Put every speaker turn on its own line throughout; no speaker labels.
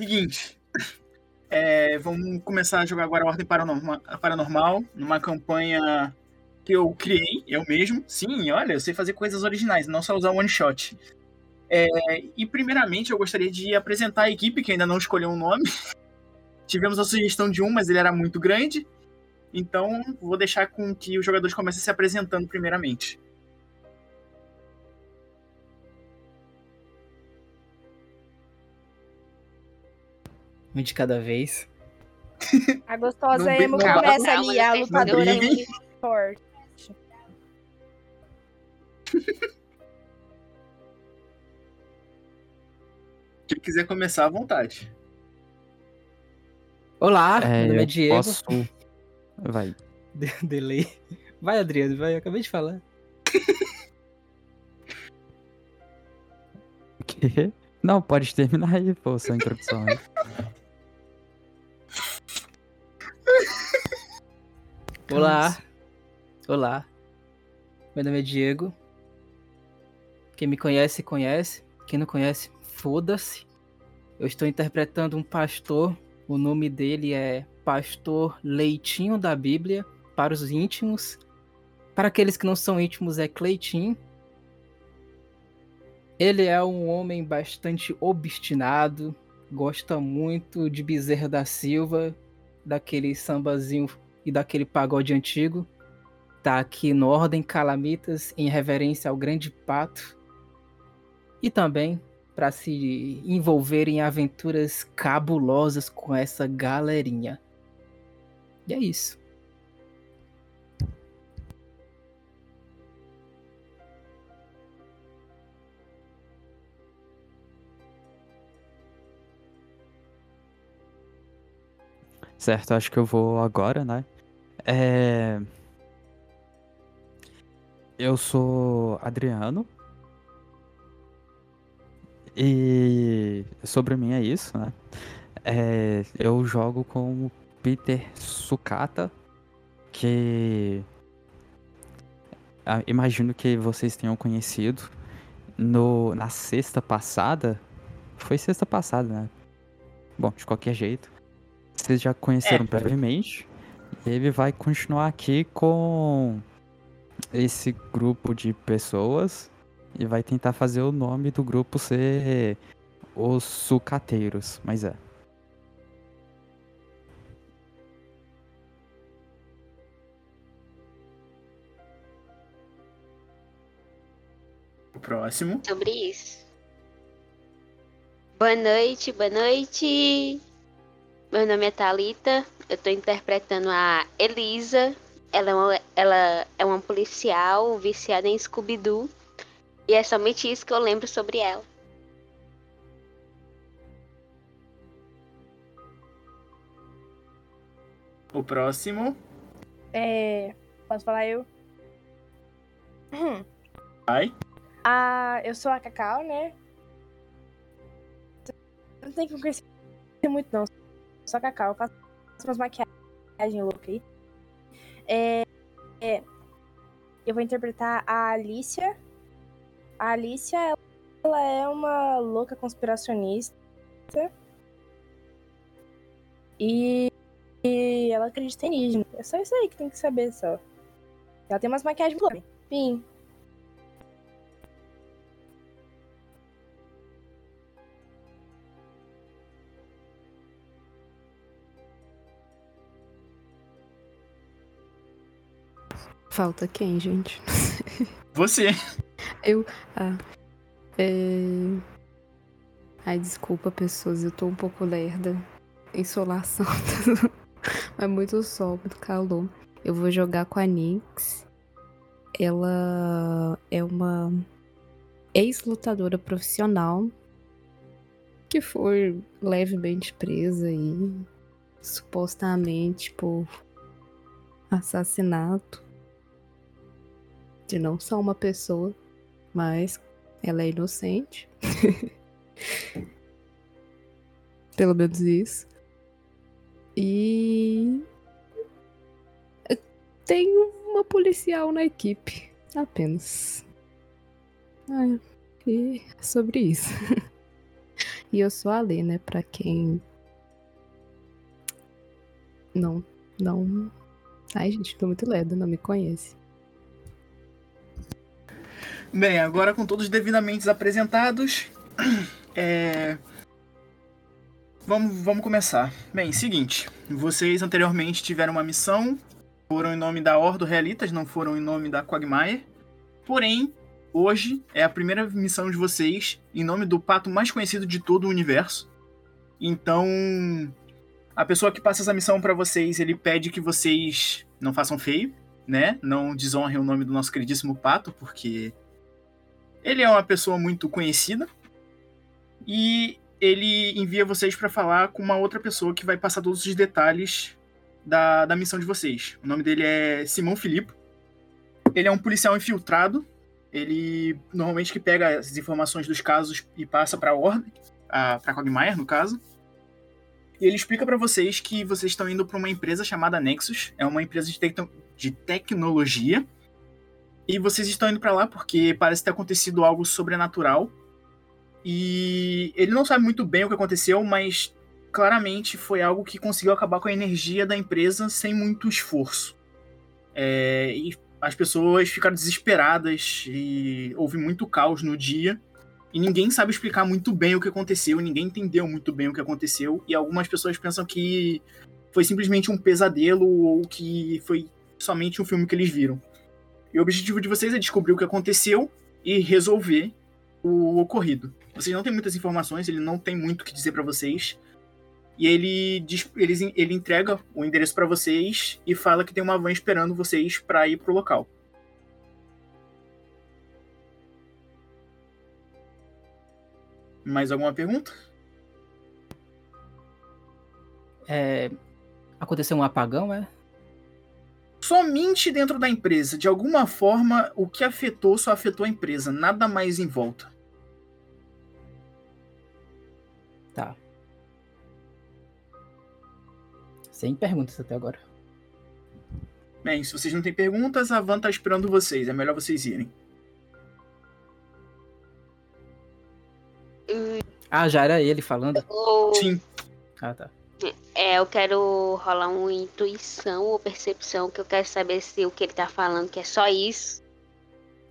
Seguinte. É, vamos começar a jogar agora a Ordem Paranorma- Paranormal, numa campanha que eu criei, eu mesmo. Sim, olha, eu sei fazer coisas originais, não só usar one shot. É, e primeiramente eu gostaria de apresentar a equipe, que ainda não escolheu um nome. Tivemos a sugestão de um, mas ele era muito grande. Então vou deixar com que os jogadores comecem se apresentando primeiramente.
Um de cada vez.
A
Não
gostosa
bri-
Emo
não bate-
começa
não,
ali,
ele
a
fez- não
lutadora é
briga, hein?
muito forte.
Quem quiser começar à vontade.
Olá,
É,
meu nome é
eu
Diego.
Posso... Vai.
De- Delay. Vai, Adriano, vai, eu acabei de falar.
O quê? Não, pode terminar aí, pô, sua introdução aí.
Olá. Olá. Meu nome é Diego. Quem me conhece, conhece. Quem não conhece, foda-se. Eu estou interpretando um pastor. O nome dele é Pastor Leitinho da Bíblia, para os íntimos. Para aqueles que não são íntimos, é Cleitinho. Ele é um homem bastante obstinado, gosta muito de Bezerra da Silva, daquele sambazinho e daquele pagode antigo. Tá aqui no Ordem Calamitas, em reverência ao Grande Pato. E também para se envolver em aventuras cabulosas com essa galerinha. E é isso.
Certo, acho que eu vou agora, né? É... Eu sou Adriano. E sobre mim é isso, né? É, Eu jogo com o Peter Sucata, que ah, imagino que vocês tenham conhecido no... na sexta passada. Foi sexta passada, né? Bom, de qualquer jeito vocês já conheceram
É.
brevemente. E ele vai continuar aqui com esse grupo de pessoas e vai tentar fazer o nome do grupo ser os sucateiros, mas é.
O próximo.
sobre isso. Boa noite, boa noite. Meu nome é Thalita, eu tô interpretando a Elisa. Ela é uma, ela é uma policial viciada em Scooby-Doo. E é somente isso que eu lembro sobre ela.
O próximo.
É, posso falar eu?
Vai.
Ah, eu sou a Cacau, né? Não tem que conhecer muito, não. Só Cacau. Eu faço umas maquiagens loucas aí. É, é, eu vou interpretar a Alicia. A Alicia, ela- ela é uma louca conspiracionista. E, e ela acredita em alienígena. É só isso aí que tem que saber, só. Ela tem umas maquiagens loucas. Enfim.
Falta quem, gente?
Você.
É... Ai, desculpa, pessoas, eu tô um pouco lerda. Insolação. é muito sol, muito calor. Eu vou jogar com a Nix. Ela é uma ex-lutadora profissional que foi levemente presa aí, supostamente por assassinato de não só uma pessoa, mas ela é inocente. Pelo menos isso. E. Tem uma policial na equipe. Apenas. Ah, e é sobre isso. E eu sou a Lê, né? Pra quem. Não, não. Ai, gente, tô muito leda, não me conhece.
Bem, agora com todos devidamente apresentados, é, vamos, vamos começar. Bem, seguinte, vocês anteriormente tiveram uma missão, foram em nome da Ordo Realitas, não foram em nome da Quagmire. Porém, hoje é a primeira missão de vocês em nome do pato mais conhecido de todo o universo. Então, a pessoa que passa essa missão pra vocês, ele pede que vocês não façam feio, né? Não desonrem o nome do nosso queridíssimo pato, porque ele é uma pessoa muito conhecida. E ele envia vocês pra falar com uma outra pessoa que vai passar todos os detalhes da, da missão de vocês. O nome dele é Simão Filippo. Ele é um policial infiltrado. Ele normalmente que pega as informações dos casos e passa pra ordem, a- pra Cogmire, no caso. E ele explica pra vocês que vocês estão indo pra uma empresa chamada Nexus. É uma empresa de, tecno- de tecnologia. E vocês estão indo pra lá porque parece ter acontecido algo sobrenatural. E ele não sabe muito bem o que aconteceu, mas claramente foi algo que conseguiu acabar com a energia da empresa sem muito esforço. É, e as pessoas ficaram desesperadas e houve muito caos no dia. E ninguém sabe explicar muito bem o que aconteceu, ninguém entendeu muito bem o que aconteceu. E algumas pessoas pensam que foi simplesmente um pesadelo ou que foi somente um filme que eles viram. E o objetivo de vocês é descobrir o que aconteceu e resolver o ocorrido. Vocês não têm muitas informações, ele não tem muito o que dizer pra vocês. E ele, diz- eles en- ele entrega o endereço pra vocês e fala que tem uma van esperando vocês pra ir pro local. Mais alguma pergunta?
É, aconteceu um apagão, é?
Somente dentro da empresa. De alguma forma, o que afetou só afetou a empresa, nada mais em volta.
Sem perguntas até agora.
Bem, se vocês não têm perguntas, a van tá esperando vocês. É melhor vocês irem.
Ah, já era ele falando?
Ou
Sim.
Ah, tá.
é, eu quero rolar uma intuição ou percepção que eu quero saber se o que ele tá falando que é só isso.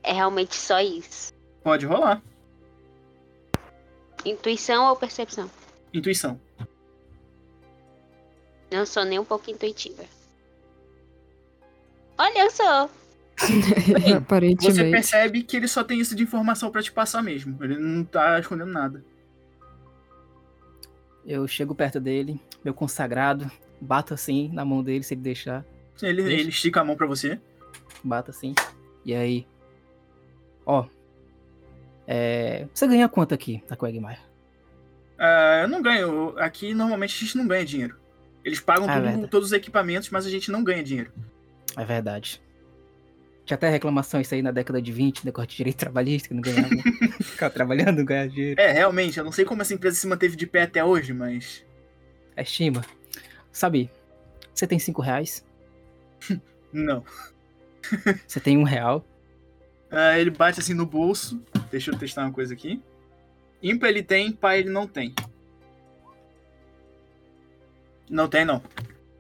É realmente só isso.
Pode rolar.
Intuição ou percepção?
Intuição.
Não sou nem um pouco intuitiva. Olha, eu sou.
Aparentemente.
Você percebe que ele só tem isso de informação pra te passar mesmo. Ele não tá escondendo nada.
Eu chego perto dele, meu consagrado, bato assim na mão dele, se ele deixar,
Ele,
Deixa.
ele estica a mão pra você.
bato assim. E aí? Ó. É, você ganha quanto aqui na Quagmire?
Ah, eu não ganho. Aqui normalmente a gente não ganha dinheiro. Eles pagam
Ah,
tudo-
verdade.
todos os equipamentos, mas a gente não ganha dinheiro.
É verdade. Tinha até reclamação isso aí na década de 20, decorte de direito trabalhista, que não ganhava. né? Ficava trabalhando, não ganhava dinheiro.
É, realmente, eu não sei como essa empresa se manteve de pé até hoje, mas.
É estima. Sabe, você tem 5 reais,
Não.
você tem um real.
Ah, ele bate assim no bolso. Deixa eu testar uma coisa aqui. Ímpar ele tem, pai ele não tem. Não tem, não.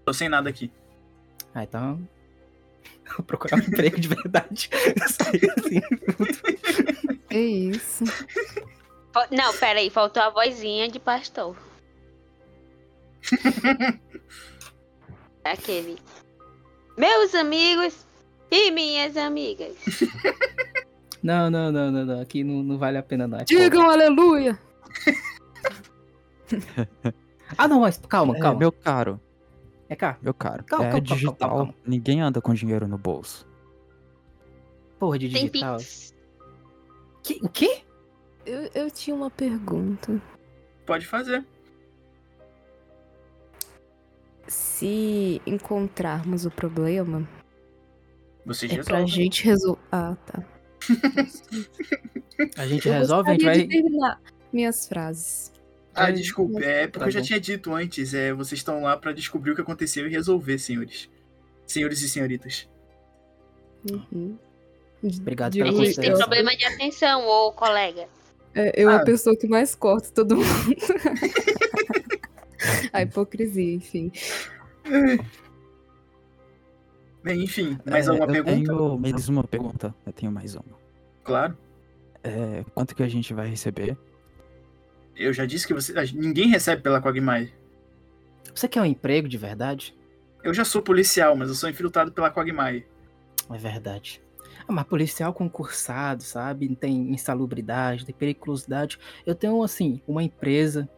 Tô sem nada aqui.
Ah, então. Vou procurar um emprego de verdade. Saí assim.
É isso.
Fal- Não, peraí, faltou a vozinha de pastor. Aquele. Meus amigos e minhas amigas.
Não, não, não, não, não. Aqui não, não vale a pena, não. É tipo-
Digam aleluia!
Ah, não, mas calma,
É,
calma.
meu caro,
É cá.
meu caro.
Calma, calma, calma,
é
calma,
digital,
calma, calma.
ninguém anda com dinheiro no bolso.
Porra de
Tem
digital.
pix.
Que- o quê?
Eu, eu tinha uma pergunta.
Pode fazer.
Se encontrarmos o problema,
Vocês
é pra
resolvem.
gente resolver. Ah, tá.
A gente
Eu
resolve, a gente vai.
gostaria de terminar minhas frases.
Ah,
Ai,
desculpa. É porque
tá
eu já
bom.
tinha dito antes. É, vocês estão lá pra descobrir o que aconteceu e resolver, senhores. Senhores e senhoritas.
Uhum.
Obrigado
Digo
A
pela
gente tem
consideração.
problema de atenção, ô colega.
É, eu
Ah.
a pessoa que mais corta todo mundo. a hipocrisia, enfim.
Bem, enfim, mais
É,
alguma
eu
pergunta?
Tenho mais uma pergunta. Eu tenho mais uma.
Claro.
É, quanto que a gente vai receber?
Eu já disse que você. a- Ninguém recebe pela Quagmire.
Você quer um emprego de verdade?
Eu já sou policial, mas eu sou infiltrado pela Quagmire.
É verdade. Ah, mas policial concursado, sabe? Tem insalubridade, tem periculosidade. Eu tenho, assim, uma empresa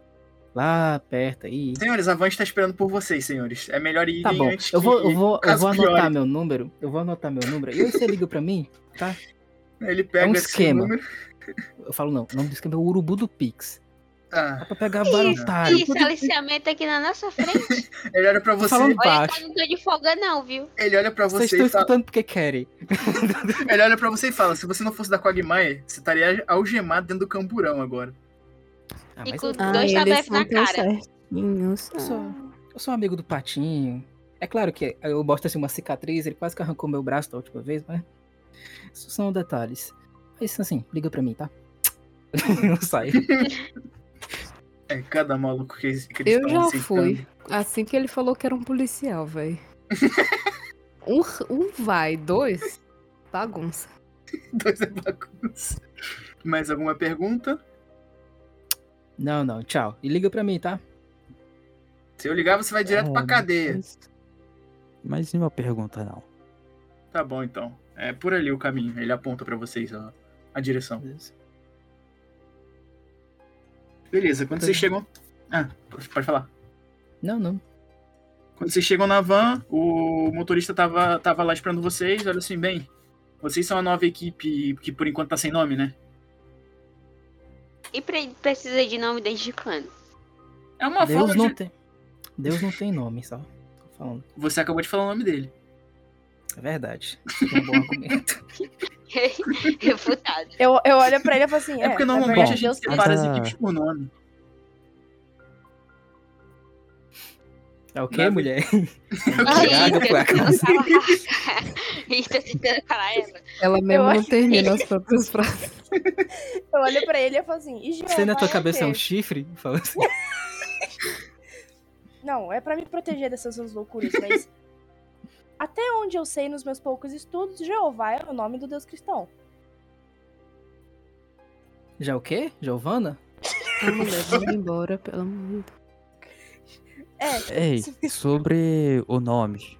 lá perto aí.
Senhores, a Van está esperando por vocês, senhores. É melhor irem
Tá bom,
antes
eu vou,
que
eu vou, eu
caso
vou
piore.
anotar meu número. Eu vou anotar meu número. E aí você liga pra mim?
Ele pega
um
esse
esquema.
número.
Eu falo, não, o nome do esquema é o Urubu do Pix. Dá
Ah,
pra pegar tá? vários
Isso,
otários.
Isso, aliciamento aqui na nossa frente.
ele olha pra você,
falando-
Olha,
Baixo.
eu não tô de folga, não, viu?
ele olha pra
Vocês
você
estão
e fala.
escutando porque querem.
Ele olha pra você e fala: se você não fosse da Quagmire, você estaria algemado dentro do camburão agora.
Ah,
E
mas
com
eu,
Ah, Dois
eles
tabefes
são
na
tão
cara.
certinhos.
eu sou, eu sou um amigo do Patinho. É claro que eu mostro assim uma cicatriz, ele quase que arrancou meu braço da última vez, mas. Isso são detalhes. Mas assim, liga pra mim, tá? Eu saio.
É cada maluco que, eles- que eles
Eu
tão
já
aceitando.
fui. Assim que ele falou que era um policial, velho. um, um vai, dois, bagunça.
Dois é bagunça. Mais alguma pergunta?
Não, não, tchau. E liga pra mim, tá?
Se eu ligar, você vai direto
É,
pra cadeia.
Mas, mas nenhuma pergunta, não.
Tá bom, então. É por ali o caminho. Ele aponta pra vocês a, a direção. Beleza, quando vocês chegam. Ah, pode falar.
Não, não.
Quando vocês chegam na van, o motorista tava, tava lá esperando vocês. Olha assim, bem. Vocês são a nova equipe que por enquanto tá sem nome, né?
E pre- precisa de nome desde quando?
É uma
Deus
forma de-
não tem. Deus não tem nome, só. Tô falando.
Você acabou de falar o nome dele.
É verdade. É um bom argumento.
Refutado.
Eu, eu olho pra ele e falo assim.
É, porque
na
normalmente
verdade,
a
eu
gente
sei.
separa as
Mas a-
equipes por nome.
É o quê,
Nada.
mulher?
Ai,
Obrigado,
tô
por
tentando
acaso.
falar. Estou tentando falar ela.
Ela mesmo não
acho que-
termina as próprias frases.
Eu olho pra ele e falo assim. "E Jeová
Você na tua
o
cabeça é um
quê?"
chifre? Fala assim.
um
Não, é pra me proteger dessas suas loucuras, mas. Até onde eu sei nos meus poucos estudos, Jeová é o nome do Deus cristão.
Já é o quê? Giovana?
A mulher vai embora, pelo amor de Deus.
É,
Ei, sobre o nome.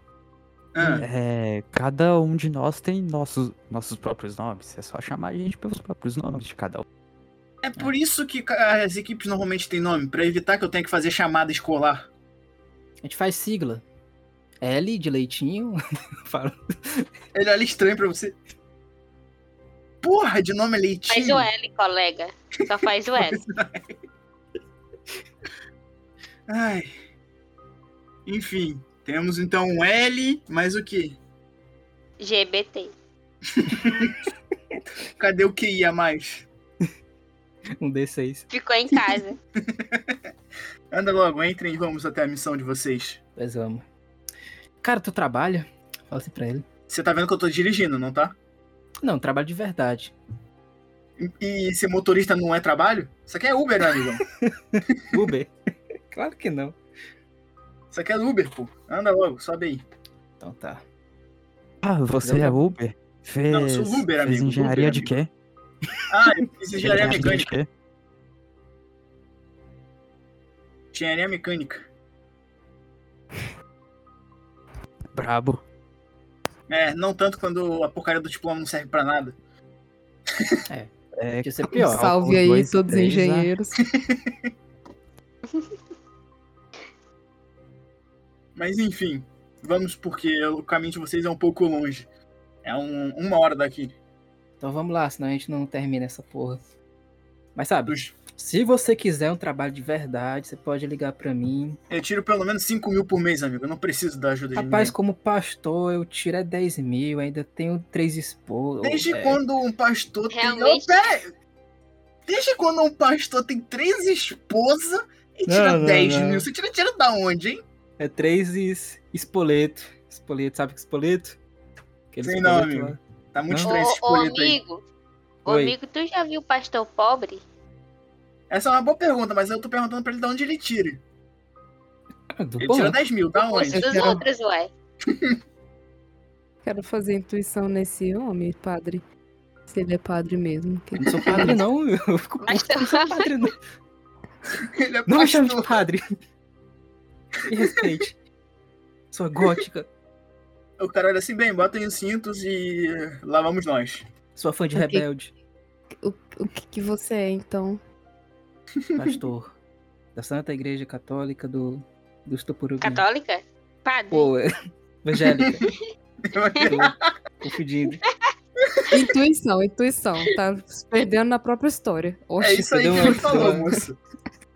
Ah,
É, cada um de nós tem nossos, nossos próprios nomes. É só chamar a gente pelos próprios nomes de cada um.
é por isso que ca- as equipes normalmente têm nome, pra evitar que eu tenha que fazer chamada escolar.
A gente faz sigla. L de leitinho. Fala.
Ele olha estranho pra você. Porra, de nome é Leitinho.
Faz o L, colega. Só faz o L.
Ai. Enfim, temos então um L, mais o quê?
GBT.
Cadê o QI a mais?
Um D6.
Ficou em casa.
Anda logo, entrem e vamos até a missão de vocês.
Mas vamos. Cara, tu trabalha? Fala assim pra ele.
Você tá vendo que eu tô dirigindo, não tá?
Não, trabalho de verdade.
E, e ser motorista não é trabalho? Isso aqui é Uber, né, amigão?
Uber? claro que não.
Isso aqui é Uber, pô. Anda logo, sobe aí.
Então tá.
Ah, você é
Entendeu?
Uber? Fez,
eu sou Uber,
fez
amigo,
engenharia
Uber,
de quê?
Ah, eu fiz engenharia
Fez
mecânica.
de quê?
Engenharia mecânica.
Brabo.
É, não tanto quando a porcaria do diploma não serve pra nada.
É,
É
Podia ser
cálculo
pior.
Salve aí
dois e
todos os
três, ah,
engenheiros.
Mas enfim, vamos porque o caminho de vocês é um pouco longe. É um- uma hora daqui.
Então vamos lá, senão a gente não termina essa porra. Mas sabe,
Dos-
se você quiser um trabalho de verdade, você pode ligar pra mim.
Eu tiro pelo menos 5 mil por mês, amigo. Eu não preciso da ajuda
Rapaz,
de
como pastor, eu tiro é 10 mil, ainda tenho três esposas.
ninguém. Desde
é,
quando um pastor tem.
Realmente.
Não, pera! Desde quando um pastor tem três esposas e tira
Não, não,
10
não.
mil? Você tira dinheiro da onde, hein?
É três es- espoleto. Espoleto, sabe o que é espoleto? Aquele
Sei não,
espoleto
amigo. Tá muito
Não?
estranho esse
Ô, ô
espoleto aí.
amigo, ô
Oi.
amigo, tu já viu pastor pobre?
Essa é uma boa pergunta, mas eu tô perguntando pra ele de onde ele tira.
Ah, do
Ele
bom.
tirou 10 mil, da
Os
onde?
dos
quero-
outros, ué.
Quero fazer intuição nesse homem, padre. Se ele é padre mesmo. que-
Eu não sou padre, não. Eu fico
Mas
puto, eu
então-
não sou padre, não.
Ele é
Não me chame de
pastor.
padre. Me respeite. Sou gótica.
O cara olha assim, bem, botem os cintos e eh, lá vamos nós.
Sou fã de
Ok.
rebelde.
O, o que, que você é, então?
Pastor. Da Santa Igreja Católica do, do Estupurubim.
Católica? Padre.
Pô, é- evangélica.
É
Tô confundindo.
Intuição, intuição. Tá se perdendo na própria história.
É
Oxe,
isso aí
deu
que
uma-
ele falou,
deu uma-
moço.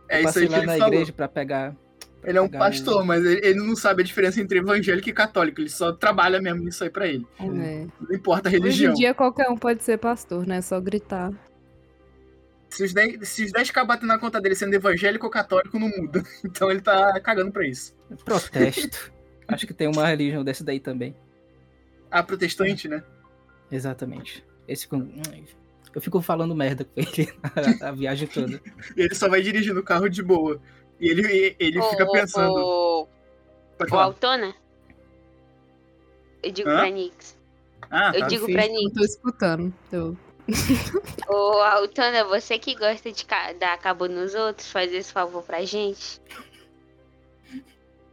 É isso
Passei
aí que
lá
ele
na
falou.
igreja pra pegar. pra
Ele é um
pegar o-
pastor, mas ele, ele não sabe a diferença entre evangélico e católico. Ele só trabalha mesmo isso aí pra ele.
é.
Não importa a
Hoje
religião.
em dia qualquer um pode ser pastor, né? É só gritar.
Se os 10 se os 10k batem na conta dele sendo evangélico ou católico, não muda. Então ele tá cagando pra isso.
Protesto. Acho que tem uma religião dessa daí também.
Ah, protestante, né?
Exatamente. Esse com- Eu fico falando merda com ele a, a viagem toda.
Ele só vai dirigindo o carro de boa. E ele, e- ele
O-
fica pensando.
O,
Pode
o
falar.
Altona? Eu digo
Hã?
pra Nix.
Ah,
Eu
tá.
digo
sim.
pra
Não
Nix.
tô escutando. Eu-
Ô, Altona, você que gosta de ca- dar cabo nos outros, faz esse favor pra gente.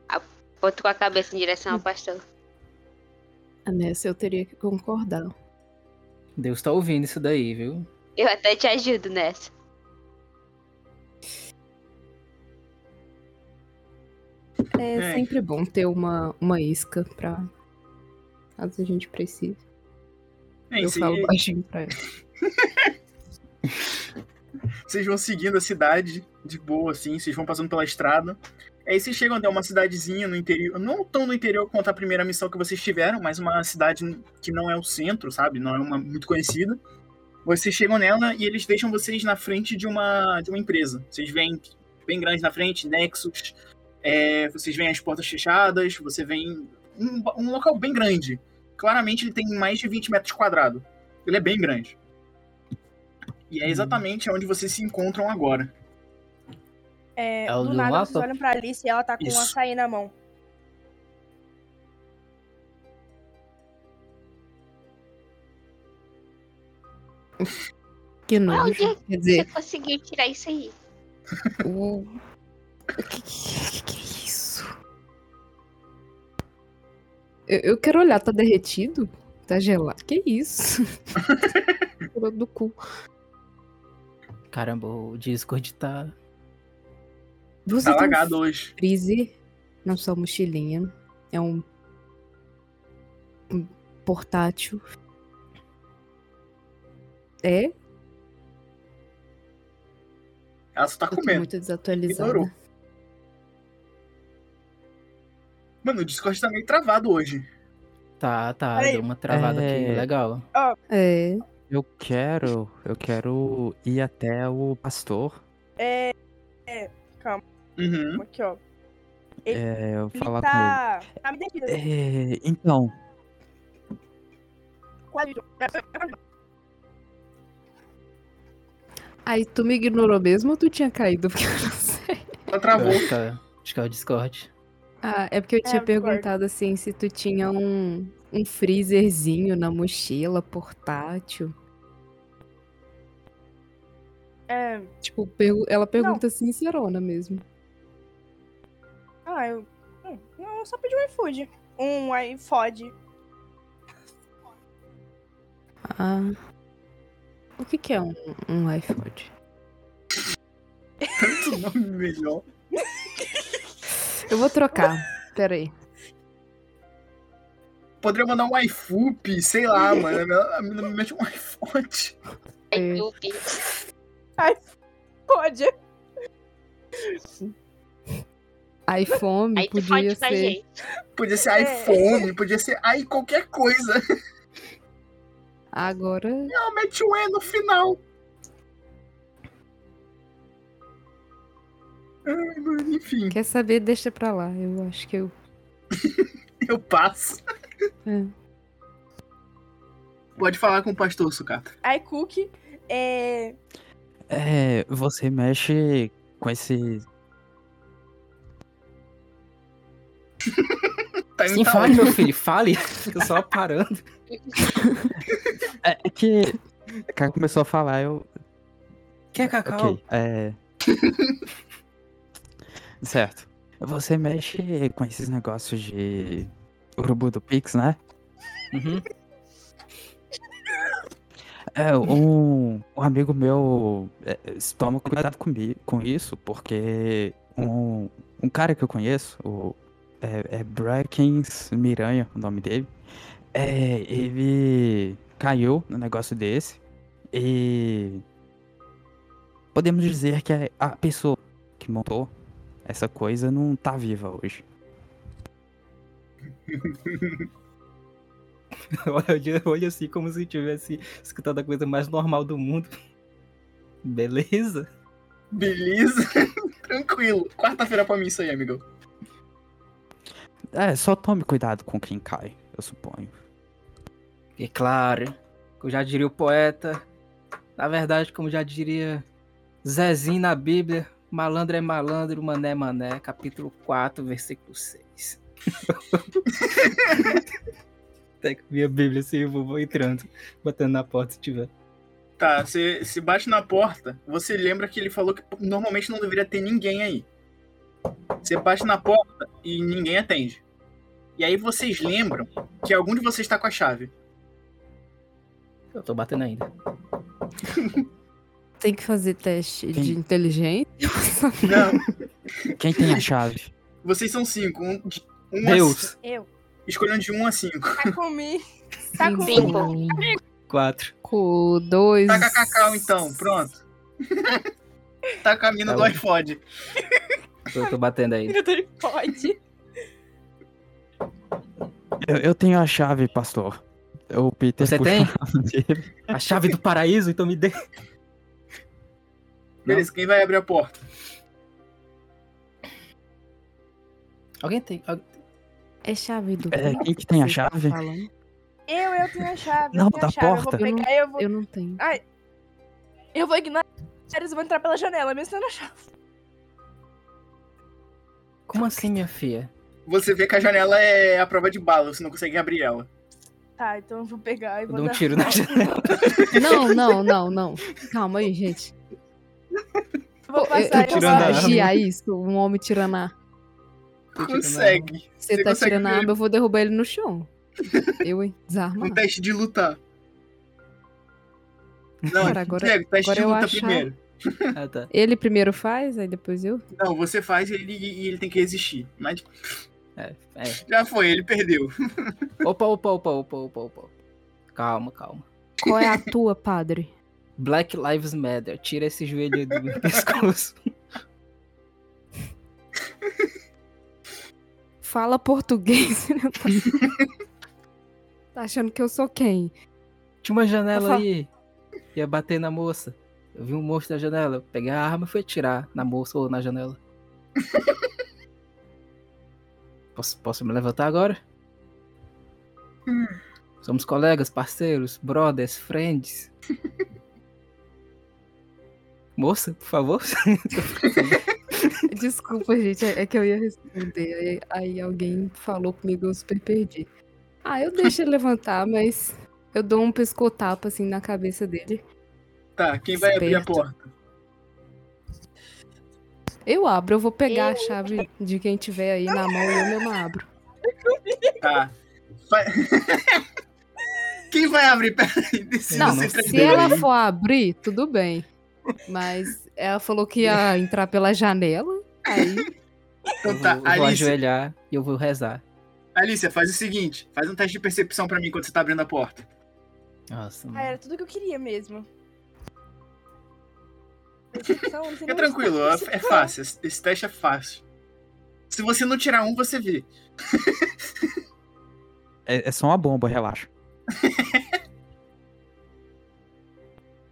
Aponto com a cabeça em direção ao pastor.
Ah, Nessa eu teria que concordar.
Deus tá ouvindo isso daí, viu?
Eu até te ajudo nessa.
É,
É.
sempre bom ter uma, uma isca pra. Caso a gente precise.
Bem,
eu
se-
falo baixinho pra ela.
Vocês vão seguindo a cidade de boa, assim, vocês vão passando pela estrada. Aí vocês chegam até uma cidadezinha no interior, não tão no interior quanto a primeira missão que vocês tiveram, mas uma cidade que não é o centro, sabe? Não é uma muito conhecida. Vocês chegam nela e eles deixam vocês na frente de uma, de uma empresa. Vocês veem bem grande na frente, Nexus, é, vocês veem as portas fechadas, você vem um, um local bem grande. Claramente ele tem mais de 20 metros quadrados. Ele é bem grande. E é
Hum.
exatamente onde vocês se encontram agora.
É,
É o
do
do
nada
mapa?
vocês olham pra Alice e ela tá com um
Isso.
açaí na mão.
Que
Qual
nojo.
dia
Quer
Você
dizer,
conseguiu tirar isso aí?
o. o que, que, que é isso? Eu, eu quero olhar, tá derretido? Tá gelado? Que isso? Tirou do cu.
Caramba, o Discord tá.
Você
Tá
tem um
lagado hoje.
freezer na sua mochilinha. É um, um portátil. É? Eu
Ela só tá
tô
comendo.
muito desatualizada.
Ignorou. Mano, o Discord tá meio travado hoje.
Tá, tá,
Peraí.
deu uma travada
É.
aqui, legal.
É.
Eu quero, eu quero ir até o pastor.
É,
Uhum.
aqui, ó.
É, eu
Ele
falar
tá. Tá me
com
deixando.
ele. É, então,
Quase.
Aí tu me ignorou mesmo ou tu tinha caído? Porque eu não sei.
Ela travou.
Acho que é- Acho que é o Discord.
Ah, é porque eu tinha
concordo.
perguntado assim se tu tinha um, um freezerzinho na mochila, portátil.
É.
Tipo, pergu- ela pergunta sincerona mesmo.
Ah, eu. hum, Não, eu só pedi um iFood. Um iFood.
Ah. O que, que é um, um iPod?
Tanto nome melhor.
Eu vou trocar. Peraí.
Poderia mandar um iFup, sei lá, mano. A menina me mete um iPhone.
É.
Ai, Tupi.
Pode.
iPhone
Aí tu
podia
pode pra
ser.
gente.
Podia ser
É.
iPhone, podia ser i qualquer coisa.
Agora.
Ela mete um E no final. Ai, mano, enfim,
Quer saber? Deixa pra lá. Eu acho que eu.
eu passo.
É.
Pode falar com o pastor, Sucata.
iCook. É.
É, você mexe com esse.
Tá
Sim,
tá
fale, meu filho, fale. Fica só parando.
É é que. O cara começou a falar, eu.
Quer cacau?
Ok, é. certo. Você mexe com esses negócios de. Urubu do Pix, né?
Uhum.
É, um, um amigo meu é, é, se toma cuidado comi, com isso, porque um, um cara que eu conheço, o, é, é Brackens Miranha, o nome dele, é, ele caiu no negócio desse e podemos dizer que a- a pessoa que montou essa coisa não tá viva hoje.
Olha, olha assim como se tivesse escutado a coisa mais normal do mundo. Beleza?
Beleza. Tranquilo. Quarta-feira pra mim isso aí, amigo.
É, só tome cuidado com quem cai, eu suponho.
É claro. Como já diria o poeta. Na verdade, como já diria Zezinho na Bíblia, malandro é malandro, mané é mané, capítulo 4, versículo 6. Até que minha Bíblia se eu vou entrando, batendo na porta se tiver.
Tá, você se bate na porta, você lembra que ele falou que normalmente não deveria ter ninguém aí. Você bate na porta e ninguém atende. E aí vocês lembram que algum de vocês tá com a chave.
Eu tô batendo ainda.
Tem que fazer teste de
Quem?
inteligência.
Não,
Quem tem a chave?
vocês são cinco. Um, de- um a c-
Deus!
Eu.
Escolham de um a cinco.
Tá comigo. Tá
Cinco.
comigo.
Quatro.
Com dois.
Taca cacau então, pronto. Taca a mina
Tá
do
bom.
iPod.
Eu tô batendo ainda.
Eu tô de pode.
Eu, eu tenho a chave, pastor. O Peter
Você
puxa
tem?
a mão dele.
A chave do paraíso, então me dê.
Beleza, quem vai abrir a porta?
Alguém tem? Algu-
É chave do.
É, quem que tem a
tá
chave?
Eu, eu tenho a chave.
Não,
eu tenho
da
a chave.
porta.
Eu
Eu
vou
não-
pegar, eu vou,
Eu não tenho.
eu vou ignorar. Eles vão entrar pela janela, mesmo tendo a chave.
Como assim, minha filha?
Você vê que a janela é a prova de bala, você não consegue abrir ela.
Tá, então eu vou pegar e
Eu
vou
dou um
dar...
tiro na janela.
Não, não, não, não. Calma aí, gente.
Eu Vou
Pô, eu,
passar
eu
e
posso
tirando a arma.
vigiar isso? Um homem tirando a arma.
Tipo, é
Consegue.
Você,
Você
tá
consegue
tirando a
ver
arma, eu vou derrubar ele no chão. Eu, hein? Desarmar.
Um teste de lutar. Não,
Cara, agora-
Diego, teste
agora
de
eu
luta
achar-
primeiro.
Ah, tá.
Ele primeiro faz, aí depois eu.
Não, você faz e ele, e ele tem que resistir. Mas
É, é.
já foi, ele perdeu.
Opa, opa, opa, opa, opa, opa. Calma, calma.
Qual é a tua, padre?
Black Lives Matter. Tira esse joelho aí do meu pescoço.
Fala português. né? tá achando que eu sou quem?
Tinha uma
Opa.
janela aí. Ia bater na moça. Eu vi um monstro na janela. Eu peguei a arma e fui atirar na moça ou na janela. Posso, posso me levantar agora?
Hum.
Somos colegas, parceiros, brothers, friends. Moça, por favor.
Desculpa, gente, é é que eu ia responder. Aí, aí alguém falou comigo, eu super perdi. Ah, eu deixo ele levantar, mas eu dou um pescotapa assim na cabeça dele.
Tá, quem vai abrir a
Esperto.
porta?
Eu abro, eu vou pegar a chave de quem tiver aí na mão e eu mesma abro.
Tá. Vai- quem vai abrir? Peraí, decida
Não,
vocês
se
primeiro
ela
aí.
for abrir, tudo bem. Mas ela falou que ia entrar pela janela. Aí
Então
eu
tá,
vou, eu vou
Alice,
ajoelhar e eu vou rezar.
Alice, faz o seguinte: faz um teste de percepção pra mim quando você tá abrindo a porta.
Nossa,
Ah,
mano.
era tudo que eu queria mesmo. Percepção, não sei
Fica
nem
tranquilo,
onde
é,
tá.
é fácil. esse- Esse teste é fácil. Se você não tirar um, você vê.
É, é só uma bomba, relaxa.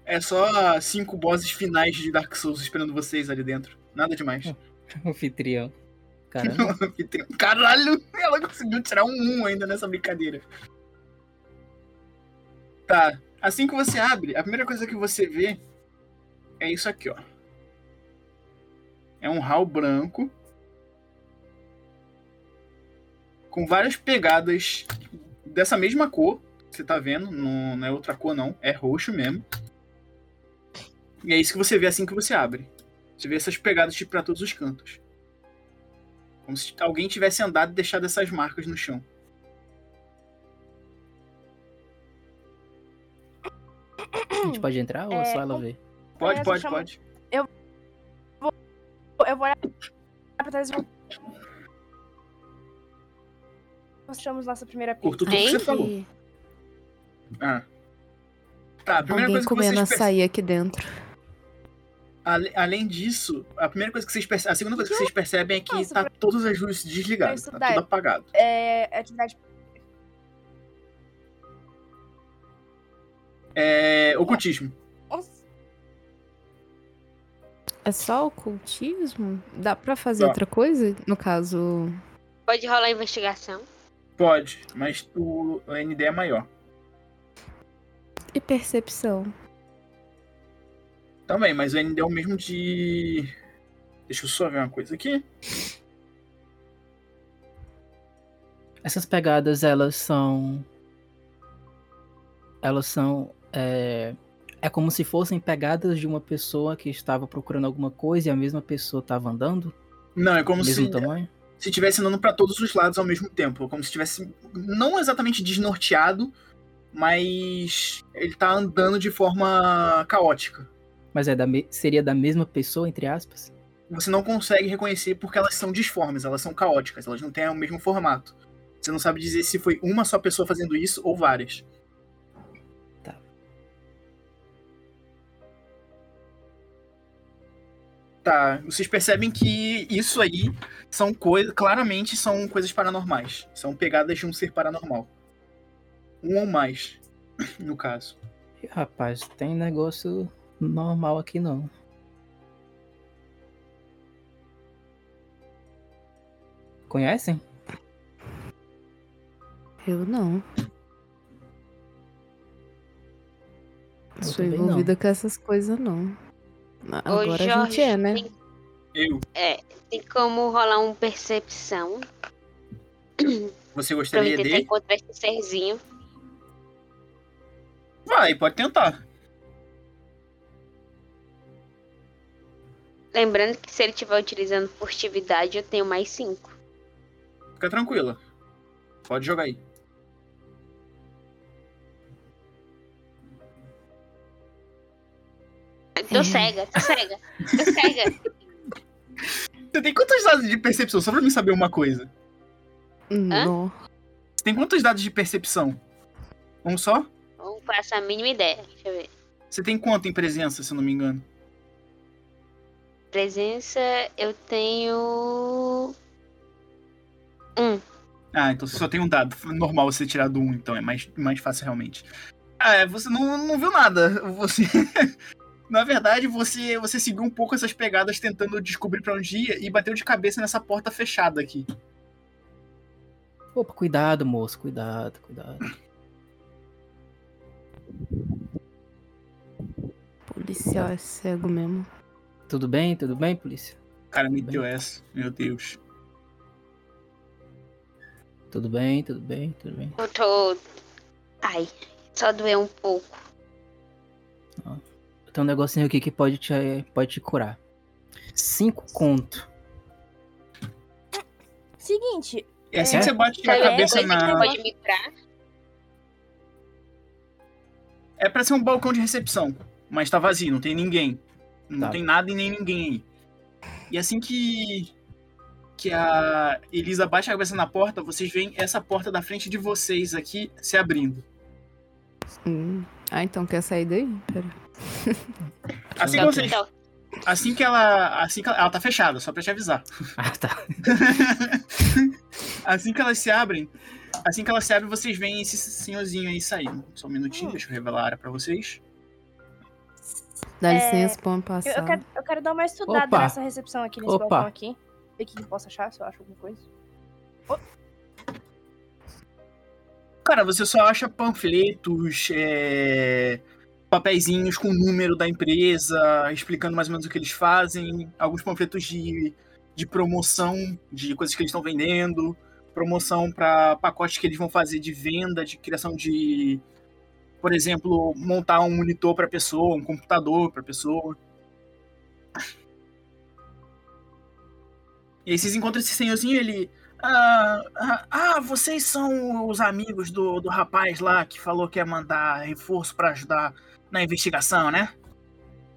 É só cinco bosses finais de Dark Souls esperando vocês ali dentro. Nada demais.
anfitrião. Caramba.
um Caralho, ela conseguiu tirar um 1 ainda nessa brincadeira. Tá. Assim que você abre, a primeira coisa que você vê é isso aqui, ó. É um hall branco. Com várias pegadas dessa mesma cor. Que você tá vendo. Não, não é outra cor, não. É roxo mesmo. E é isso que você vê assim que você abre. Você vê essas pegadas tipo, pra todos os cantos. Como se alguém tivesse andado e deixado essas marcas no chão.
A gente pode entrar ou é
É,
só ela
com-
ver?
Pode,
Essa
pode,
chama-
pode.
Eu vou olhar pra trás e vou. Nós tiramos nossa primeira pista.
Curto tudo que você falou.
Ai,
Ah. Tá, a primeira
alguém
coisa que
comendo
vocês percebem.
açaí aqui dentro.
Ale- Além disso, a primeira coisa que vocês percebem. A segunda coisa que vocês percebem é que
Nossa,
tá todas as luzes desligadas, tá
estudar.
tudo apagado.
É atividade.
É. Ocultismo.
Nossa,
É só ocultismo? Dá pra fazer
Dá.
outra coisa? No caso,
Pode rolar a investigação.
Pode, mas o a ND é maior.
e percepção?
Também, mas o ND é o mesmo de. Deixa eu só ver uma coisa aqui.
Essas pegadas, elas são. Elas são. É... é como se fossem pegadas de uma pessoa que estava procurando alguma coisa e a mesma pessoa estava andando,
Não, é como
mesmo
se
tamanho.
se estivesse andando pra todos os lados ao mesmo tempo. É Como se estivesse não exatamente desnorteado, mas ele tá andando de forma caótica.
Mas é da me- seria da mesma pessoa, entre aspas?
Você não consegue reconhecer porque elas são disformes, elas são caóticas, elas não têm o mesmo formato. Você não sabe dizer se foi uma só pessoa fazendo isso ou várias.
Tá.
Tá, vocês percebem que isso aí são coisas. Claramente são coisas paranormais. São pegadas de um ser paranormal. Um ou mais, no caso.
Ih, Rapaz, tem negócio normal aqui não. Conhecem?
Eu não.
Eu
Sou
também
envolvida com essas coisas, não. A-
Ô,
Agora a
Jorge,
gente é, né?
Tem, É,
Eu.
tem como rolar um percepção
Você
pra eu
gostaria
tentar
de?
encontrar esse serzinho.
Vai, pode tentar.
Lembrando que se ele estiver utilizando furtividade, eu tenho mais cinco.
Fica tranquila. Pode jogar aí.
É.
Tô cega, tô cega, tô cega.
Você tem quantos dados de percepção? Só pra mim saber uma coisa.
Não.
Você tem quantos dados de percepção? Um só?
Não faço a mínima ideia. Deixa eu ver.
Você tem quanto em presença, se eu não me engano?
Presença, eu tenho. Um.
Ah, então você só tem um dado. Normal você tirar do um, então é mais, mais fácil realmente. Ah, é, você não, não viu nada. Você. Na verdade, você, você seguiu um pouco essas pegadas tentando descobrir pra onde ia e bateu de cabeça nessa porta fechada aqui.
Opa, cuidado, moço, cuidado, cuidado.
Policial é cego mesmo.
Tudo bem? Tudo bem, polícia?
O cara meteu essa. Meu Deus.
Tudo bem, tudo bem, tudo bem.
Eu tô. Ai, só doeu um pouco.
Tem um negocinho aqui que pode te, pode te curar. Cinco conto.
é. Seguinte,
É assim
É?
que você bate
Tá
a
É,
cabeça
coisa que
na.
pode me curar.
É pra ser um balcão de recepção, mas tá vazio, não tem ninguém. Não
Tá.
tem nada e nem ninguém aí. E assim que que a Elisa bate a cabeça na porta, vocês veem essa porta da frente de vocês aqui se abrindo.
Hum. Ah, então quer sair daí? Pera.
Assim que,
Toque,
vocês,
toque.
assim que ela assim que ela, ela tá fechada, só pra te avisar.
Ah, tá.
Assim que elas se abrem, assim que elas se abrem, vocês veem esse senhorzinho aí saindo. Só um minutinho, deixa eu revelar a área pra vocês.
Dá
É,
licença, pô,
eu,
passar.
eu quero, eu quero dar uma estudada
Opa.
nessa recepção aqui, nesse
Opa.
balcão aqui. Ver o que eu posso achar, se eu acho alguma coisa.
Cara, você só acha panfletos, é, papeizinhos com o número da empresa, explicando mais ou menos o que eles fazem, alguns panfletos de, de promoção de coisas que eles estão vendendo, promoção para pacotes que eles vão fazer de venda, de criação de, por exemplo, montar um monitor para pessoa, um computador para pessoa. E aí vocês encontram esse senhorzinho, ele ah, ah, ah, vocês são os amigos do, do rapaz lá que falou que ia mandar reforço pra ajudar na investigação, né?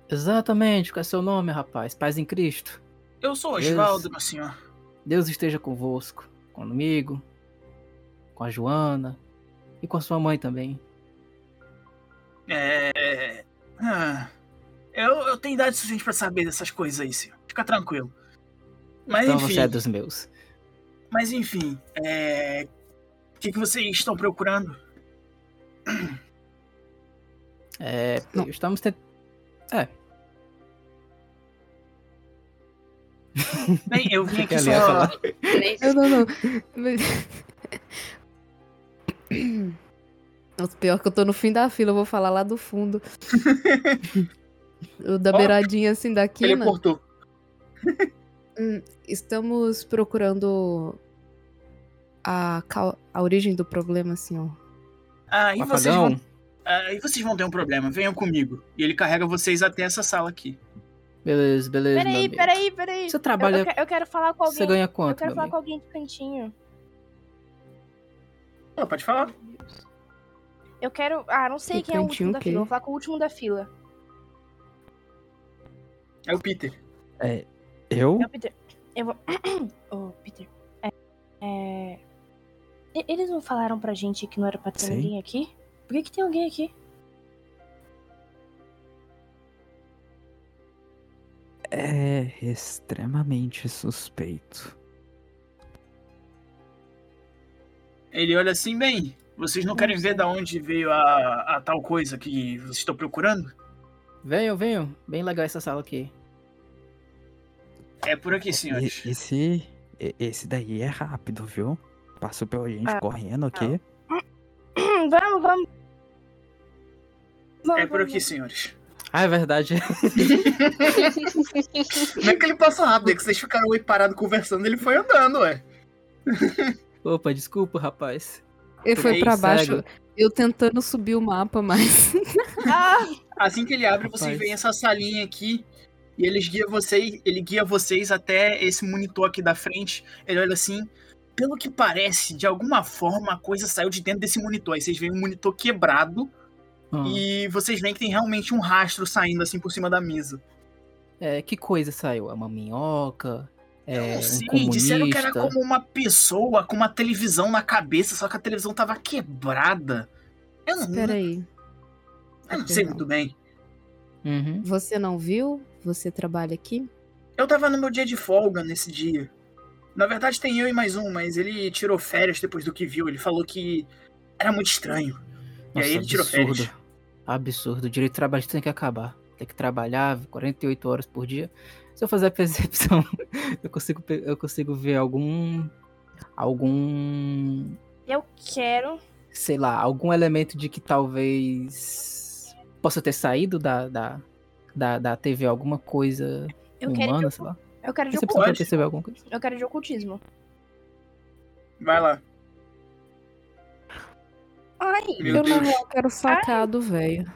Exatamente, qual é seu nome, rapaz? Paz em Cristo.
Eu sou Osvaldo, meu senhor.
Deus esteja convosco, comigo, com a Joana e com a sua mãe também.
É. ah, eu, eu tenho idade suficiente pra saber dessas coisas aí, senhor. Fica tranquilo. Mas
então
enfim.
você é dos meus.
Mas enfim, é, o que, que vocês estão procurando?
É,
Não.
estamos tentando. É,
Bem, eu vim aqui
Ela ia
só.
falar.
Eu não, não. Mas- Nossa, pior que eu tô no fim da fila, eu vou falar lá do fundo. O da
Ó,
beiradinha assim da
Ele
quina.
cortou.
Estamos procurando a, cau- a origem do problema, assim, senhor.
Aí Ah, vocês,
apagão.
vão, aí vocês vão ter um problema, venham comigo. E ele carrega vocês até essa sala aqui.
Beleza, beleza. meu
Peraí,
amigo.
peraí, peraí.
Você
Eu-
trabalha-
Eu, que- eu quero falar com alguém.
Você ganha
eu
quanto,
quero
meu
falar com
amigo?
alguém de cantinho.
Pô, Ah, pode falar?
Eu quero. Ah, não sei
De
quem é o
cantinho,
último da
ok.
fila. Vou falar com o último da fila.
É o Peter.
É, eu?
Uh.
É o Peter. Eu vou. Ô, Peter. É, é, e- Eles não falaram pra gente que não era pra ter
Sim.
ninguém aqui? Por que, que tem alguém aqui?
É extremamente suspeito.
Ele olha assim, bem, vocês não querem ver da onde veio a, a tal coisa que vocês estão procurando?
Venham, venham. Bem legal essa sala aqui.
É por aqui, senhores.
E- esse, e- esse daí é rápido, viu? Passou pela gente
Ah,
correndo aqui.
Hum, vamos, vamos. Vamos,
É por
vamos.
aqui, senhores.
Ah, é verdade.
Não é que ele passa rápido, é que vocês ficaram aí parados conversando, ele foi andando, ué.
Opa, desculpa, rapaz.
Ele foi
Bem
pra baixo,
cego.
eu tentando subir o mapa, mas.
Ah,
Assim que ele abre, vocês
Rapaz.
veem essa salinha aqui. E eles guia vocês, ele guia vocês até esse monitor aqui da frente. Ele olha assim. Pelo que parece, de alguma forma a coisa saiu de dentro desse monitor. Aí vocês veem um monitor quebrado
Hum,
e vocês veem que tem realmente um rastro saindo assim por cima da mesa.
é, que coisa saiu? É uma minhoca? É
Não
um
sei, disseram que era
comunista?
como uma pessoa com uma televisão na cabeça, só que a televisão tava quebrada. Eu não,
Espera aí.
eu
Tá
não sei muito bem.
Uhum.
Você não viu? Você trabalha aqui?
Eu tava no meu dia de folga nesse dia. Na verdade, tem eu e mais um, mas ele tirou férias depois do que viu. Ele falou que era muito estranho. E aí ele tirou férias.
absurdo. Absurdo. O direito de trabalho tem que acabar. Tem que trabalhar 48 horas por dia. Se eu fazer a percepção, eu consigo, pe- eu consigo ver algum. Algum
eu quero.
sei lá, algum elemento de que talvez possa ter saído da, da, da, da TV alguma coisa
Eu um quero,
humana,
de,
Um sei lá.
eu quero de
Você
pode?
precisa
ocultismo.
perceber alguma coisa.
Eu quero de ocultismo.
Vai lá.
Ai,
Meu
eu não
Deus.
eu quero sacar do velho.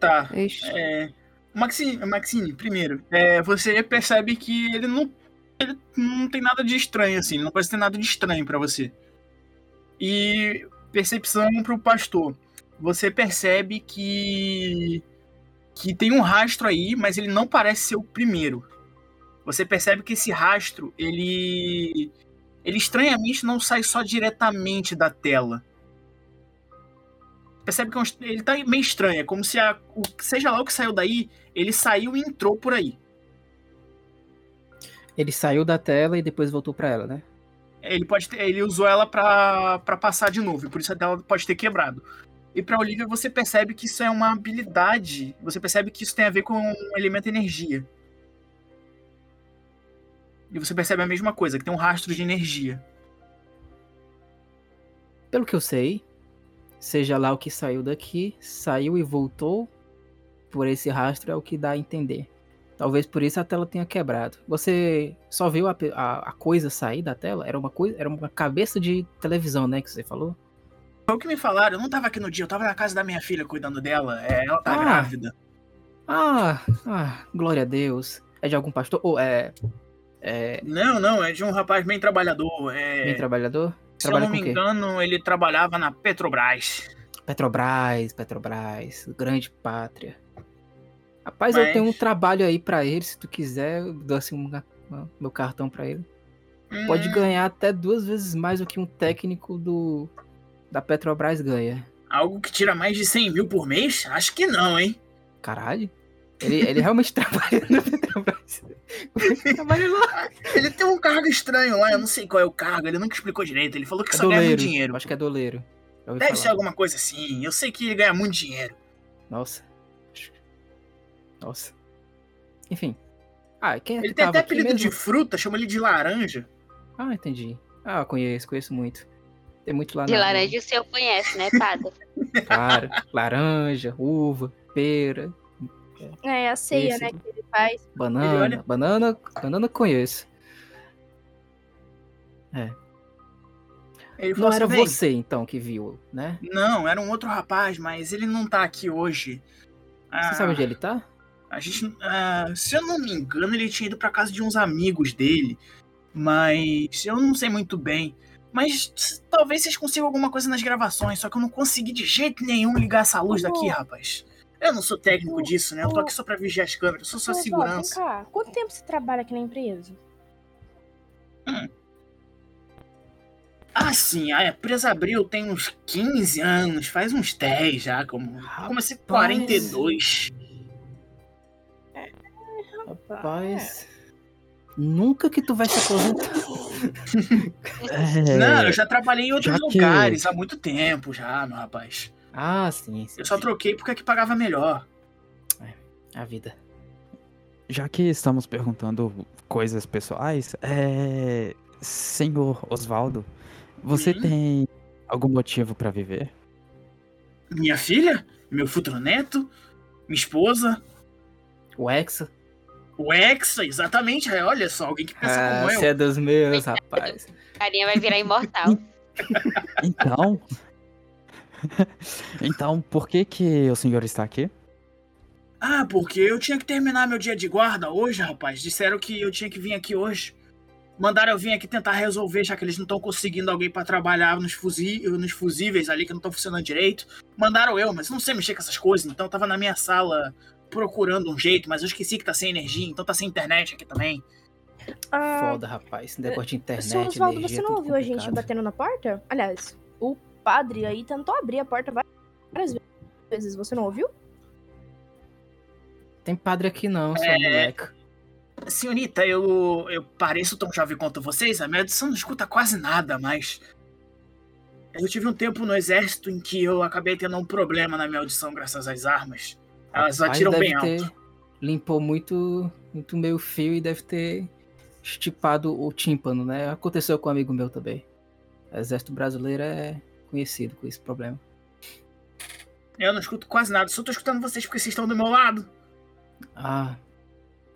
Tá.
Ixi.
É, Maxine, Maxine, primeiro, é, você percebe que ele não, ele não tem nada de estranho, assim, não parece ter nada de estranho pra você. E percepção pro pastor. Você percebe que. que tem um rastro aí, mas ele não parece ser o primeiro. Você percebe que esse rastro, ele. ele estranhamente não sai só diretamente da tela percebe que é um est- ele tá meio estranho. É como se a, o, seja lá o que saiu daí, ele saiu e entrou por aí.
Ele saiu da tela e depois voltou pra ela, né?
Ele pode ter- ele usou ela pra pra passar de novo, e por isso a tela pode ter quebrado. E pra Olivia você percebe que isso é uma habilidade. Você percebe que isso tem a ver com um elemento energia. E você percebe a mesma coisa, que tem um rastro de energia.
Pelo que eu sei, Seja lá o que saiu daqui, saiu e voltou por esse rastro é o que dá a entender. Talvez por isso a tela tenha quebrado. Você só viu a, pe- a- a coisa sair da tela? Era uma coisa, era uma cabeça de televisão, né, que você falou?
Foi o que me falaram, eu não tava aqui no dia, eu tava na casa da minha filha cuidando dela. é, ela tá
Ah.
grávida.
Ah, ah, glória a Deus. É de algum pastor? Ou é, é
Não, não, é de um rapaz bem trabalhador. É,
bem trabalhador?
se eu
Trabalha
não
com
me
o quê?
engano, ele trabalhava na Petrobras.
Petrobras, Petrobras, grande pátria. Rapaz, eu
Mas-
tenho um trabalho aí pra ele, se tu quiser, eu dou assim um, uma- meu cartão pra ele. Pode
Hum,
ganhar até duas vezes mais do que um técnico do da Petrobras ganha.
Algo que tira mais de 100 mil por mês? Acho que não, hein?
Caralho. Ele, ele realmente trabalha na Petrobras. Como é que trabalha lá?
Ele tem um cargo estranho lá, eu não sei qual é o cargo, ele nunca explicou direito. Ele falou que
É
só ganha muito
doleiro.
dinheiro.
Acho que é doleiro. Já ouvi
Deve
falar.
ser alguma coisa assim. Eu sei que ele ganha muito dinheiro.
Nossa. Nossa. Enfim. Ah, quem é
Ele
que
tem
tava
até
aqui
apelido de
mesmo?
fruta, chama ele de laranja.
Ah, entendi. Ah, eu conheço, conheço muito. Tem muito lá
De
na-
laranja o senhor conhece, né, Pada?
Claro. laranja, uva, pera,
É, a ceia,
Esse-
né, que ele faz.
banana.
olha-
Banana, banana eu conheço.
Ele falou
Não era
"Vem,
você, então, que viu, né?
Não, era um outro rapaz, mas ele não tá aqui hoje. Ah,
Você sabe onde ele tá?
A gente, ah, se eu não me engano, ele tinha ido pra casa de uns amigos dele, mas eu não sei muito bem. Mas s- talvez vocês consigam alguma coisa nas gravações, só que eu não consegui de jeito nenhum ligar essa luz daqui, rapaz. Eu não sou técnico disso, né? Eu tô aqui só pra vigiar as câmeras, eu sou só
Mas, ó,
segurança.
Vem cá, quanto tempo você trabalha aqui na empresa?
Ah, sim, a empresa abriu tem uns 15 anos, faz uns 10 já, como. Comecei com 42. tá.
Rapaz. Nunca que tu vai se aposentar.
É,
Não, eu já trabalhei em outros
já que-
lugares há muito tempo já, meu rapaz.
Ah, sim, sim.
Eu só
sim.
troquei porque é que pagava melhor.
A vida.
Já que estamos perguntando coisas pessoais, é, senhor Osvaldo, você
Hum?
tem algum motivo pra viver?
Minha filha, meu futuro neto, minha esposa,
O Hexa.
o Hexa, exatamente. É, Olha só, alguém que pensa
Ah,
como eu.
você é dos meus, rapaz.
O carinha vai virar imortal.
Então, então por que que o senhor está aqui?
Ah, porque eu tinha que terminar meu dia de guarda hoje, rapaz. Disseram que eu tinha que vir aqui hoje. Mandaram eu vir aqui tentar resolver, já que eles não estão conseguindo alguém pra trabalhar nos, fusi nos fusíveis ali que não estão funcionando direito. Mandaram eu, mas eu não sei mexer com essas coisas, então eu tava na minha sala procurando um jeito, mas eu esqueci que tá sem energia, então tá sem internet aqui também.
Ah,
Foda, rapaz. Esse negócio de internet.
Senhor Oswaldo,
energia,
você não
tudo
ouviu a gente
complicado.
batendo na porta? Aliás, o padre aí tentou abrir a porta várias vezes. Você não ouviu?
Tem padre aqui não,
É.
seu moleque.
Senhorita, eu, eu pareço tão jovem quanto vocês, a minha audição não escuta quase nada, mas. Eu tive um tempo no exército em que eu acabei tendo um problema na minha audição graças às armas. Elas
Rapaz,
atiram
deve
bem
ter-
alto.
Limpou muito, muito meio fio e deve ter estipado o tímpano, né? Aconteceu com um amigo meu também. O exército brasileiro é conhecido com esse problema.
Eu não escuto quase nada, só tô escutando vocês porque vocês estão do meu lado.
Ah,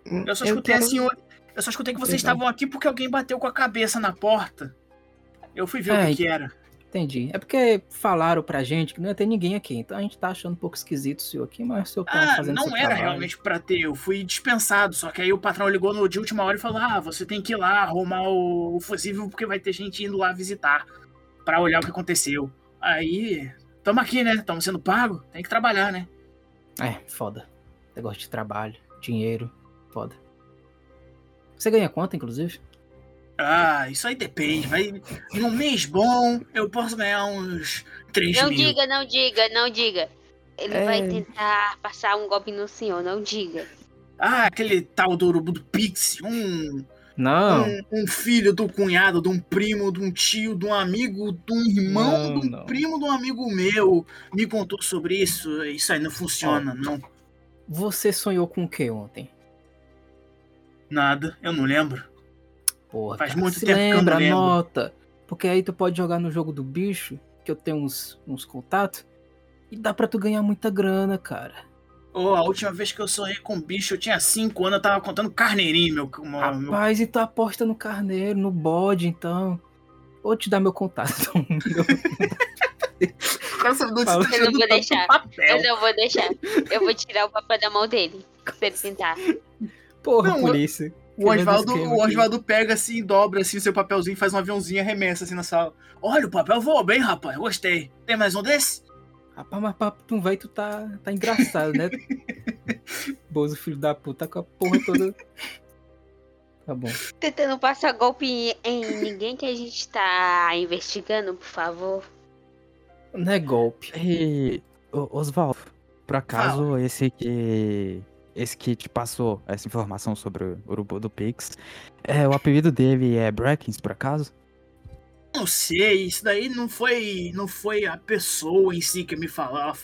hum,
Eu só escutei assim, a senhora. Eu só escutei que vocês
Verdade.
estavam aqui porque alguém bateu com a cabeça na porta. Eu fui ver o
É,
que, que era.
entendi. É porque falaram pra gente que não ia ter ninguém aqui, então a gente tá achando um pouco esquisito o senhor aqui, mas o senhor tá
Ah,
fazendo seu
não era
trabalho.
realmente pra ter, eu fui dispensado, só que aí o patrão ligou no de última hora e falou: "Ah, você tem que ir lá arrumar o, o fusível porque vai ter gente indo lá visitar pra olhar o que aconteceu". Aí, tamo aqui, né? Tamo sendo pago, tem que trabalhar, né?
É, foda. Negócio de trabalho, dinheiro, foda. Você ganha quanto, inclusive?
Ah, isso aí depende, vai num mês bom, eu posso ganhar uns 3
Não
mil.
diga, não diga, não diga. Ele
É.
vai tentar passar um golpe no senhor, não diga.
Ah, aquele tal do urubu do Pix, um,
Não.
um, um filho do cunhado, de um primo, de um tio, de um amigo, de um irmão,
Não,
de um
não.
primo de um amigo meu me contou sobre isso. Isso aí não funciona, não.
Você sonhou com o que ontem?
Nada, eu não lembro.
Porra,
Faz
cara,
muito
se
tempo que eu não
lembra,
lembro.
anota. Porque aí tu pode jogar no jogo do bicho, que eu tenho uns, uns contatos. E dá pra tu ganhar muita grana, cara.
Ô, a última vez que eu sonhei com um bicho, eu tinha 5 anos, eu tava contando carneirinho, meu. meu, Ah, meu-
Rapaz, e tu aposta no carneiro, no bode, então. Vou te dar meu contato.
Nossa, não
Fala.
tá
Eu não vou
tanto
deixar.
papel.
Eu não vou deixar. Eu vou tirar o papel da mão dele. Se ele tentar.
Porra,
Não,
polícia.
O
Querendo
Oswaldo,
esquema
o
aqui.
Oswaldo pega assim, dobra assim o seu papelzinho, faz um aviãozinho, e arremessa assim na sala. Olha, o papel voou bem, rapaz, gostei. Tem mais um desse?
Rapaz, mas papo tu vai, tu tá, tá engraçado, né? Bozo, filho da puta, com a porra toda. Tá bom.
Tentando passar golpe em, em ninguém que a gente tá investigando, por favor.
Não é golpe.
E, o- Osvaldo, por acaso esse que. Esse que te passou essa informação sobre o urubu do Pix, é, o apelido dele é Brackens, por acaso?
Não sei, isso daí não foi, não foi a pessoa em si que me falou.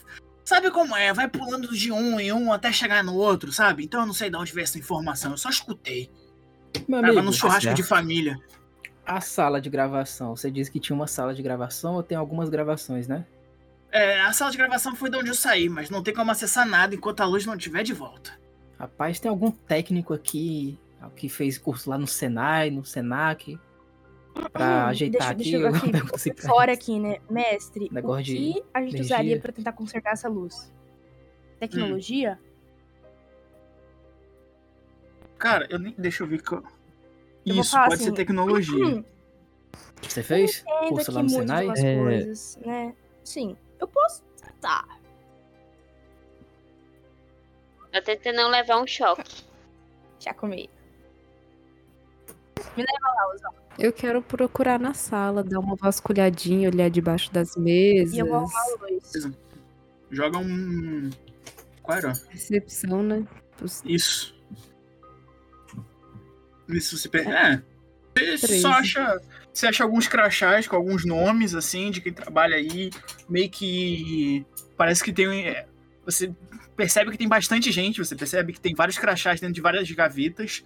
Sabe como é? Vai pulando de um em um até chegar no outro, sabe? Então eu não sei de onde veio essa informação, eu só escutei.
Meu
Tava
amigo,
num churrasco
é
certo.
de família.
a sala de gravação. Você disse que tinha uma sala de gravação ou tem algumas gravações, né?
É, a sala de gravação foi de onde eu saí, mas não tem como acessar nada enquanto a luz não estiver de volta.
Rapaz, tem algum técnico aqui ah, que fez curso lá no Senai, no Senac, pra
Hum,
ajeitar aqui?
deixa,
alguma
Deixa eu ver
pergunta assim
aqui.
pra
Fora
eles?
aqui, né? Mestre, o
Negócio de
que a gente
energia.
usaria pra tentar consertar essa luz? Tecnologia?
Hum,
Cara, eu nem. Deixa eu ver. que eu-
Eu vou
Isso,
falar
pode
assim,
ser tecnologia.
Hum,
Você fez?
ainda
Curso
que
lá no
muitas
Senai?
umas
É.
coisas, né? Sim, eu posso Tá, tentar.
Tô tentando não levar um choque.
Já comi.
Eu quero procurar na sala, dar uma vasculhadinha, olhar debaixo das mesas.
E eu vou arrumar a luz.
Joga um. Qual era?
Percepção, né? Os
Isso. Isso se per... É. né? Você
Treze.
só acha. Você acha alguns crachás com alguns nomes, assim, de quem trabalha aí. Meio que. Parece que tem. é, Você percebe que tem bastante gente, você percebe que tem vários crachás dentro de várias gavetas.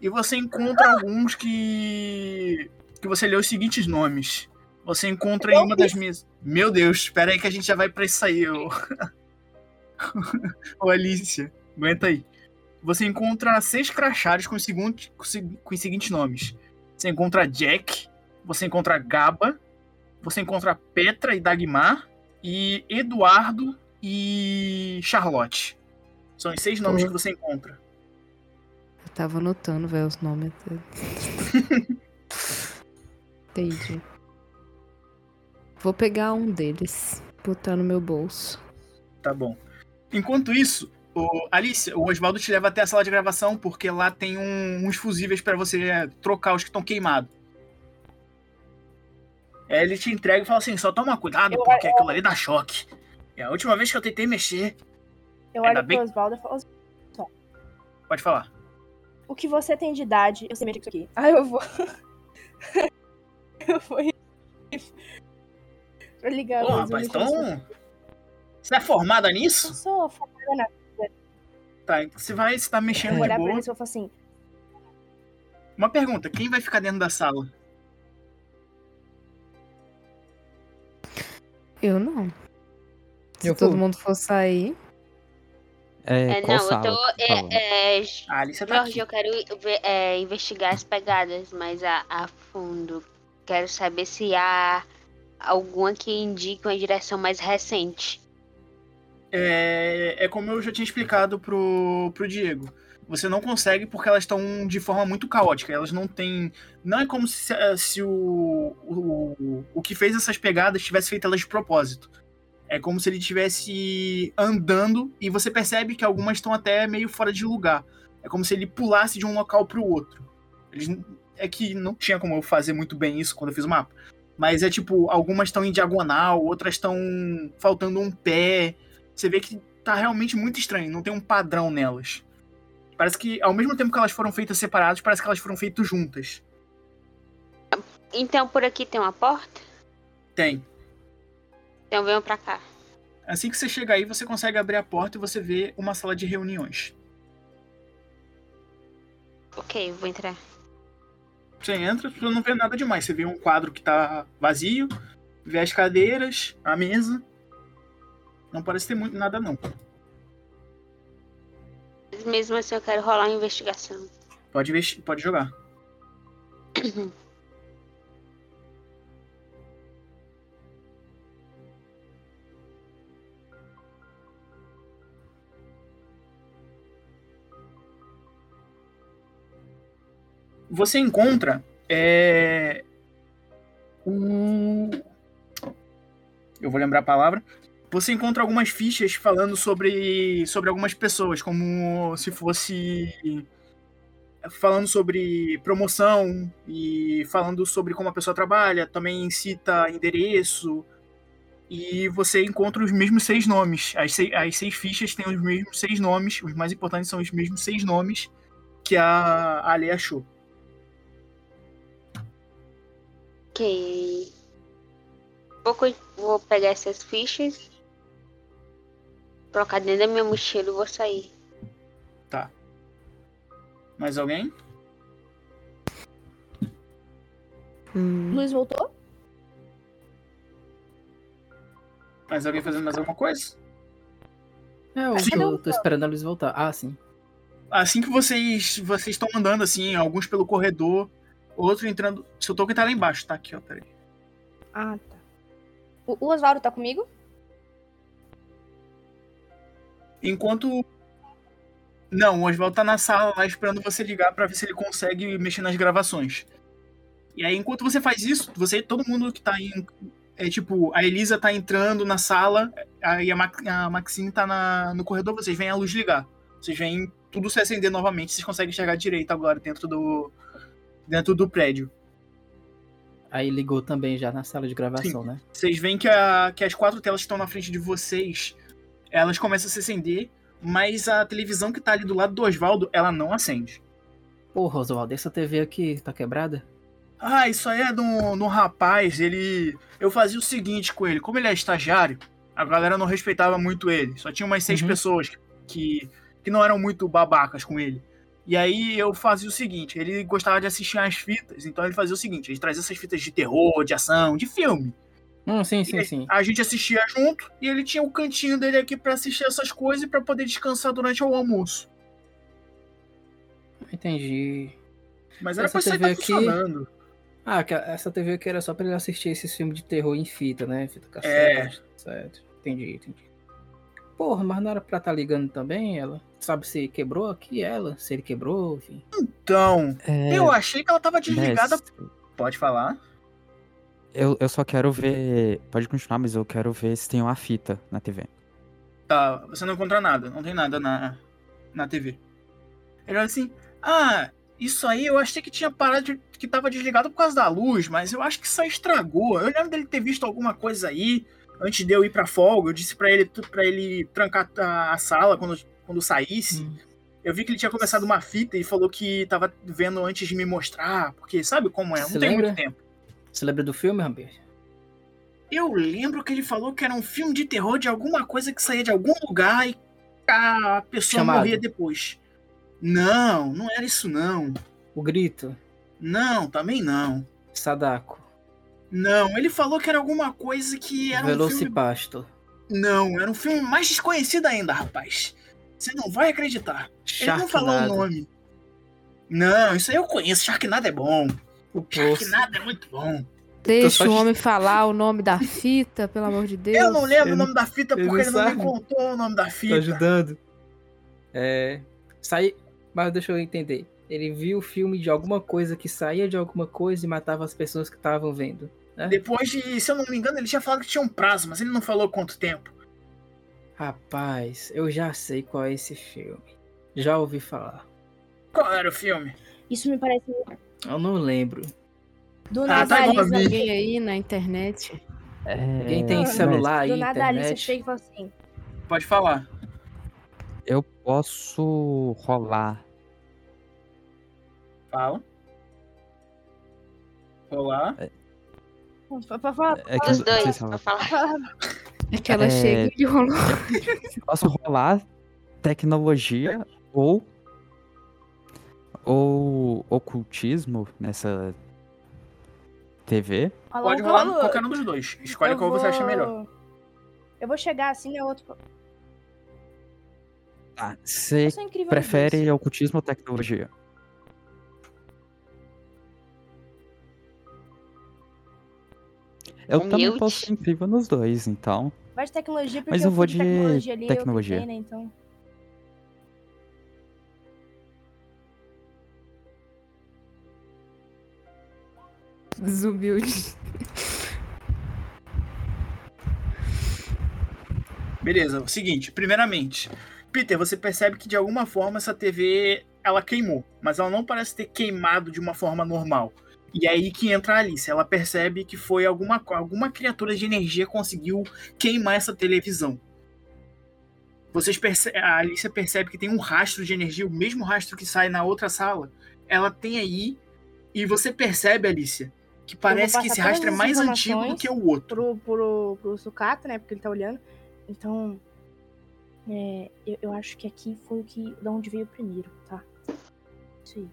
E você encontra alguns que. que você lê os seguintes nomes. Você encontra em uma das mesas. Meu Deus, espera aí que a gente já vai pra isso aí, ô. ô Alicia. Aguenta aí. Você encontra seis crachados com, os segundos- com os segu- com os seguintes nomes. Você encontra Jack, você encontra Gaba, você encontra Petra e Dagmar, e Eduardo e Charlotte. São os seis nomes que você encontra.
Eu tava anotando, velho, os nomes. até. Entendi. Vou pegar um deles, botar no meu bolso.
Tá bom. Enquanto isso, o Alice, o Oswaldo te leva até a sala de gravação, porque lá tem um- uns fusíveis pra você é, trocar os que estão queimados. Aí ele te entrega e fala assim: só toma cuidado,
Eu-
porque aquilo ali dá choque. É a última vez que eu tentei mexer.
Eu
Ainda
olho
bem-
pro Oswaldo e falo, "Oswaldo,
Pode falar.
o que você tem de idade? Eu sei mexer com isso aqui. Ah, eu vou. eu vou. Pra ligar
Pô,
a luz, eu
rapaz,
mexer nesse
então. Você é formada
assim, Eu
nisso?
sou formada na
Tá, então você vai, você tá mexendo
vou
de
olhar pra
boa.
eles e vou falar assim:
Uma pergunta: quem vai ficar dentro da sala?
Eu não. Se
Eu
todo
vou.
mundo for sair,
É,
É,
qual
não,
sala
eu
que
tô.
você falou?
É, é, J-
A Alice tá
Jorge,
aqui.
eu quero ver- é, investigar as pegadas mais a, a fundo. Quero saber se há alguma que indique uma direção mais recente.
É, é como eu já tinha explicado pro, pro Diego. Você não consegue porque elas estão de forma muito caótica. Elas não têm. Não é como se, eh, se o, o, o que fez essas pegadas tivesse feito elas de propósito. É como se ele estivesse andando e você percebe que algumas estão até meio fora de lugar. É como se ele pulasse de um local pro outro. Eles n- é que não tinha como eu fazer muito bem isso quando eu fiz o mapa. Mas é tipo, algumas estão em diagonal, outras estão faltando um pé. Você vê que tá realmente muito estranho, não tem um padrão nelas. Parece que, ao mesmo tempo que elas foram feitas separadas, parece que elas foram feitas juntas.
Então, por aqui tem uma porta?
Tem.
Então, venham pra cá.
Assim que você chega aí, você consegue abrir a porta e você vê uma sala de reuniões.
Ok, vou entrar.
Você entra, tu não vê nada demais. Você vê um quadro que tá vazio, vê as cadeiras, a mesa. Não parece ter muito nada, não.
Mas Mesmo assim, eu quero rolar uma investigação.
Pode, investi- pode jogar. Você encontra é, o- eu vou lembrar a palavra. Você encontra algumas fichas falando sobre sobre algumas pessoas, como se fosse falando sobre promoção e falando sobre como a pessoa trabalha, também cita endereço. E você encontra os mesmos seis nomes. As seis, as seis fichas têm os mesmos seis nomes. Os mais importantes são os mesmos seis nomes que a Ali achou.
Ok. Vou, co- vou pegar essas fichas, colocar dentro da minha mochila e vou sair.
Mais alguém?
Hum,
Luiz voltou?
Mais alguém fazendo mais alguma coisa?
É, eu
Sim.
tô, tô esperando a luz voltar. Ah, sim.
Assim que vocês vocês estão andando assim, alguns pelo corredor, outro entrando. Seu token tá lá embaixo, tá aqui, ó, peraí.
Ah, tá. O, o Oswaldo tá comigo?
Enquanto. Não, o Oswaldo tá na sala lá esperando você ligar pra ver se ele consegue mexer nas gravações. E aí, enquanto você faz isso, você, todo mundo que tá em. É tipo, a Elisa tá entrando na sala, aí a, Ma a Maxine tá na- no corredor, vocês veem a luz ligar. Vocês veem tudo se acender novamente, vocês conseguem enxergar direito agora dentro do. dentro do prédio.
Aí ligou também já na sala de gravação, né?
Vocês veem que, a- que as quatro telas que estão na frente de vocês, elas começam a se acender, mas a televisão que tá ali do lado do Oswaldo, ela não acende.
Porra, Oswaldo, essa TV aqui tá quebrada?
Ah, isso aí é de um, de um rapaz, ele... Eu fazia o seguinte com ele, como ele é estagiário, a galera não respeitava muito ele. Só tinha umas seis
Uhum.
pessoas que, que não eram muito babacas com ele. E aí eu fazia o seguinte, ele gostava de assistir às fitas, então ele fazia o seguinte, ele trazia essas fitas de terror, de ação, de filme.
Hum, sim,
E
sim, sim.
A gente assistia junto e ele tinha o cantinho dele aqui pra assistir essas coisas e pra poder descansar durante o almoço.
Entendi.
Mas era
Essa
pra isso aí tá
TV aqui-
funcionando.
Ah, que- essa TV aqui era só pra ele assistir esses filmes de terror em fita, né? Fita
É.
cassete, certo. Entendi, entendi. Porra, mas não era pra tá ligando também ela? Sabe se quebrou aqui ela? Se ele quebrou, enfim.
Então,
É,
eu achei que ela tava desligada.
mestre,
Pode falar?
Eu, eu só quero ver. Pode continuar, mas eu quero ver se tem uma fita na TV.
Tá, você não encontra nada, não tem nada na, na TV. Ele olha assim, ah, isso aí eu achei que tinha parado, de- que tava desligado por causa da luz, mas eu acho que só estragou. Eu lembro dele ter visto alguma coisa aí, antes de eu ir pra folga, eu disse pra ele, pra ele trancar a, a sala quando, quando saísse.
Hum.
Eu vi que ele tinha começado uma fita e falou que tava vendo antes de me mostrar, porque sabe como é, não
Você
tem
lembra?
muito tempo.
Você lembra do filme, Rambert?
Eu lembro que ele falou que era um filme de terror de alguma coisa que saía de algum lugar e a pessoa
Chamado.
morria depois. Não, não era isso não.
O Grito,
Não, também não.
Sadako,
Não, ele falou que era alguma coisa que era um filme.
Velocipasto.
Não, era um filme mais desconhecido ainda, rapaz. Você não vai acreditar. Ele não falou
Sharknado.
o nome. Não, isso aí eu conheço. Sharknado é bom.
O Poço.
Sharknado é muito bom.
Deixa
só
o
de-
homem falar o nome da fita, pelo amor de Deus.
Eu não lembro
eu
o nome da fita
eu
porque
não
ele não me
sabe.
contou o nome da
Tá
fita.
ajudando. É. Sai. Mas deixa eu entender. Ele viu o filme de alguma coisa que saía de alguma coisa e matava as pessoas que estavam vendo.
Depois de, se eu não me engano, ele tinha falado que tinha um prazo, mas ele não falou quanto tempo.
Rapaz, eu já sei qual é esse filme. Já ouvi falar.
Qual era o filme?
Isso me parece.
Eu não lembro.
Do
Ah,
nada
tá igual a
avisa
mim.
alguém aí na internet.
Alguém
É,
tem
mestre,
celular aí,
Do nada a Alice
internet?
chega e fala assim:
Pode falar.
Eu posso rolar.
Fala. Olá.
"Fa- fa- fa-
É que
Os
eu não sei
dois,
se
pra
ela-
falar.
É que ela
É.
chega e rolou.
Posso rolar tecnologia ou ou ocultismo nessa TV?
Pode rolar no- qualquer um dos dois. Escolhe
Eu
qual você acha melhor.
vou- Eu vou chegar assim, é outro.
Tá. Você
Eu sou incrível. nos
prefere ocultismo ou tecnologia? Eu também
Humilde.
posso ser incrível nos dois, então.
dois. Vai de tecnologia, porque
Mas eu
fui
vou
de
de
tecnologia ali, eu
tecnologia.
tentei, né, então.
Desumilde.
Beleza, o seguinte, primeiramente, Peter, você percebe que de alguma forma essa TV ela queimou, mas ela não parece ter queimado de uma forma normal. E é aí que entra a Alice, ela percebe que foi alguma, co- alguma criatura de energia conseguiu queimar essa televisão. Vocês perce a Alice percebe que tem um rastro de energia, o mesmo rastro que sai na outra sala. Ela tem aí, e você percebe, Alice, que parece que
passar
esse rastro é
todas as
mais antigo do
informações
que o outro.
Pro, pro, pro sucata, né, porque ele tá olhando. Então, é, eu, eu acho que aqui foi o que, de onde veio primeiro, tá? Isso aí.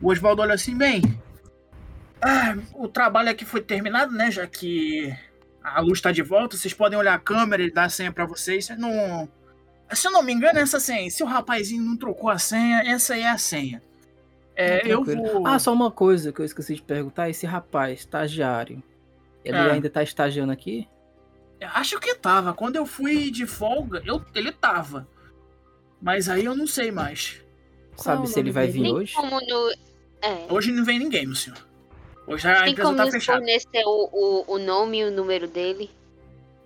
O Oswaldo olha assim, bem. ah, o trabalho aqui foi terminado, né? Já que a luz tá de volta, vocês podem olhar a câmera, ele dá a senha pra vocês. Vocês Não. Se eu não me engano, essa senha. Se o rapazinho não trocou a senha, essa aí é a senha. É, eu
Tranquilo.
vou.
Ah, só uma coisa que eu esqueci de perguntar. Esse rapaz, estagiário, ele
Ah.
ainda tá estagiando aqui?
Acho que tava. Quando eu fui de folga, eu... ele tava. Mas aí eu não sei mais.
Qual é o
Sabe se ele
nome
vai
dele?
vir
Tem
hoje?
como no. É.
Hoje não vem ninguém, meu senhor. Hoje a
Tem
empresa
como
tá
nos
fechada.
fornecer o, o, o nome e o número dele?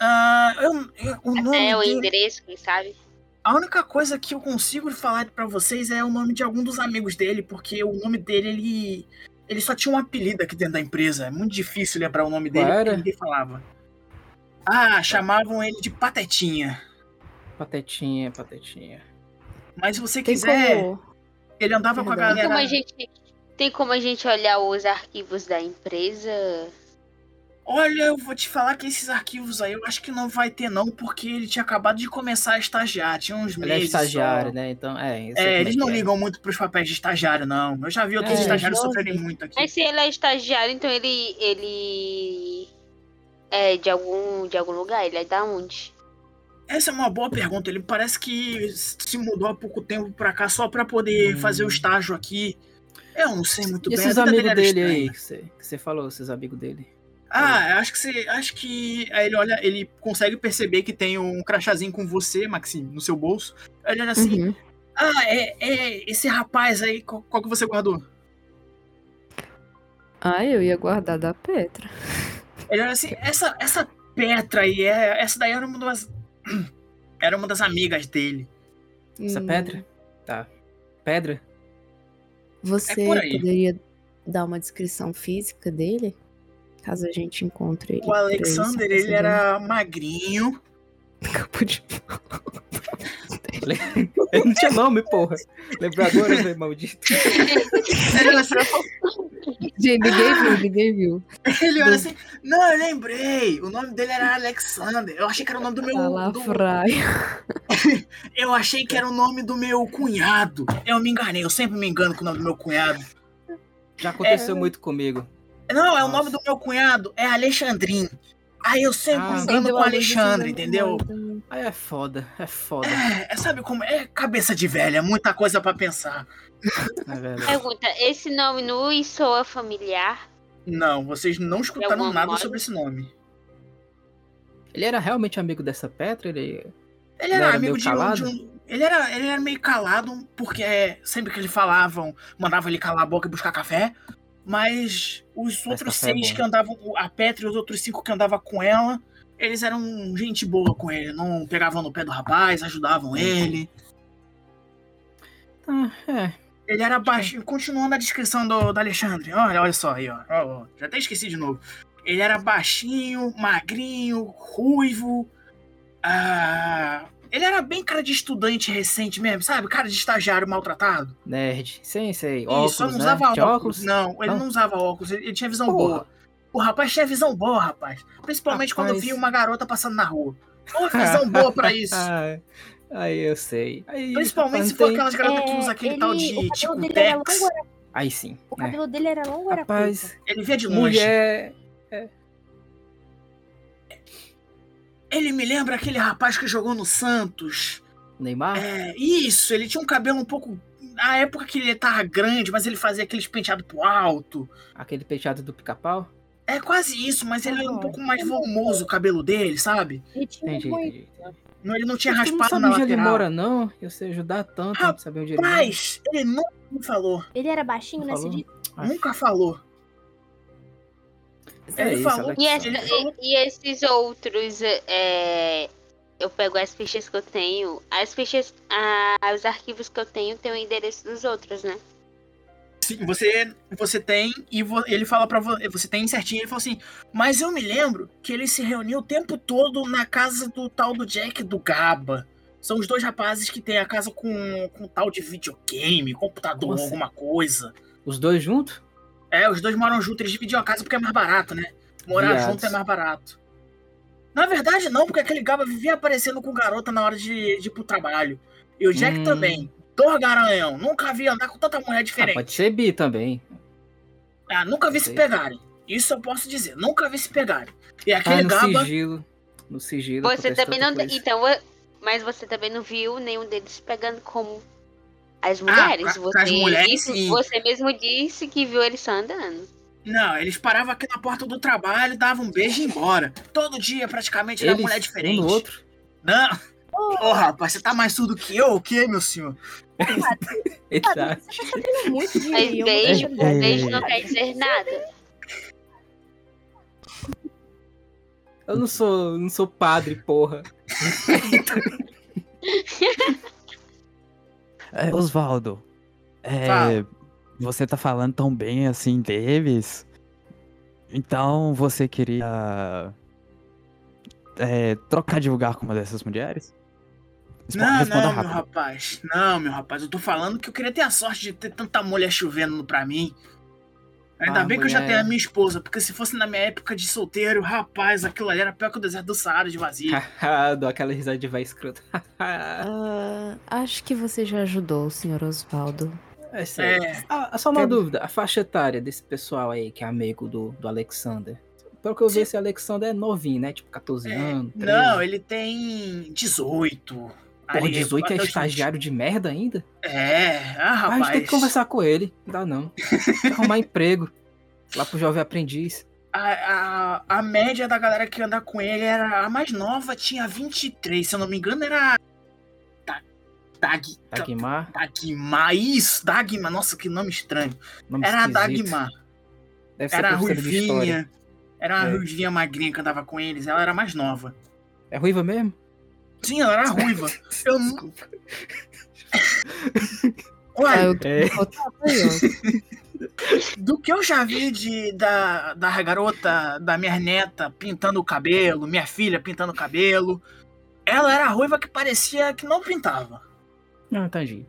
Ah, eu- eu- o nome
Até o
dele-
endereço, quem sabe?
A única coisa que eu consigo falar pra vocês é o nome de algum dos amigos dele, porque o nome dele, ele. Ele só tinha um apelido aqui dentro da empresa. É muito difícil lembrar o nome dele,
Qual
porque
era?
ninguém falava. Ah, chamavam ele de Patetinha.
Patetinha, patetinha.
Mas se você
Tem
quiser,
como.
ele andava com a
Perdão.
Tem como
galera.
a gente. Tem como a gente olhar os arquivos da empresa?
Olha, eu vou te falar que esses arquivos aí eu acho que não vai ter, não, porque ele tinha acabado de começar a estagiar, tinha uns
Ele é
meses. só.
estagiário, né? Então, é. eu sei como
É, eles
que
não
é.
ligam muito pros papéis de estagiário, não. Eu já vi outros
É,
estagiários
jovem.
sofrerem muito aqui.
Mas se ele é estagiário, então ele. ele. É de algum. de algum lugar, ele é da onde?
Essa é uma boa pergunta. Ele parece que se mudou há pouco tempo pra cá só pra poder
Hum.
fazer o estágio aqui. Eu não sei assim muito
E
bem.
esses
a vida
amigos
era
dele aí
estranha.
que você, que você falou, esses amigos dele.
Ah, acho que você. Acho que. Aí ele olha, ele consegue perceber que tem um crachazinho com você, Maxime, no seu bolso. Aí Ele olha assim.
Uhum.
Ah, é, é esse rapaz aí, qual, qual que você guardou?
Ah, eu ia guardar da Petra.
Ele olha assim, essa, essa Petra aí, é, essa daí era uma das. Era uma das amigas dele.
Essa
Hum,
pedra? Tá. Pedra?
Você
É por aí.
poderia dar uma descrição física dele? Caso a gente encontre
é
ele.
O
pra eu
Alexander,
tá
saber se
ele era magrinho.
Campo de-
Ele não tinha nome, porra. Lembra agora, velho, maldito.
Ele olha assim,
Gente, ninguém viu, ninguém viu.
Ele olha assim, não, eu lembrei. O nome dele era Alexander. Eu achei que era o nome do meu.
Tá lá,
do-
Fraia.
eu achei que era o nome do meu cunhado. Eu me enganei, eu sempre me engano com o nome do meu cunhado.
Já
É.
aconteceu muito comigo.
Não, é o
Nossa.
nome do meu cunhado, é Alexandrin. Aí eu sempre
Ah.
me engano
Entendeu?
com o
Às vezes
Alexandre,
vocês
entendeu?
andam-
Aí é foda, é foda,
É, é, sabe como? É cabeça de velha, muita coisa pra pensar.
na
É
verdade.
Pergunta, esse nome nu soa familiar?
Não, vocês não escutaram
alguma
nada
moda?
sobre esse nome.
Ele era realmente amigo dessa Petra? Ele...
Ele
Ele
era
era
amigo
meio
de um, de um- Ele era, ele era meio calado, porque é, sempre que eles falavam, mandava ele calar a boca e buscar café. Mas os outros
café é
seis
bom.
que andavam, a Petra e os outros cinco que andavam com ela, eles eram gente boa com ele. Não pegavam no pé do rapaz, ajudavam ele.
Ah, é.
Ele era baixinho. Continuando a descrição do, do Alexandre. Olha, olha só aí, ó. Ó, ó. Já até esqueci de novo. Ele era baixinho, magrinho, ruivo. Ah, ele era bem cara de estudante recente mesmo, sabe? Cara de estagiário maltratado.
Nerd. Sim, sei.
Isso, só não
Óculos, né?
usava
Tinha
óculos.
óculos?
Não, ele
Não?
não usava óculos, ele, ele tinha visão
Porra.
boa. O rapaz tinha visão boa, rapaz. Principalmente quando
Rapaz.
via uma garota passando na rua. Uma visão boa pra isso.
Ah, Aí eu sei. Aí,
Principalmente se
não
for
tem-
aquelas garotas que
É,
usam aquele
ele-
tal
o
de
cabelo
tipo
dele era
Tex.
longo, era-
Aí sim.
O
né?
cabelo dele era longo ou era
Rapaz,
curto?
Ele via de longe.
mulher.
Ele me lembra aquele rapaz que jogou no Santos.
Neymar?
É, isso, ele tinha um cabelo um pouco. Na época que ele tava grande, mas ele fazia aqueles penteados pro alto.
Aquele peixado do pica-pau?
É quase isso, mas ele era um
Ah,
pouco mais volumoso o cabelo dele, sabe?
Ele tinha
Entendi,
muito.
entendi.
Não, ele não tinha
Você não
raspado
sabe
na
onde ele
lateral.
mora, não? Eu sei ajudar tanto pra saber onde ele mora.
Mas ele nunca me falou.
Ele era baixinho, né?
Falou?
Você disse?
Ah,
Nunca falou.
é
ele
isso,
falou-
Alex.
E, é
Essa-
essa- e- e esses outros, é, eu pego as fichas que eu tenho. As fichas, ah, os arquivos que eu tenho tem o endereço dos outros, né?
Sim, você, você tem, e vo- ele fala pra você, você tem certinho, ele fala assim, mas eu me lembro que ele se reuniu o tempo todo na casa do tal do Jack do Gaba. São os dois rapazes que tem a casa com, com um tal de videogame, computador,
Como assim?
alguma coisa.
Os dois juntos? Ah,
É, os dois moram juntos, eles dividiam a casa porque é mais barato, né? Morar
Viados.
junto é mais barato. Na verdade, não, porque aquele Gaba vivia aparecendo com garota na hora de, de ir pro trabalho. E o Jack
Hum.
também. Dois garanhão, nunca vi andar com tanta mulher
Ah,
diferente.
pode ser bi também.
Ah, nunca vi se
Perfeito.
pegarem. Isso eu posso dizer. Nunca vi se pegarem. E aquele
Ah, no
Gaba.
sigilo. No sigilo.
Você
acontece
também
tanta
não.
coisa.
Então, eu- mas você também não viu nenhum deles pegando como as
ca-
mulheres.
Ah, com
você,
as mulheres,
disse-
sim.
você mesmo disse que viu eles só andando.
Não, eles paravam aqui na porta do trabalho, davam um beijo e ia embora. Todo dia, praticamente, era
Eles,
uma mulher diferente.
Um no outro.
Não. Ô, rapaz, você tá mais surdo que eu, o quê, meu senhor? É,
Ele
né?
tá-
Você tá sabendo muito de
Mas
mim, eu não
beijo,
tô
é-
sabendo.
beijo não quer dizer nada.
Eu não sou, não sou padre, porra.
É, Osvaldo, é,
Fala.
você tá falando tão bem assim deles. Então você queria é, trocar de lugar com uma dessas mulheres? Respo-
Não,
responda
não, meu
rápido.
rapaz. Não, meu rapaz. Eu tô falando que eu queria ter a sorte de ter tanta mulher chovendo pra mim. Ainda
Ah,
bem que eu já
mulher.
tenho a minha esposa, porque se fosse na minha época de solteiro, rapaz, aquilo ali era pior que o deserto do Saara de vazio.
Ah, Dou aquela risada de vai escroto.
Ah, acho que você já ajudou o senhor Osvaldo.
É sério.
É.
Ah, só uma
Tem-
dúvida. A faixa etária desse pessoal aí que é amigo do, do Alexander. Pelo que eu vi,
Sim.
esse Alexander é novinho, né? Tipo 14
É,
anos. 13.
Não, ele tem 18.
Porra,
Ali,
18 é
até os
estagiário de merda ainda?
20. É, ah,
Ah, a
rapaz.
gente tem que conversar com ele. Não dá não. Tem que arrumar emprego. Lá pro jovem aprendiz.
A, a, a média da galera que anda com ele era. A mais nova tinha 23, se eu não me engano, era. Da- Dag,
Dagmar.
Dagmar, isso, Dagmar, nossa, que nome estranho.
Nome
Era a
esquisito.
Dagmar,
Deve ser
era a
professora de história.
Ruivinha, era a
É.
Ruivinha magrinha que andava com eles, ela era mais nova.
É ruiva mesmo?
Sim, ela era ruiva. Eu não.
Desculpa.
Olha,
Ah, eu
É.
Do que eu já vi de, da, da garota, da minha neta pintando o cabelo, minha filha pintando o cabelo, ela era a ruiva que parecia que não pintava.
Não, entendi.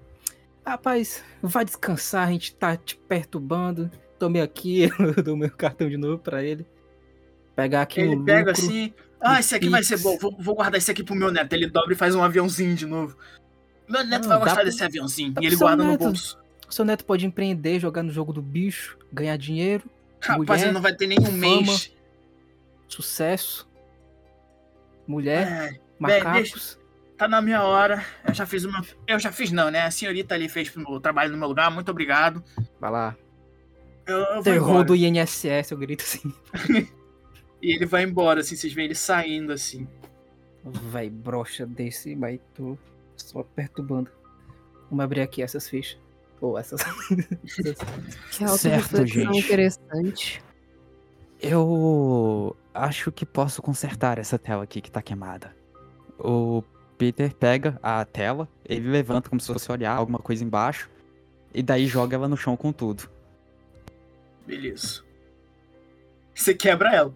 Rapaz, vai descansar, a gente tá te perturbando. Tomei aqui, eu dou meu cartão de novo pra ele. Pegar aqui
ele
um
pega
lucro.
assim, ah, esse aqui vai ser
Pix.
bom, vou, vou guardar esse aqui pro meu neto. Ele dobra e faz um aviãozinho de novo. Meu neto
Não,
vai
dá
gostar
pro-
desse aviãozinho. E
dá pro
ele
seu
guarda no
neto.
bolso.
Seu neto pode empreender, jogar no jogo do bicho, ganhar dinheiro,
Rapaz,
Mulher,
ele não vai ter nenhum
fama,
mês.
sucesso. Mulher,
É,
macacos.
tá na minha hora. Eu já fiz uma. Eu já fiz, não, né? A senhorita ali fez o trabalho no meu lugar, muito obrigado.
Vai lá.
Eu, eu vou
Terror
embora.
do INSS, eu grito assim.
E ele vai embora, assim, vocês veem ele saindo assim.
Vai, brocha desse, vai, tô só perturbando. Vamos abrir aqui essas fichas. Ou essas.
Que
Certo,
autorreflexão
gente.
interessante.
Eu acho que posso consertar essa tela aqui que tá queimada. O Peter pega a tela, ele levanta como se fosse olhar alguma coisa embaixo, e daí joga ela no chão com tudo.
Beleza. Você quebra ela.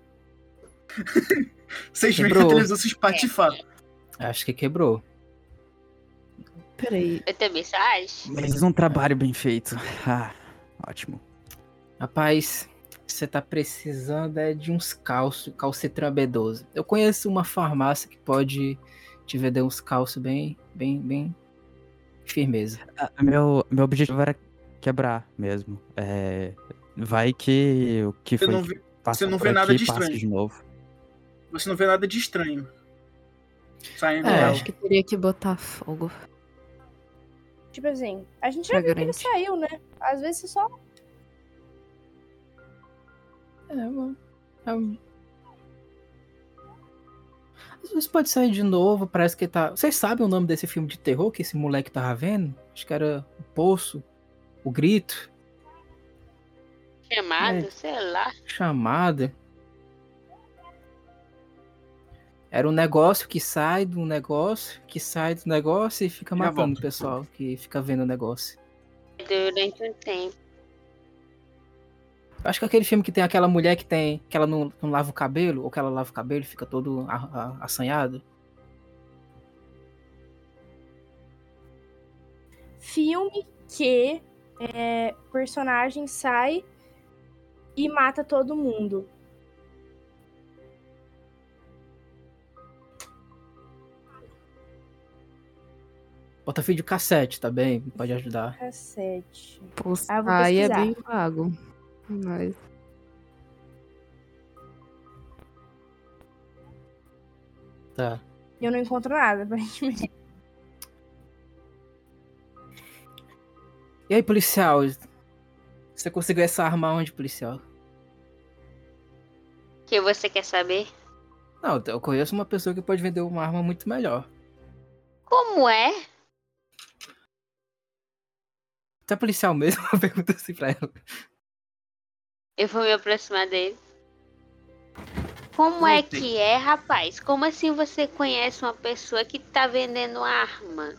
Vocês veem que a
Quebrou.
televisão se espatifar.
Acho que quebrou.
Peraí.
Eu também só acho.
Mas um trabalho bem feito. Ah, ótimo.
Rapaz, você tá precisando é de uns calços, calcetran B12. Eu conheço uma farmácia que pode Tive deu uns calços bem, bem, bem firmeza.
Ah, Meu, meu objetivo era quebrar mesmo. É, vai que o
É.
que
Você
foi
não,
que
vê,
passa
não
por
vê nada
aqui,
de
passa
estranho.
de novo.
você não vê nada de estranho. Saindo
É,
dela.
acho que teria que botar fogo.
Tipo assim, a gente
Pra
já viu que ele
garantir.
saiu, né? Às vezes você só.
É, mano. É, um- Às vezes pode sair de novo, parece que tá. Vocês sabem o nome desse filme de terror que esse moleque tava vendo? Acho que era O Poço, O Grito,
Chamado, sei lá.
Chamada. Era um negócio que sai de um negócio, que sai do negócio e fica
Já
matando
volto.
o pessoal que fica vendo o negócio.
Durante um tempo.
Acho que aquele filme que tem aquela mulher que tem. que ela não, não lava o cabelo, ou que ela lava o cabelo e fica todo a, a- assanhado.
Filme que é, personagem sai e mata todo mundo.
Bota vídeo cassete também, pode ajudar.
Cassete. Ah, eu vou
Aí é
pesquisar.
bem vago. Mas
Tá.
E eu não encontro nada, aparentemente.
E aí, policial? Você conseguiu essa arma onde, policial?
O que você quer saber?
Não, eu conheço uma pessoa que pode vender uma arma muito melhor.
Como é?
Você é policial mesmo? Eu pergunto assim pra ela.
Eu vou me aproximar dele. Como é
Voltei.
que é, rapaz? Como assim você conhece uma pessoa que tá vendendo arma?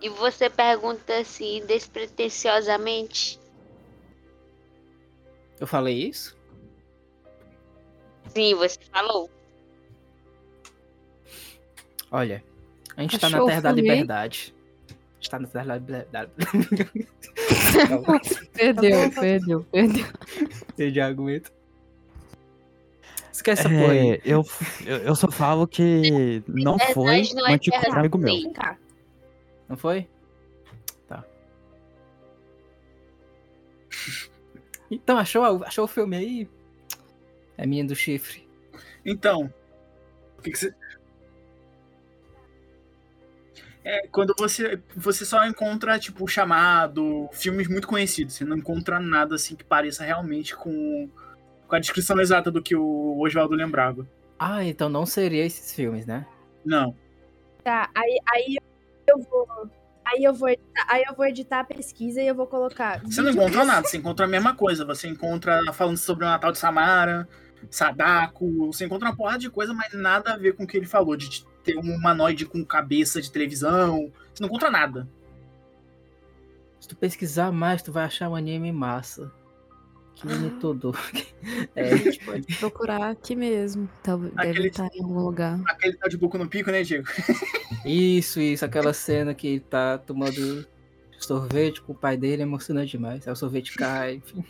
E você pergunta assim, despretensiosamente?
Eu falei isso?
Sim, você falou.
Olha, a gente tá na
Cachorro
terra da
também.
liberdade. A gente tá na terra da liberdade.
perdeu,
tá bom.
perdeu, perdeu.
Não, de argumento. Esquece essa
É,
porra aí.
eu, eu, eu só falo que não
Verdade
foi
não
um
é
antigo
terra
amigo meu.
ruim.
Vem cá.
Não foi? Tá. Então, achou, achou o filme aí? É minha do chifre.
Então, o que que você... É, quando você, você só encontra, tipo, chamado, filmes muito conhecidos. Você não encontra nada, assim, que pareça realmente com, com a descrição exata do que o Oswaldo lembrava.
Ah, então não seria esses filmes, né?
Não.
Tá, aí, aí eu vou. Aí eu vou, editar, aí eu vou editar a pesquisa e eu vou colocar.
Você não encontra nada. Você encontra a mesma coisa. Você encontra falando sobre o Natal de Samara, Sadako. Você encontra uma porrada de coisa, mas nada a ver com o que ele falou. De ter um humanoide com cabeça de televisão. Você não encontra nada.
Se tu pesquisar mais, tu vai achar um anime massa. Que anime
Ah.
todo. É,
A gente pode procurar aqui mesmo. Talvez deve
Aquele-
estar em algum lugar.
Aquele tá de boca no pico, né, Diego?
isso, isso, aquela cena que ele tá tomando sorvete com o pai dele é emocionante demais. Aí o sorvete cai, enfim.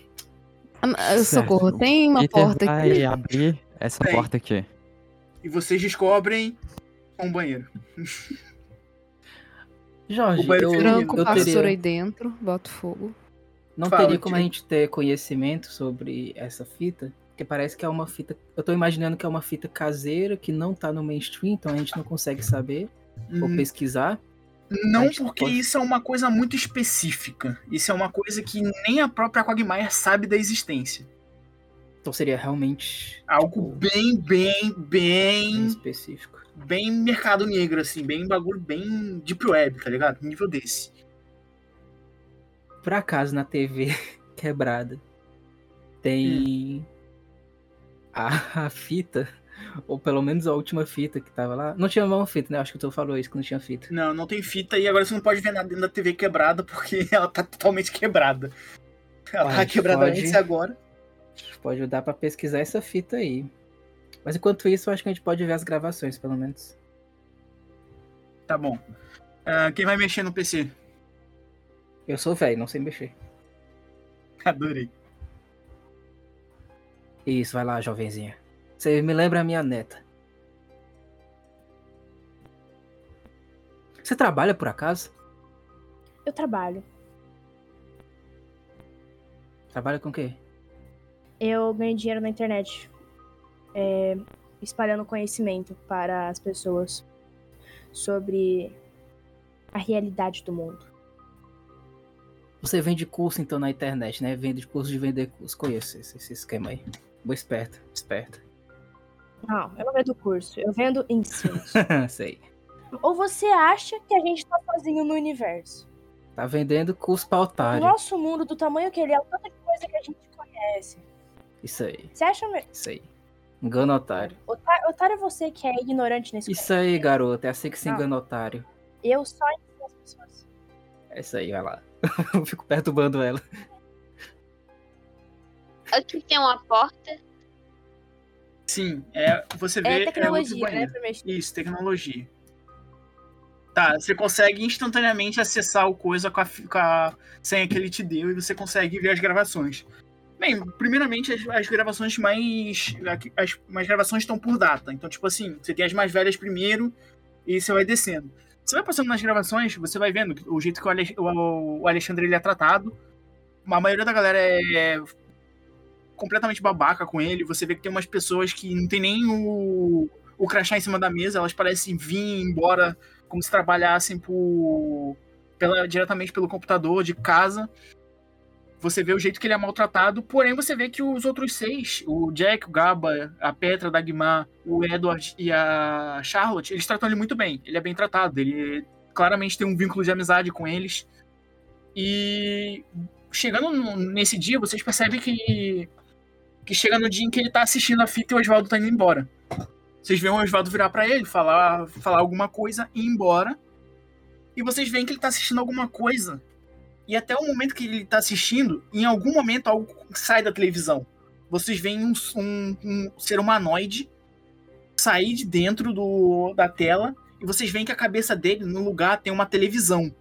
Ah, mas,
Certo.
Socorro, tem uma
Peter
porta
vai
aqui.
abrir essa
Tem.
porta aqui.
E vocês descobrem um banheiro.
Jorge,
O é banheiro
eu,
feminino.
Branco,
eu
pastor
teria,
aí dentro, bota fogo.
não
Fala,
teria como a
Diego.
gente ter conhecimento sobre essa fita, porque parece que é uma fita. Eu tô imaginando que é uma fita caseira que não tá no mainstream, então a gente não consegue saber ou
Hum,
pesquisar.
Não,
mas
porque
pode-
isso é uma coisa muito específica. Isso é uma coisa que nem a própria Quagmire sabe da existência.
Então seria realmente
Algo
tipo,
bem, bem,
bem
bem,
específico.
bem mercado negro, assim. Bem bagulho, bem deep web, tá ligado? Nível desse.
por acaso na TV quebrada tem a, a fita, ou pelo menos a última fita que tava lá. Não tinha uma fita, né? Acho que tu falou isso, que não tinha fita.
Não, não tem fita e agora você não pode ver nada dentro da TV quebrada porque ela tá totalmente quebrada. Ela tá
Pode,
quebrada
pode.
antes e agora.
Pode ajudar pra pesquisar essa fita aí. Mas enquanto isso, eu acho que a gente pode ver as gravações, pelo menos.
Tá bom. Ah, quem vai mexer no PC?
Eu sou velho, não sei mexer.
Adorei.
Isso, vai lá, jovenzinha. Você me lembra a minha neta. Você trabalha por acaso?
Eu trabalho.
Trabalha com o quê?
Eu ganho dinheiro na internet. é, espalhando conhecimento para as pessoas sobre a realidade do mundo.
Você vende curso então na internet, né? Vende curso de vender curso. Conheço esse, esse esquema aí. Boa esperta, esperta.
Não, eu não vendo curso, eu vendo ensinos.
Sei.
Ou você acha que a gente tá sozinho no universo?
Tá vendendo curso pra
O
otário.
nosso mundo, do tamanho que ele é, o tanto de coisa que a gente conhece.
Isso aí,
Você acha mesmo?
isso aí. Engana otário.
Otário, otário é você que é ignorante nesse
Isso aí, garoto. É assim que se
Não.
engana otário.
ponto. Eu só ensino as pessoas.
É isso aí, vai lá. Eu fico perturbando ela.
Aqui tem uma porta.
Sim, é, você vê.
É
outro
tecnologia, né?
banheiro.
Pra mexer.
Isso, tecnologia. Tá, você consegue instantaneamente acessar o coisa com a, fi- com a senha que ele te deu e você consegue ver as gravações. Bem, primeiramente as, as gravações mais. As, as gravações estão por data. Então, tipo assim, você tem as mais velhas primeiro e você vai descendo. Você vai passando nas gravações, você vai vendo o jeito que o, Ale- o- o Alexandre ele é tratado. A maioria da galera é completamente babaca com ele. Você vê que tem umas pessoas que não tem nem o, o crachá em cima da mesa, elas parecem vir embora como se trabalhassem por, pela, diretamente pelo computador de casa. Você vê o jeito que ele é maltratado, porém você vê que os outros seis, o Jack, o Gaba, a Petra, a Dagmar, o Edward e a Charlotte, eles tratam ele muito bem. Ele é bem tratado, ele claramente tem um vínculo de amizade com eles. E chegando no- nesse dia, vocês percebem que, que chega no dia em que ele tá assistindo a fita e o Oswaldo tá indo embora. Vocês veem o Oswaldo virar pra ele, falar, falar alguma coisa e ir embora. E vocês veem que ele tá assistindo alguma coisa. E até o momento que ele tá assistindo, em algum momento algo sai da televisão. Vocês veem um, um- um ser humanoide sair de dentro do, da tela. E vocês veem que a cabeça dele, no lugar, tem uma televisão.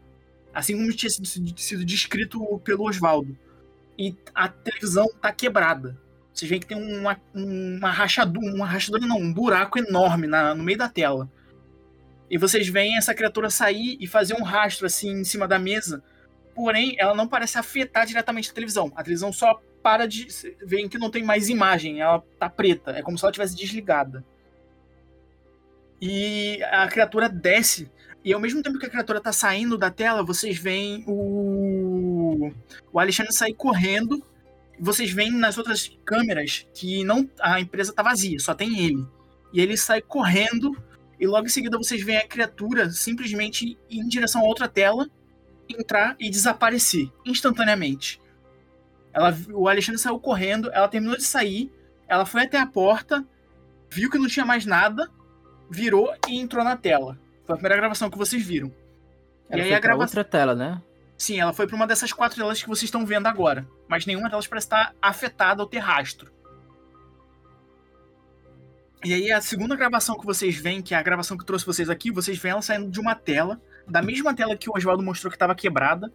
Assim como tinha sido, sido descrito pelo Oswaldo. E a televisão tá quebrada. Vocês veem que tem uma, uma rachadura, uma rachadura não, um buraco enorme na, no meio da tela. E vocês veem essa criatura sair e fazer um rastro assim em cima da mesa. Porém, ela não parece afetar diretamente a televisão. A televisão só para de. Vem que não tem mais imagem, ela tá preta. É como se ela tivesse desligada. E a criatura desce. E ao mesmo tempo que a criatura tá saindo da tela, vocês veem o. O Alexandre sair correndo vocês veem nas outras câmeras que não a empresa tá vazia, só tem ele. E ele sai correndo e logo em seguida vocês veem a criatura simplesmente ir em direção a outra tela, entrar e desaparecer instantaneamente. Ela, o Alexandre saiu correndo, ela terminou de sair, ela foi até a porta, viu que não tinha mais nada, virou e entrou na tela. Foi a primeira gravação que vocês viram.
Ela
aí
foi
a
pra
grava-
outra tela, né?
Sim, ela foi pra uma dessas quatro telas que vocês estão vendo agora. Mas nenhuma delas parece estar afetada ou ter rastro. E aí a segunda gravação que vocês veem, que é a gravação que trouxe vocês aqui, vocês veem ela saindo de uma tela, da mesma tela que o Oswaldo mostrou que estava quebrada.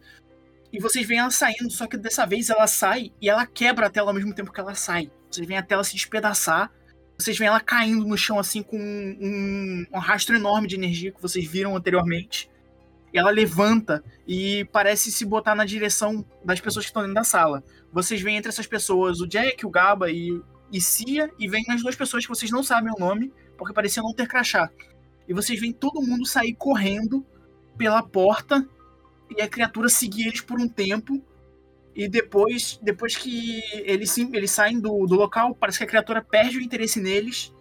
E vocês veem ela saindo, só que dessa vez ela sai e ela quebra a tela ao mesmo tempo que ela sai. Vocês veem a tela se despedaçar, vocês veem ela caindo no chão assim com um- um rastro enorme de energia que vocês viram anteriormente. E ela levanta e parece se botar na direção das pessoas que estão dentro da sala. Vocês veem entre essas pessoas o Jack, o Gaba e, e Cia, e vem as duas pessoas que vocês não sabem o nome, porque pareciam não ter crachá. E vocês veem todo mundo sair correndo pela porta e a criatura seguir eles por um tempo. E depois, depois que eles, sim- eles saem do, do local, parece que a criatura perde o interesse neles,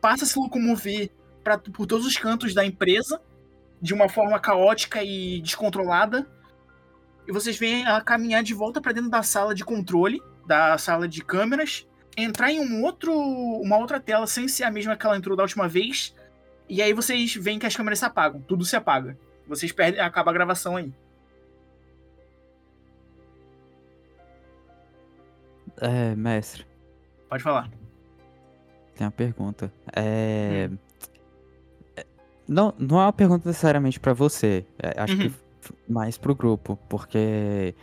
passa a se locomover pra, por todos os cantos da empresa de uma forma caótica e descontrolada. E vocês veem ela caminhar de volta para dentro da sala de controle, da sala de câmeras, entrar em um outro, uma outra tela sem ser a mesma que ela entrou da última vez. E aí vocês veem que as câmeras se apagam, tudo se apaga. Vocês perdem, acaba a gravação aí.
É, mestre,
Pode falar.
tem uma pergunta. É. é, Não, não é uma pergunta necessariamente pra você. é, acho que
Uhum.
f- mais pro grupo, porque.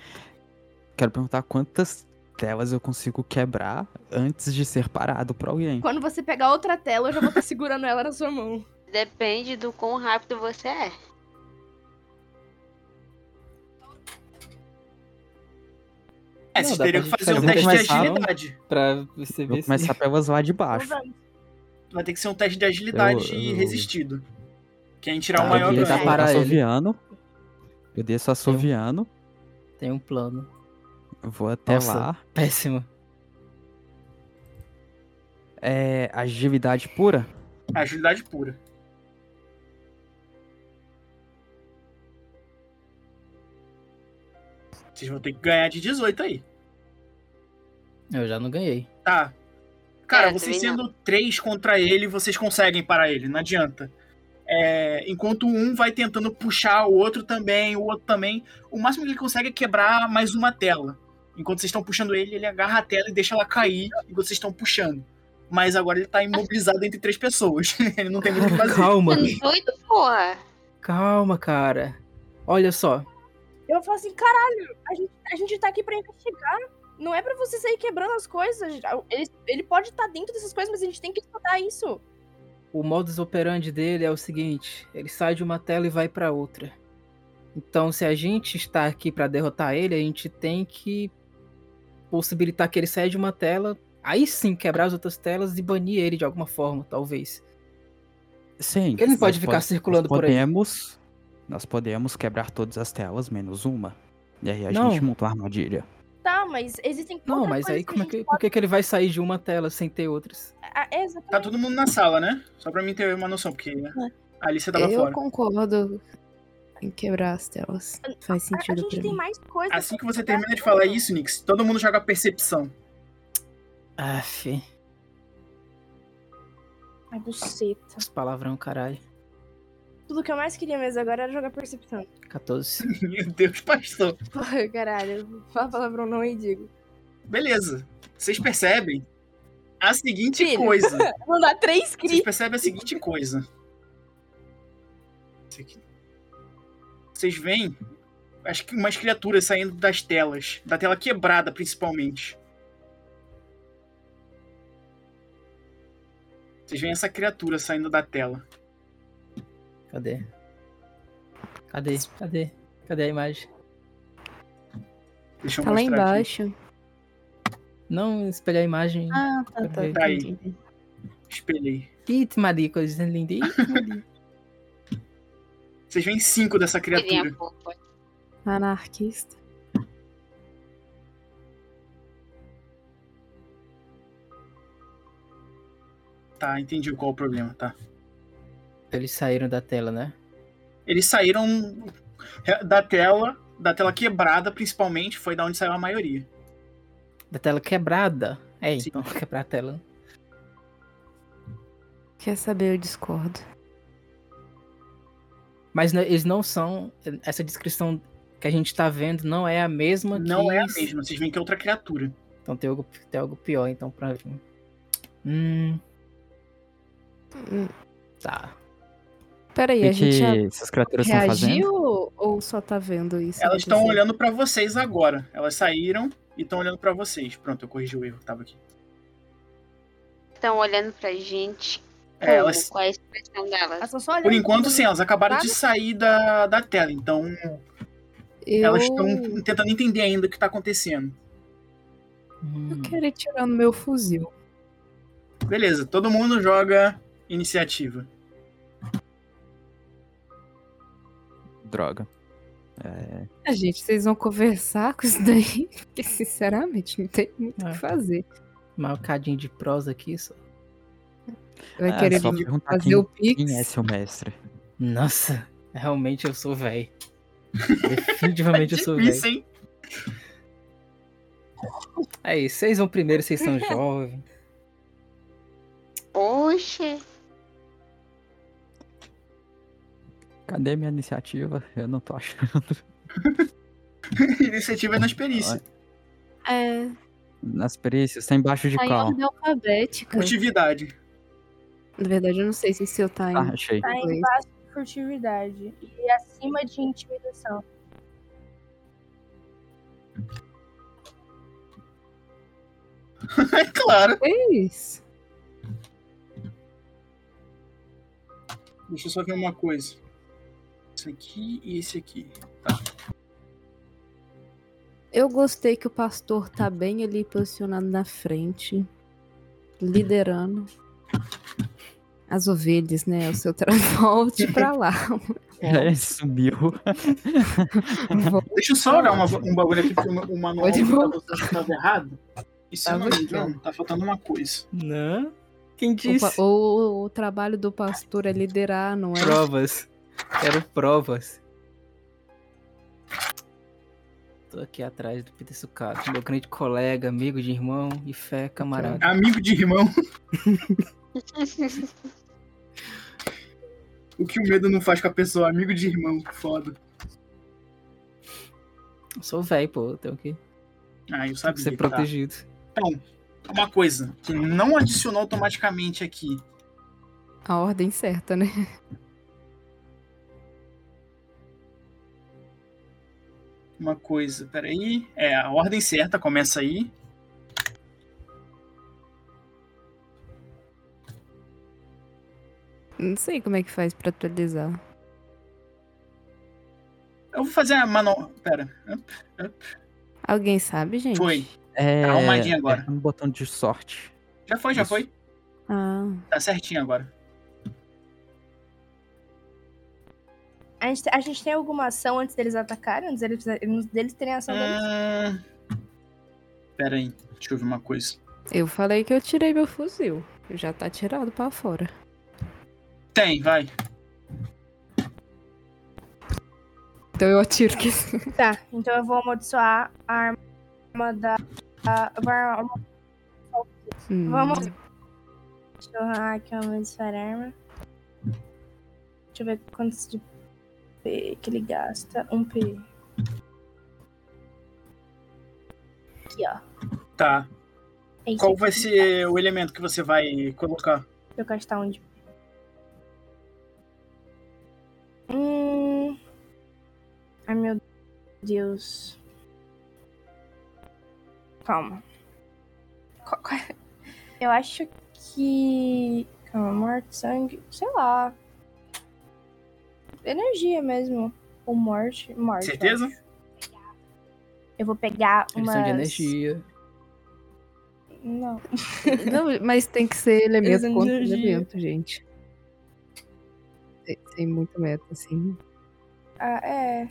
Quero perguntar quantas telas eu consigo quebrar antes de ser parado por alguém.
Quando você pegar
tá Então
outra tela, eu já vou estar segurando ela na sua mão.
Depende do quão rápido você é.
É,
Não,
vocês
dá
teriam que
pra gente
fazer um
fazer.
teste
Eu vou
de
começar, não?
agilidade.
Pra você
Vou
ver se.
começar pelas lá de baixo.
Vai ter que ser um teste de agilidade
Eu-
e
eu-
resistido. Quem tirar
Tá,
É o maior
eu
ganha.
desço
dá pra- Para ele.
assoviando. Eu desço assoviando.
Tem um plano.
Vou até
Nossa.
lá.
Péssimo.
É agilidade pura.
Agilidade pura. Vocês vão ter que ganhar de 18 aí.
Eu já não ganhei.
Tá. Cara,
É,
vocês
também não.
sendo três contra ele, vocês conseguem parar ele, não adianta. É, enquanto um vai tentando puxar o outro também, o outro também. O máximo que ele consegue é quebrar mais uma tela. Enquanto vocês estão puxando ele, ele agarra a tela e deixa ela cair enquanto vocês estão puxando. Mas agora ele tá imobilizado entre três pessoas. ele não tem muito o que fazer.
Calma,
Mano, tá doido, porra.
calma, cara. Olha só.
Eu falo assim, caralho, a gente, a gente tá aqui pra investigar. Não é pra você sair quebrando as coisas. Ele, ele pode estar dentro dessas coisas, mas a gente tem que estudar isso.
O modus operandi dele é o seguinte: ele sai de uma tela e vai pra outra. Então, se a gente está aqui pra derrotar ele, a gente tem que possibilitar que ele saia de uma tela, aí sim quebrar as outras telas e banir ele de alguma forma, talvez.
Sim.
Ele não
nós
pode ficar
po-
circulando
nós
por aí.
podemos, Nós podemos quebrar todas as telas, menos uma. E aí a
Não.
gente monta uma armadilha.
Tá, mas existem
Não,
outras
mas
coisas
aí como é
a gente
que, por que, que ele vai sair de uma tela sem ter outras?
pode- Ah, é, exatamente.
Tá todo mundo na sala, né? Só pra mim ter uma noção, porque a Alice tava
Eu
Tá fora.
concordo em quebrar as telas. Faz
A- a
sentido
gente
pra
tem
mim.
mais coisas.
Assim que você termina de falar isso, Nix, todo mundo joga percepção.
Aff,
Ai, buceta.
os palavrão, caralho.
Tudo que eu mais queria mesmo agora era jogar percepção.
14.
Meu Deus, pastor.
Ai, caralho. Fala palavrão não e digo.
Beleza. Vocês percebem a seguinte
Filho.
coisa.
Não dá três
Vocês
críticas.
percebem a seguinte coisa. Isso aqui. Vocês veem acho que umas criaturas saindo das telas, da tela quebrada principalmente. Vocês veem essa criatura saindo da tela.
Cadê? Cadê? Cadê? Cadê a imagem?
Deixa eu
Tá lá
mostrar aqui.
embaixo.
Não espelhar a imagem.
Ah, tá,
tá,
Tá aí. Espelhei.
Ih, Maria, coisa linda. Ih, Maria.
Vocês veem cinco dessa criatura.
Filhinha fofa.
Anarquista.
Tá, entendi qual é o problema, tá.
Eles saíram da tela, né?
Eles saíram da tela, da tela quebrada principalmente, foi da onde saiu a maioria.
Da tela quebrada. É,
Sim.
então quebrar a tela.
Quer saber? Eu discordo.
Mas né, eles não são. Essa descrição que a gente tá vendo não é a mesma que.
Não é a mesma, vocês veem que é outra criatura.
Então tem algo, tem algo pior, então, pra mim. Hum.
Hum.
Tá.
Peraí,
E
a gente já
que essas criaturas estão fazendo?
reagiu ou só tá vendo isso?
Elas estão
acontecer?
olhando pra vocês agora. Elas saíram e estão olhando pra vocês. Pronto, eu corrigi o erro que tava aqui.
Estão olhando pra gente.
É,
Como?
elas,
Qual é a expressão delas?
Elas tão só olhando.
por enquanto, sim, elas acabaram de
Nada.
sair da, da tela. Então,
Eu...
elas estão tentando entender ainda o que tá acontecendo.
Hum.
Eu quero ir tirando meu fuzil.
Beleza, todo mundo joga iniciativa.
Droga. É,
Ah, gente, vocês vão conversar com isso daí? Porque, sinceramente, não tem muito o
É.
que fazer.
Marcadinho de prosa aqui só.
Vai
ah,
querer
só
vir
perguntar
fazer
quem,
o pix?
quem é seu mestre.
Nossa, realmente eu sou velho. Definitivamente eu sou velho.
Difícil, hein?
Aí, vocês vão primeiro, vocês são jovens.
Oxe.
Cadê minha iniciativa? Eu não tô achando.
iniciativa é na experiência.
É,
Nas perícias, tá embaixo de
tá em
qual?
ordem alfabética.
Furtividade.
Na verdade, eu não sei se o seu tá em
Ah, achei.
Tá
inglês.
embaixo de furtividade e acima de intimidação.
É claro.
É isso.
Deixa eu só ver uma coisa. Isso aqui e esse aqui.
Eu gostei que o pastor tá bem ali posicionado na frente, liderando as ovelhas, né? O seu transporte pra lá.
É, sumiu.
Deixa eu só olhar uma- um bagulho aqui, porque o manual tá
Pode
tava, acho que tava errado. E se eu não me
Tava
engano, tá faltando uma coisa.
Não? Quem
O,
disse?
pa- o- o trabalho do pastor é liderar, não é?
Provas. Quero provas. Tô aqui atrás do Peter Sucato, meu grande colega, amigo de irmão e fé, camarada.
É Amigo de irmão, o que o medo não faz com a pessoa? Amigo de irmão, foda. Então.
Eu sou velho, pô, eu tenho que, tenho
Ah, eu
que
sabia.
ser
tá.
protegido.
Uma coisa que não adicionou automaticamente aqui.
A ordem certa, né?
Uma coisa, peraí. É, a ordem certa começa aí.
Não sei como é que faz pra atualizar.
Eu vou fazer a manual. Pera.
Alguém sabe, gente?
Foi.
É,
arrumadinho agora.
é um botão de sorte.
Já foi, já
Isso.
foi.
Ah,
Tá certinho agora.
A gente, a gente tem alguma ação antes deles atacarem? Antes deles, antes deles terem a ação deles?
Hum... Pera aí. Deixa eu ver uma coisa.
eu falei que eu tirei meu fuzil. Já tá tirado pra fora.
Tem, vai.
Então eu atiro que
Tá, então eu vou amaldiçoar a arma da. a- eu vou arma-
Hum,
Vamos. Deixa eu arrumar aqui é amaldiçoar a arma. Deixa eu ver quantos de P que ele gasta. Um P. Aqui, ó.
Tá.
É isso
Qual
aqui.
vai ser o elemento que você vai colocar?
Deixa eu gastar um de. Hum. Ai meu Deus. Calma. Qual- qual é? Eu acho que. Calma, morte, sangue. Sei lá. Energia mesmo. Ou morte. Morte. eu
Certeza?
acho. Eu vou pegar uma.
Eles são de energia.
Não.
Não, mas tem que ser elemento
Eles
contra
energia.
elemento, gente. Tem, tem muito meta, assim.
Ah, é.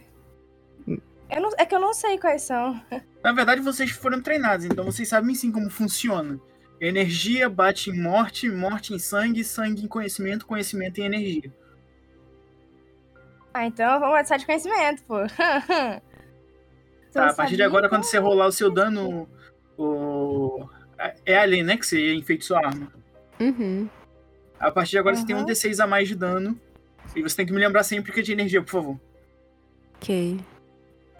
Eu não... É que eu não sei quais são.
Na verdade, vocês foram treinados, então vocês sabem sim como funciona. Energia bate em morte, morte em sangue, sangue em conhecimento, conhecimento em energia.
Ah, então vamos adicionar de conhecimento, pô. Então,
Tá, a partir de agora, quando você rolar o seu dano. O... É ali, né? Que você enfeita sua arma.
Uhum.
A partir de agora você tem um
Aham.
D6 a mais de dano. E você tem que me lembrar sempre que é de energia, por favor.
Ok.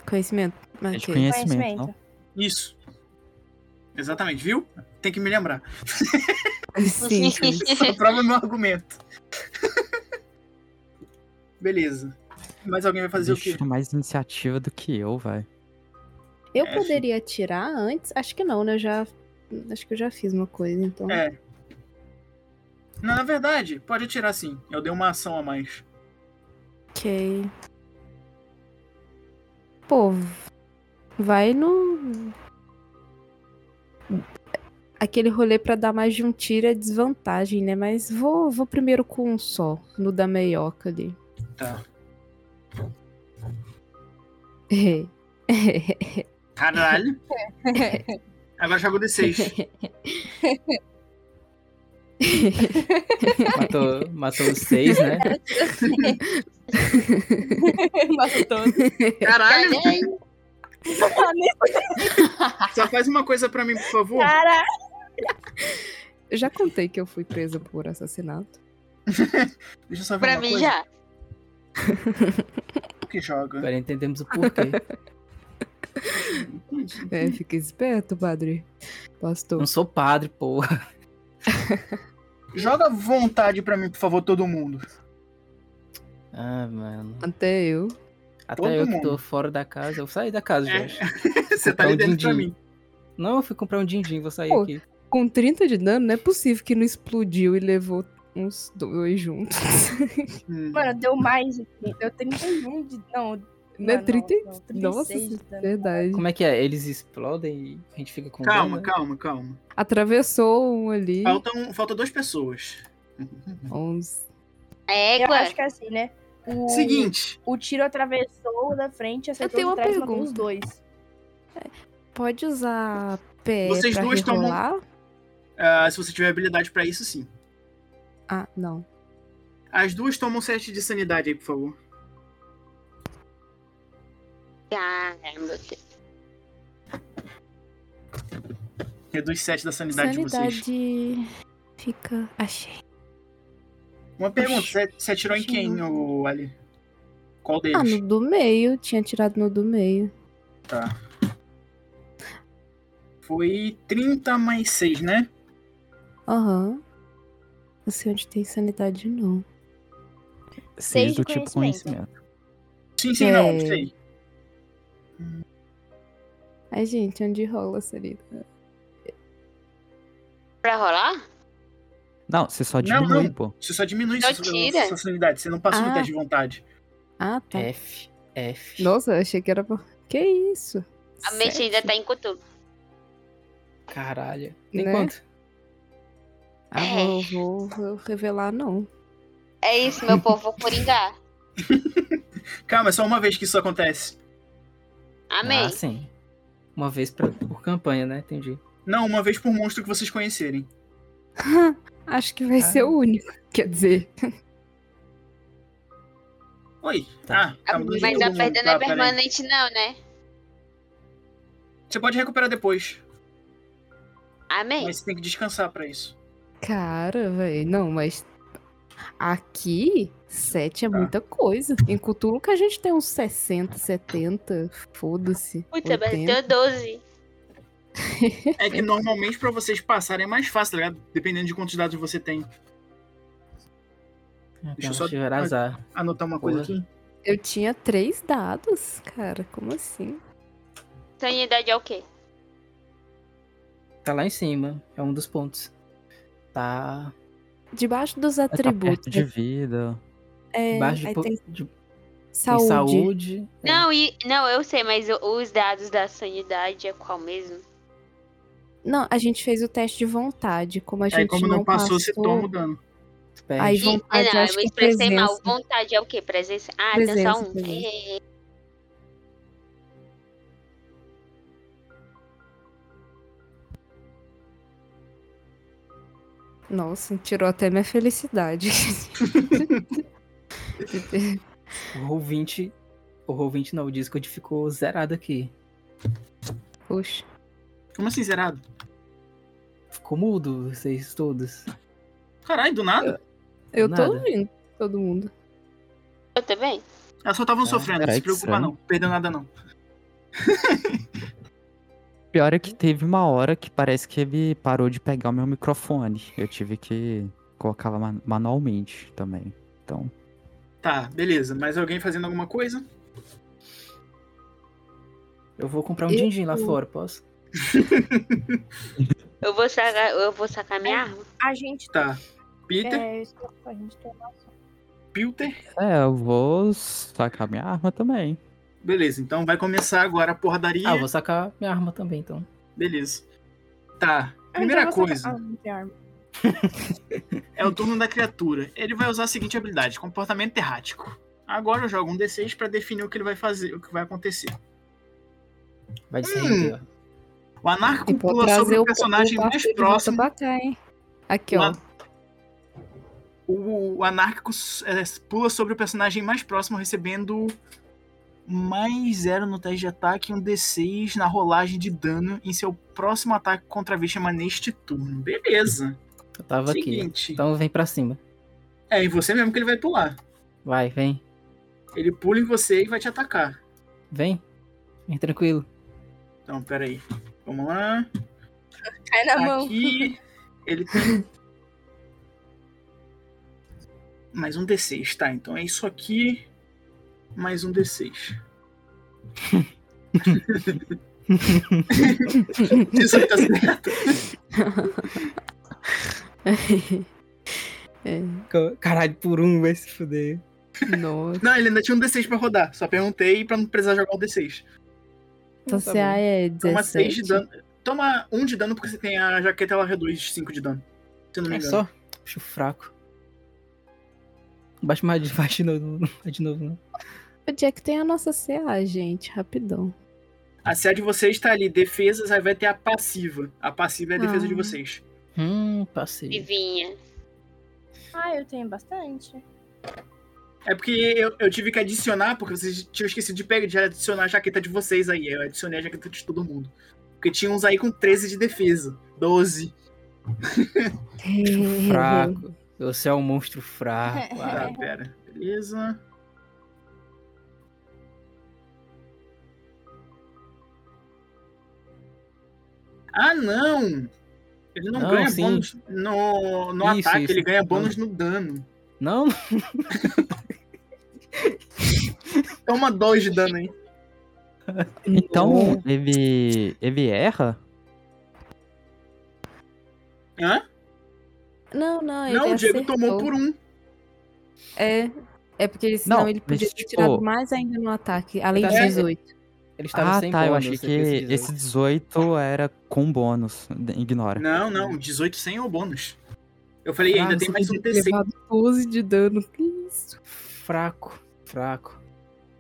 Conhecimento.
É de
Ok.
conhecimento, não?
Isso. Exatamente, viu? Tem que me lembrar.
Sim, sim.
Só prova meu argumento. Beleza. Mas alguém vai fazer
Bicho,
o quê?
mais iniciativa do que eu, vai.
Eu
É, sim.
poderia atirar antes? Acho que não, né? Eu já. Acho que eu já fiz uma coisa, então.
É. Não, na verdade, pode atirar sim. Eu dei uma ação a mais.
Ok. Pô, vai no. Aquele rolê pra dar mais de um tiro é desvantagem, né? Mas vou, vou primeiro com um só, no da meioca ali.
Tá. Caralho. Agora joga o D6.
Matou, matou os seis, né?
Matou todos.
Caralho,
Ganhei.
só faz uma coisa pra mim, por favor.
Cara,
Eu já contei que eu fui presa por assassinato.
Deixa eu só ver
Pra
uma
mim
coisa.
já.
Que joga.
Agora entendemos o porquê.
É, fica esperto, padre. Pastor.
Não sou padre, porra.
Joga vontade pra mim, por favor, todo mundo.
Ah, mano.
Até eu.
Até
Todo
eu que
mundo.
tô fora da casa, eu saí da casa,
É.
Jorge.
Você tá
Então,
ali dentro
din-din.
pra mim.
Não, eu fui comprar um din-din, vou sair
Pô,
aqui.
Com 30 de dano, não é possível que não explodiu e levou uns dois juntos.
Hum.
Tá mano, deu mais. gente. Deu 31 de. Não,
Não é
Mano,
30 e-
não,
Nossa,
36 dano.
verdade.
Como é que é? Eles explodem e a gente fica com.
Calma,
dano?
calma, calma.
Atravessou um ali.
Faltam, faltam duas pessoas.
Eu
11.
Égua.
acho que é assim, né? O,
Seguinte,
o tiro atravessou o da frente, acertou
tenho
o de
uma
trás e matou os
pergunta.
dois.
Tá,
Pode usar pé
Vocês
pra
duas tomam-
rerolar?
ah, se você tiver habilidade pra isso, sim.
Ah, não.
As duas tomam 7 de sanidade aí, por favor.
Ah, meu Deus.
Reduz 7 É da sanidade, de vocês.
Sanidade fica... Achei.
Uma pergunta,
Oxi.
você você atirou em quem, o Ali? Qual deles?
Ah, no do meio. Tinha tirado no do meio.
Tá. Foi 30 mais 6, né?
Aham. Não sei onde tem sanidade, não.
Seis
de
do tipo
conhecimento.
conhecimento.
Sim, sim, não,
É.
sei.
Ai, gente, onde rola a sanidade?
Pra rolar?
Não, você só
Não,
diminui,
não.
pô.
Você só diminui
Só
sua,
tira.
sua sanidade, você não passou
Ah.
do teste de vontade.
Ah, tá.
F. F.
Nossa, achei que era pra... Que isso?
A mecha ainda
Sete?
tá em cutubo.
Caralho. Tem
Né?
quanto?
Ah, vou, vou, vou revelar, não.
É isso, meu povo, vou coringar.
Calma, é só uma vez que isso acontece.
Amém.
Ah, sim. Uma vez pra- por campanha, né? Entendi.
Não, uma vez por monstro que vocês conhecerem.
Acho que vai
Ah.
ser o único. Quer dizer,
Oi.
Tá.
Ah, tá mudando de
Mas
todo
a
mundo.
perda
Tá,
não é é
peraí.
permanente, não, né?
Você pode recuperar depois,
Amém.
mas você tem que descansar pra isso.
cara, velho, não, mas aqui, 7 é
Tá.
muita coisa. Em Cthulhu que a gente tem uns 60, 70, foda-se.
Puta, mas então
80.
deu 12.
É que normalmente pra vocês passarem é mais fácil, tá ligado? Dependendo de quantos dados você tem. Deixa eu só-
tirar azar.
Anotar uma coisa
Porra.
aqui.
Eu tinha três dados, cara, como assim?
Sanidade é o quê?
Tá lá em cima. É um dos pontos. Tá.
Debaixo dos
É, Tá
atributos.
perto de vida.
é,
Embaixo de,
aí
po-
tem
de- tem
saúde.
saúde. é.
Não, e, não, eu sei, mas o- os dados da sanidade é qual mesmo?
Não, a gente fez o teste de vontade. Como a gente
Aí como não passou, você toma o dano.
Perde.
Aí
Ih,
vontade,
não,
acho
eu
que
me
é
expressei mal.
presença.
Vontade é o quê? Presença? Ah,
Presença,
então só um.
presença.
É,
Nossa, tirou até minha felicidade.
O roll 20. O roll 20 não, o Discord ficou zerado aqui.
Poxa.
Como assim, zerado?
Ficou mudo, vocês todos.
Caralho, do nada?
É.
Eu
Nada.
tô ouvindo todo mundo.
Eu também.
Elas só estavam
Ah,
sofrendo, não
carai,
se
que
preocupa
estranho.
não. Perdeu nada não.
Pior é que teve uma hora que parece que ele parou de pegar o meu microfone. Eu tive que colocar lá man- manualmente também. Então,
Tá, beleza. Mas alguém fazendo alguma coisa?
Eu vou comprar um
Eu-
din-din lá fora, posso?
Eu vou sacar, eu vou sacar minha arma.
A gente.
Tá. Peter,
É, isso que eu ia falar, a gente tem uma-
Peter.
é, eu vou sacar minha arma também.
Beleza, então vai começar agora a porradaria.
Ah, eu vou sacar minha arma também, então.
Beleza. Tá.
Ah,
Primeira
então você-
coisa.
Ah, não tem arma.
É o turno da criatura. Ele vai usar a seguinte habilidade: comportamento errático. Agora eu jogo um D6 pra definir o que ele vai fazer, o que vai acontecer.
Vai
Hum.
se render, ó.
O anarco
E pode
pula sobre
Tipo, trazer
o
o
personagem
o barco
mais
de volta
próximo.
pra cá, hein? Aqui,
O,
ó.
an- o- o anárquico é, pula sobre o personagem mais próximo, recebendo mais zero no teste de ataque e um D6 na rolagem de dano em seu próximo ataque contra a vítima neste turno. Beleza.
Eu tava aqui.
Seguinte.
Então vem pra cima.
É em você mesmo que ele vai pular.
Vai, vem.
Ele pula em você e vai te atacar.
Vem. Vem tranquilo.
Então, peraí. Vamos lá.
Cai na mão.
Tá Aqui ele tem. Mais um D6, tá? Então é isso aqui. Mais um D6. isso aí tá certo.
Ca- Caralho, por um vai se fuder.
Nossa.
Não, ele ainda tinha um D6 pra rodar. Só perguntei pra não precisar jogar o D6.
Então
Tá
se a é
Toma 6 de
17.
dano. Toma 1 de dano porque você tem a jaqueta, ela reduz 5 de dano. Se eu não me
É
engano.
só. Acho fraco. Baixa mais de, baixa de novo, não. Baixa de novo, não.
Onde é que tem a nossa CA, gente? Rapidão.
A CA de vocês tá ali, defesas, aí vai ter a passiva. A passiva é a defesa
Ah.
de vocês.
Hum, passei.
Vivinha.
Ah, eu tenho bastante.
É porque eu, eu tive que adicionar, porque vocês tinham esquecido de pegar de adicionar a jaqueta de vocês aí. Eu adicionei a jaqueta de todo mundo. Porque tinha uns aí com 13 de defesa. 12.
Fraco. Você é um monstro fraco.
Tá,
ah.
pera. Beleza. Ah, não! Ele não,
Não,
ganha
sim.
bônus no, no
Isso,
ataque,
isso.
ele ganha bônus no dano.
Não,
Toma 2 de dano aí.
Hum.
Então,
É.
ele, ele erra?
Hã?
Não, não, Ah, ele
Não, o Diego
acertou.
tomou por um.
É, é porque senão
Não,
ele podia
mas,
ter
tipo-
tirado mais ainda no ataque, além
Tá
de
certo.
18.
ele estava
Ah,
sem
tá. Eu
bônus,
achei
você
que
precisa.
esse 18 era com bônus. Ignora.
Não, não, 18 sem o bônus. Eu falei, ainda
né? Ah,
tem
você
mais um
podia ter
T6.
levado 12 de dano. Que isso?
Fraco, fraco.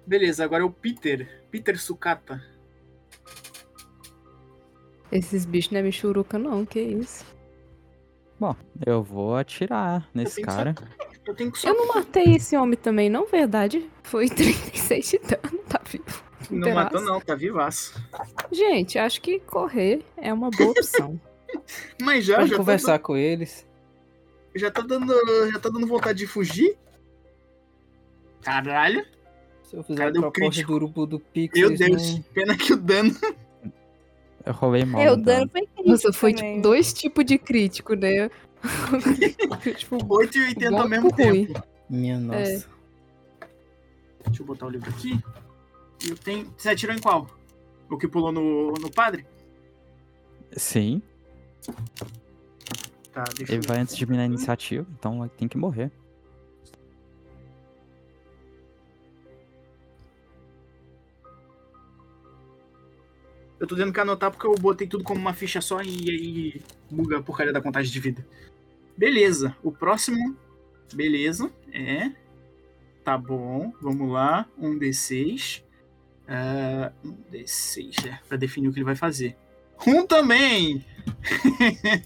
Beleza, agora é o Peter. Peter Sucata.
Esses bichos não é michuruca, não, que isso.
Bom, eu vou atirar nesse
tenho que
cara.
Eu tenho que só.
Eu não matei esse homem também, não, verdade? Foi 36 de dano, tá vivo.
Não
terraço.
matou, não, tá vivaço.
Gente, acho que correr é uma boa opção.
Mas já,
Pode
já tá,
conversar com eles.
já tá dando. Já tá dando vontade de fugir? Caralho.
Se eu fizer
Cara,
a
deu um
proposta
crítico.
do grupo do Pix,
Meu
eles
Deus,
não-
pena que o dano.
Eu rolei mal.
É, o
no
dano foi crítico
tá. Nossa, foi
também.
tipo dois tipos de crítico, né? tipo,
8,80 ao
Bom
mesmo
pro ruim.
tempo.
Minha nossa.
Deixa eu botar o livro aqui. Eu tenho. Você atirou em qual? O que pulou no, no padre?
Sim,
Tá, deixa eu
ele
ver.
vai antes de mim na iniciativa, então ele tem que morrer.
Eu tô tendo que anotar porque eu botei tudo como uma ficha só e aí buga a porcaria da contagem de vida. Beleza. O próximo. Beleza. É. Tá bom. Vamos lá. Um D6. Ah, um D6. É, pra definir o que ele vai fazer. Um também!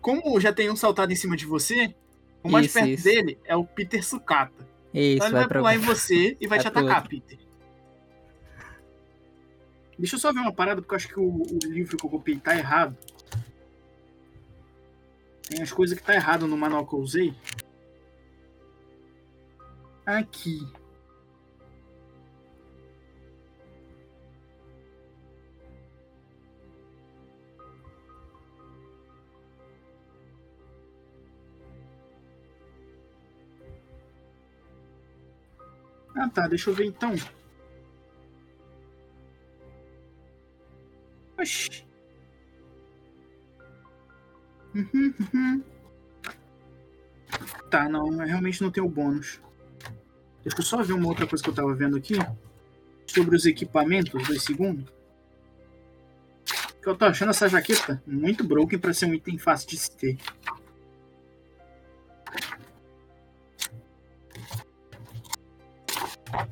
Como já tem um saltado em cima de você, o mais
Isso,
perto
isso.
dele é o Peter Sucata. Então
Isso,
ele
vai
vai
pra
pular em você e vai
Vai
te
pro
atacar, Peter. Deixa eu só ver uma parada, porque eu acho que o, o livro que eu copiei tá errado. Tem as coisas que tá errado no manual que eu usei. Aqui. Ah tá, deixa eu ver então. Oxi. Uhum, uhum. Tá, não, eu realmente não tem o bônus. Deixa eu só ver uma outra coisa que eu tava vendo aqui. Sobre os equipamentos, dois segundos. Que eu tô achando essa jaqueta muito broken pra ser um item fácil de se ter.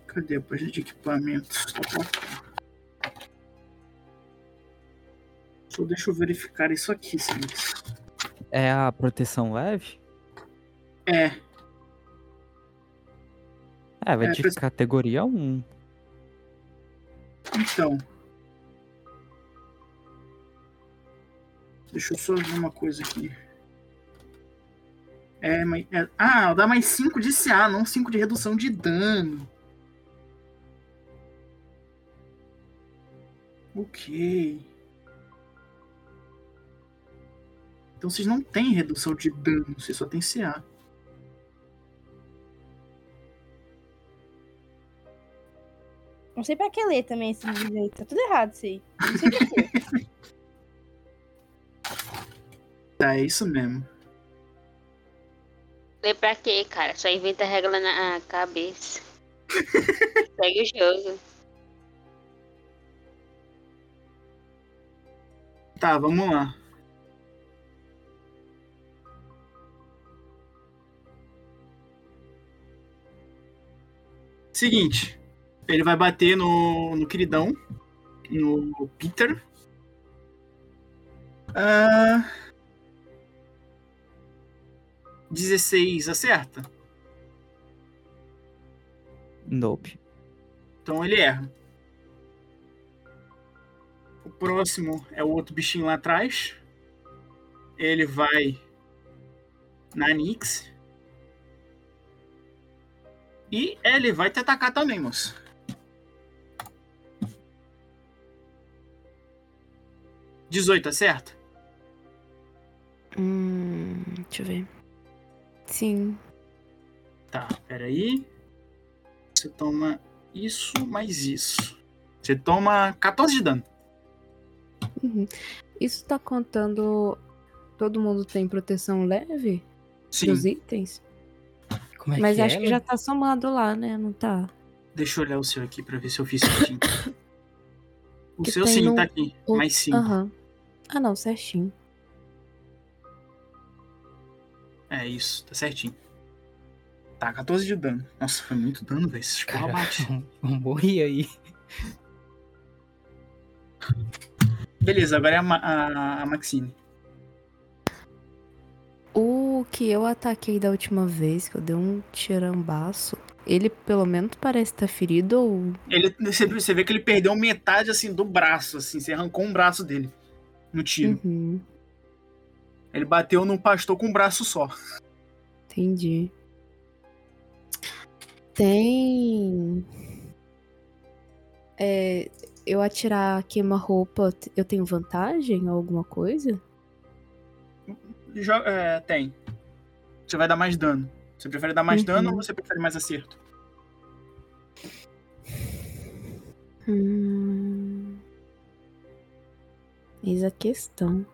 Cadê a página de equipamentos? Tá pra cá. Só deixa eu verificar isso aqui, senhores.
É a proteção leve?
É,
É, vai
É,
de
pres-
categoria 1.
então. Deixa eu só ver uma coisa aqui. É, mas. é- ah, dá mais 5 de CA, não 5 de redução de dano. Ok. Então vocês não têm redução de dano, vocês só têm CA.
Não sei pra que ler também esse livro aí. Tá tudo errado isso aí. Não sei pra quê.
Tá, é isso mesmo.
Tem pra quê, cara? Só inventa regra na cabeça. Segue o jogo.
Tá, vamos lá. Seguinte, ele vai bater no, no queridão, no Peter. Ah, 16 acerta?
Nope.
Então ele erra. O próximo é o outro bichinho lá atrás. Ele vai na Nix. E ele vai te atacar também, moço. Dezoito, acerta?
Hum, deixa eu ver. Sim.
Tá, peraí. Você toma isso mais isso. Você toma 14 de dano.
Uhum. Isso tá contando. Todo mundo tem proteção leve
Sim,
dos itens?
Como é
Mas
que
acho
é?
que já tá somado lá, né? Não tá?
deixa eu olhar o seu aqui pra ver se eu fiz certinho. O
Que
seu
tem
sim,
um-
tá aqui.
um-
Mais sim.
Aham. Ah, não, certinho.
É isso, tá certinho. Tá, 14 de dano. Nossa, foi muito dano, velho. Esse escola
Cara,
bate.
vamos morrer aí.
Beleza, agora é a, Ma- a- a Maxine.
O que eu ataquei da última vez, que eu dei um tirambaço, ele pelo menos parece estar ferido ou.
Ele, você, você vê que ele perdeu metade, assim, do braço, assim. Você arrancou um braço dele no tiro.
Uhum,
Ele bateu num pastor com um braço só.
entendi. Tem. É, eu atirar queima-roupa, eu tenho vantagem ou alguma coisa?
Jo- é, tem. Você vai dar mais dano. Você prefere dar mais
Uhum.
dano ou você prefere mais acerto?
Hum. Eis a questão.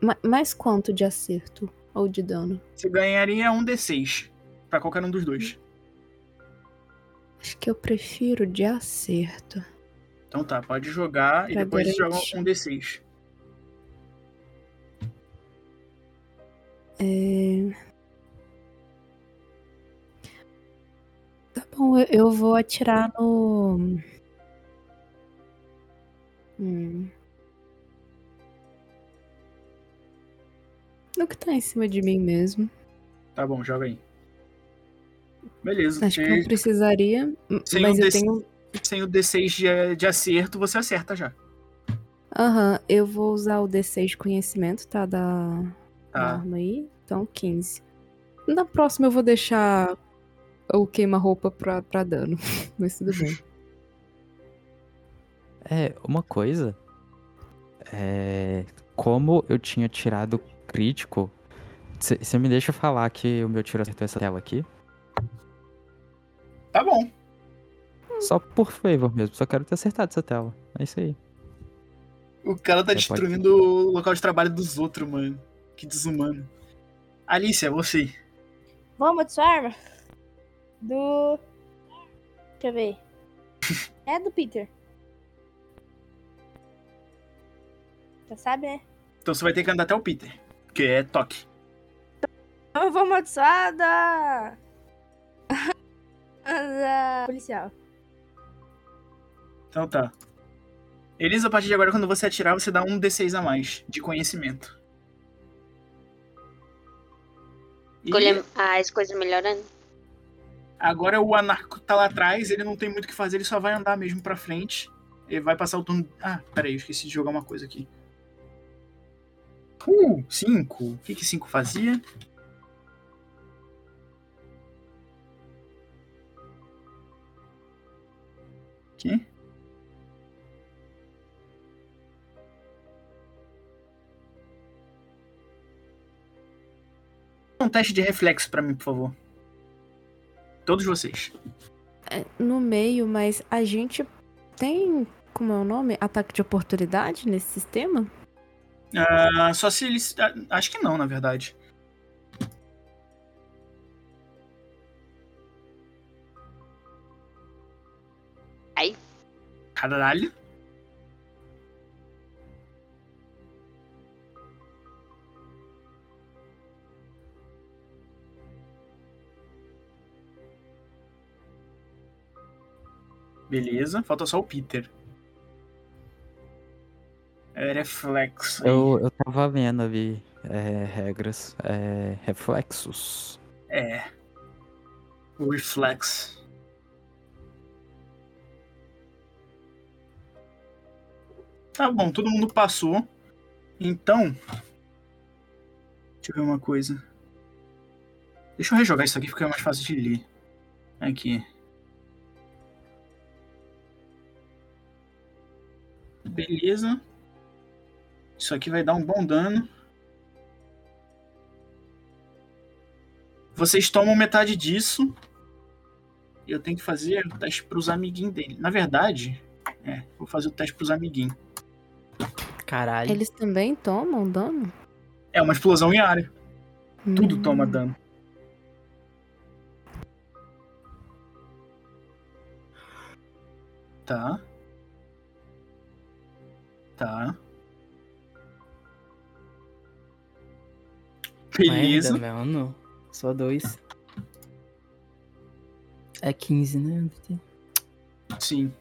Ma- mais quanto de acerto ou de dano?
Você ganharia um D6 pra qualquer um dos dois.
Acho que eu prefiro de acerto.
Então tá, pode jogar e
Pra
depois você joga
garantir.
um D6.
É... Tá bom, eu, eu vou atirar no. Hum. No que tá em cima de mim mesmo.
Tá bom, joga aí. Beleza.
Acho que
você-
não precisaria. m-
Sem
mas
um
eu
desse-
tenho.
Sem o D6 de, de acerto, você acerta já.
Aham, eu vou usar o D6 de conhecimento, tá? Da, da
Tá.
arma aí. Então, 15. Na próxima eu vou deixar o queima-roupa pra, pra dano. Mas tudo bem.
É, uma coisa. É. Como eu tinha tirado crítico. Você me deixa falar que o meu tiro acertou essa tela aqui?
Tá bom.
Só por favor mesmo, só quero ter acertado essa tela. É isso aí.
O cara tá
Você pode-
destruindo o local de trabalho dos outros, mano. Que desumano. Alice, é você.
Vamos de sua arma? Do. Deixa eu ver. É do Peter. Já sabe, né?
Então você vai ter que andar até o Peter. Que é toque.
Então eu vou amaldiçoar da. da policial.
Então tá. Elisa, a partir de agora, quando você atirar, você dá um D6 a mais de conhecimento. E
Escolha ah, as coisas melhorando.
agora o anarco tá lá atrás, ele não tem muito o que fazer, ele só vai andar mesmo pra frente. Ele vai passar o turno. Ah, peraí, eu esqueci de jogar uma coisa aqui. Uh, 5. O que que 5 fazia? Aqui. Um teste de reflexo pra mim, por favor. Todos vocês.
no meio, mas a gente tem, como é o nome? Ataque de oportunidade nesse sistema?
Ah, só se eles. ah, Acho que não, na verdade. Caralho. Beleza, falta só o Peter. É, reflexo. aí.
Eu, eu tava vendo ali é, regras, é, reflexos.
É. O reflexo. Tá bom, todo mundo passou. Então. Deixa eu ver uma coisa. Deixa eu rejogar isso aqui porque é mais fácil de ler. Aqui. Beleza. Isso aqui vai dar um bom dano. Vocês tomam metade disso. Eu tenho que fazer o teste pros amiguinhos dele. Na verdade, é, vou fazer o teste pros amiguinhos.
Caralho.
Eles também tomam dano?
É uma explosão em área. Tudo
Hum.
toma dano. Tá. Tá.
é
Beleza.
Merda, mano. Só dois. É 15, né?
Sim.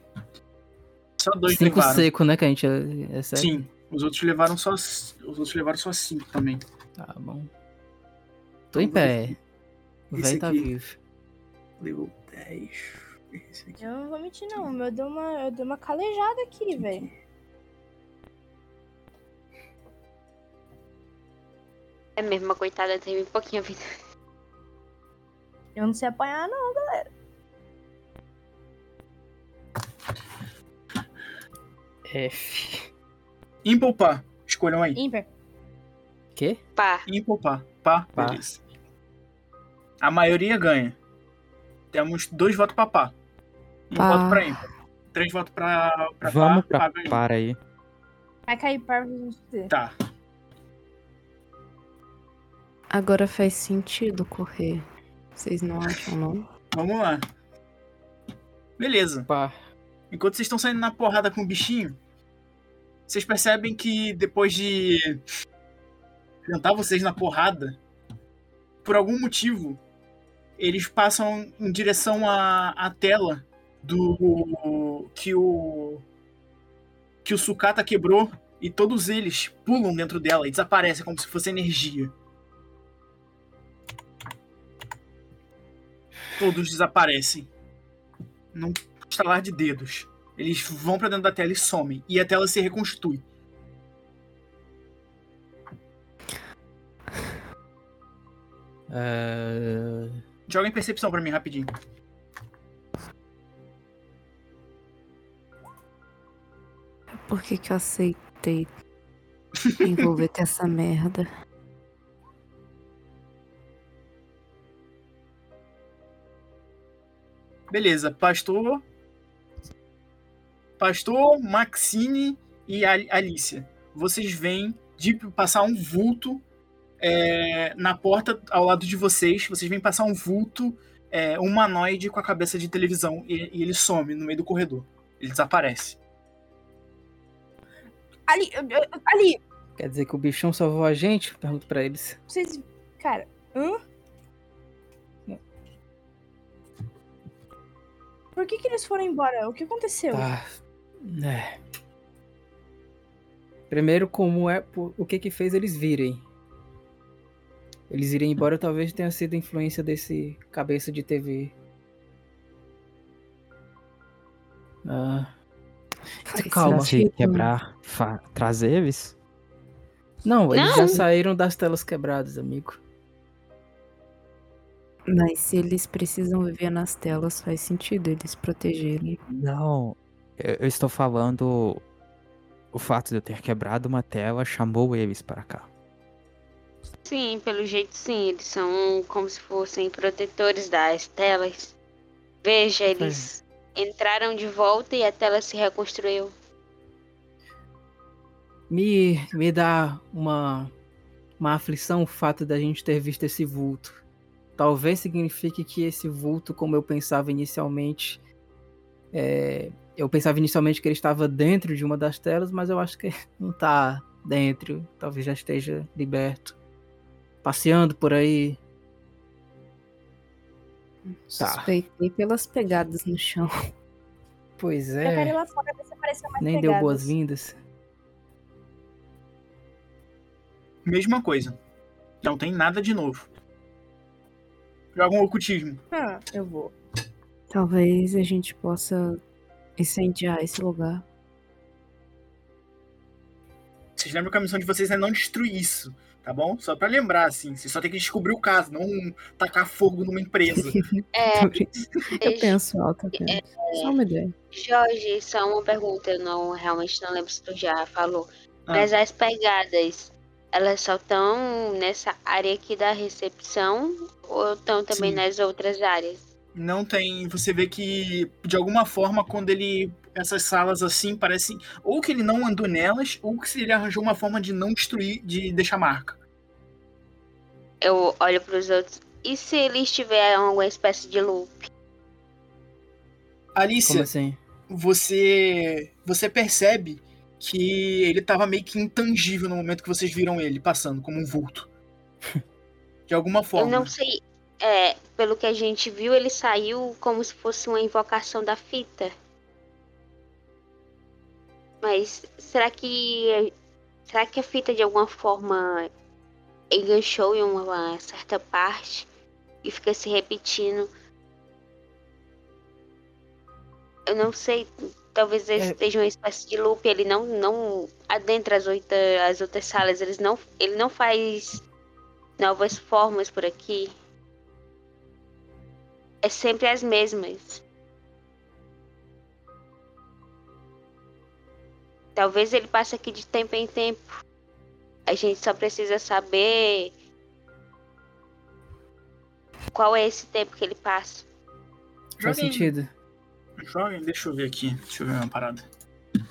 Só dois
Cinco
levaram.
seco, né? Que a gente é, é certo?
Sim. Os outros levaram só os outros levaram só cinco também.
Tá bom. Tô em pé. O
Então, Esse
velho tá
aqui.
vivo.
Levou 10. Esse aqui.
Eu não vou mentir, não. O meu deu uma, eu dei uma calejada aqui, velho.
É mesmo, a coitada teve um pouquinho a vida.
Eu não sei apanhar, não.
F.
Impulpar. Escolham aí.
Ímpar.
Quê?
Pá,
E poupar. Pá,
Pá.
beleza. A maioria ganha. Temos dois votos pra pá. Um
Pá.
voto pra ímpar. Três votos pra, pra
Vamos
pá.
pra
pá ganhou.
para aí.
Vai cair par pra gente ter.
Tá.
Agora faz sentido correr. Vocês não acham, não?
Vamos lá. Beleza.
Pá.
Enquanto vocês estão saindo na porrada com o bichinho, vocês percebem que depois de jantar vocês na porrada, por algum motivo, eles passam em direção à, à tela do que o que o sucata quebrou e todos eles pulam dentro dela e desaparecem como se fosse energia. Todos desaparecem. Não estalar de dedos. Eles vão pra dentro da tela e somem. E a tela se reconstitui.
Ah,
Joga em percepção pra mim rapidinho.
Por que, que eu aceitei me envolver com essa merda?
Beleza, pastor. Pastor, Maxine e Al- Alicia. Vocês vêm de passar um vulto é, na porta ao lado de vocês. Vocês vêm passar um vulto é, humanoide com a cabeça de televisão. E, e ele some no meio do corredor. Ele desaparece.
Ali, eu- eu- ali,
quer dizer que o bichão salvou a gente? Pergunto pra eles.
vocês. Cara, hã? Por que, que eles foram embora? O que aconteceu?
Tá. É. Primeiro, como é. po- O que que fez eles virem? Eles irem embora talvez tenha sido influência desse cabeça de TV. Ah.
Faz
Calma.
Se
sentido.
quebrar, fa- trazer eles?
Não, eles já
Não.
saíram das telas quebradas, amigo.
Mas se eles precisam viver nas telas, faz sentido eles protegerem.
Não, eu, eu estou falando. O fato de eu ter quebrado uma tela chamou eles para cá.
sim, pelo jeito sim. Eles são como se fossem protetores das telas. Veja, eles entraram de volta e a tela se reconstruiu.
Me, me dá uma, uma aflição o fato da gente ter visto esse vulto. Talvez signifique que esse vulto, como eu pensava inicialmente, é, Eu pensava inicialmente que ele estava dentro de uma das telas, mas eu acho que não tá dentro. Talvez já esteja liberto. Passeando por aí. Tá,
Suspeitei pelas pegadas no chão.
pois
Prepare
é.
lá fora, ver se apareceu mais
Nem deu
pegadas.
boas-vindas.
Mesma coisa. Não tem nada de novo. Joga um ocultismo.
Ah, eu vou.
Talvez a gente possa incendiar esse lugar.
Vocês lembram que a missão de vocês é não destruir isso, tá bom? Só pra lembrar, assim. Vocês só tem que descobrir o caso, não um tacar fogo numa empresa.
É,
Eu
beijo.
penso alto, eu penso. Só uma ideia.
Jorge, só uma pergunta, eu não realmente não lembro se tu já falou.
Ah.
Mas as pegadas, elas só estão nessa área aqui da recepção ou estão também
Sim.
nas outras áreas?
não tem. Você vê que, de alguma forma, quando ele. Essas salas assim parecem. Ou que ele não andou nelas, ou que ele arranjou uma forma de não destruir, de deixar marca.
Eu olho para os outros. E se eles tiverem alguma espécie de loop?
Alice,
Como assim?
você. Você percebe que ele tava meio que intangível no momento que vocês viram ele passando, como um vulto. De alguma
Eu
forma.
não sei. É, pelo que a gente viu, ele saiu como se fosse uma invocação da fita. Mas será que será que a fita de alguma forma enganchou em uma certa parte e fica se repetindo? Eu não sei. Talvez
É.
esse esteja uma espécie de loop. Ele não não adentra as, oita, as outras salas. Eles não ele não faz novas formas por aqui. É sempre as mesmas. Talvez ele passe aqui de tempo em tempo. A gente só precisa saber qual é esse tempo que ele passa.
Faz
Joguem-
sentido.
joguem, deixa eu ver aqui. Deixa eu ver uma parada.
Hum,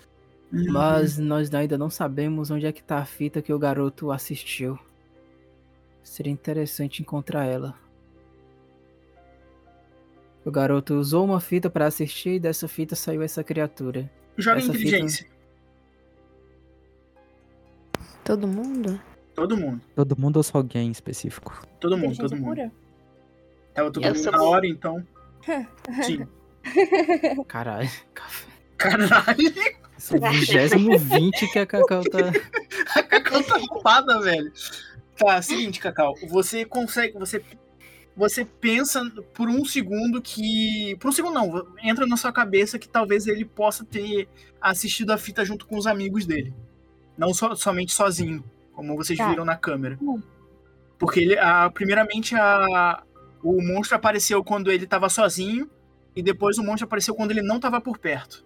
Hum,
Uhum.
Mas nós ainda não sabemos onde é que tá a fita que o garoto assistiu. Seria interessante encontrar ela. O garoto usou uma fita pra assistir e dessa fita saiu essa criatura.
Joga
essa fita-
inteligência.
Todo mundo?
Todo mundo.
Todo mundo ou só alguém específico?
Todo mundo,
Inteligência
todo mundo.
pura?
Tava todo
Eu
mundo
sou
na
boa.
hora, então. Sim.
Caralho, café.
Caralho,
Sou o vigésimo vinte que a Cacau tá.
a Cacau tá roubada, velho. Tá, seguinte, Cacau. Você consegue. Você, você pensa por um segundo que. Por um segundo, não. Entra na sua cabeça que talvez ele possa ter assistido a fita junto com os amigos dele. Não so- somente sozinho, como vocês
Tá.
viram na câmera.
Hum.
Porque ele. a- primeiramente, a, o monstro apareceu quando ele tava sozinho. E depois o monstro apareceu quando ele não tava por perto.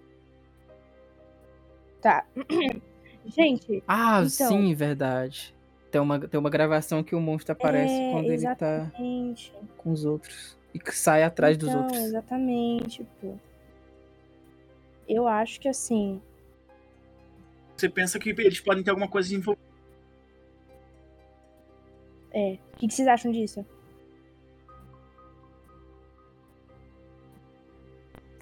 Tá. Gente,
Ah,
Então.
sim, verdade. Tem uma, tem uma gravação que o monstro aparece
é,
quando ele tá
exatamente.
com os outros. E que sai atrás dos
Então,
outros.
Exatamente, pô. Eu acho que assim.
Você pensa que eles podem ter alguma coisa envolvida.
É. O que, que vocês acham disso?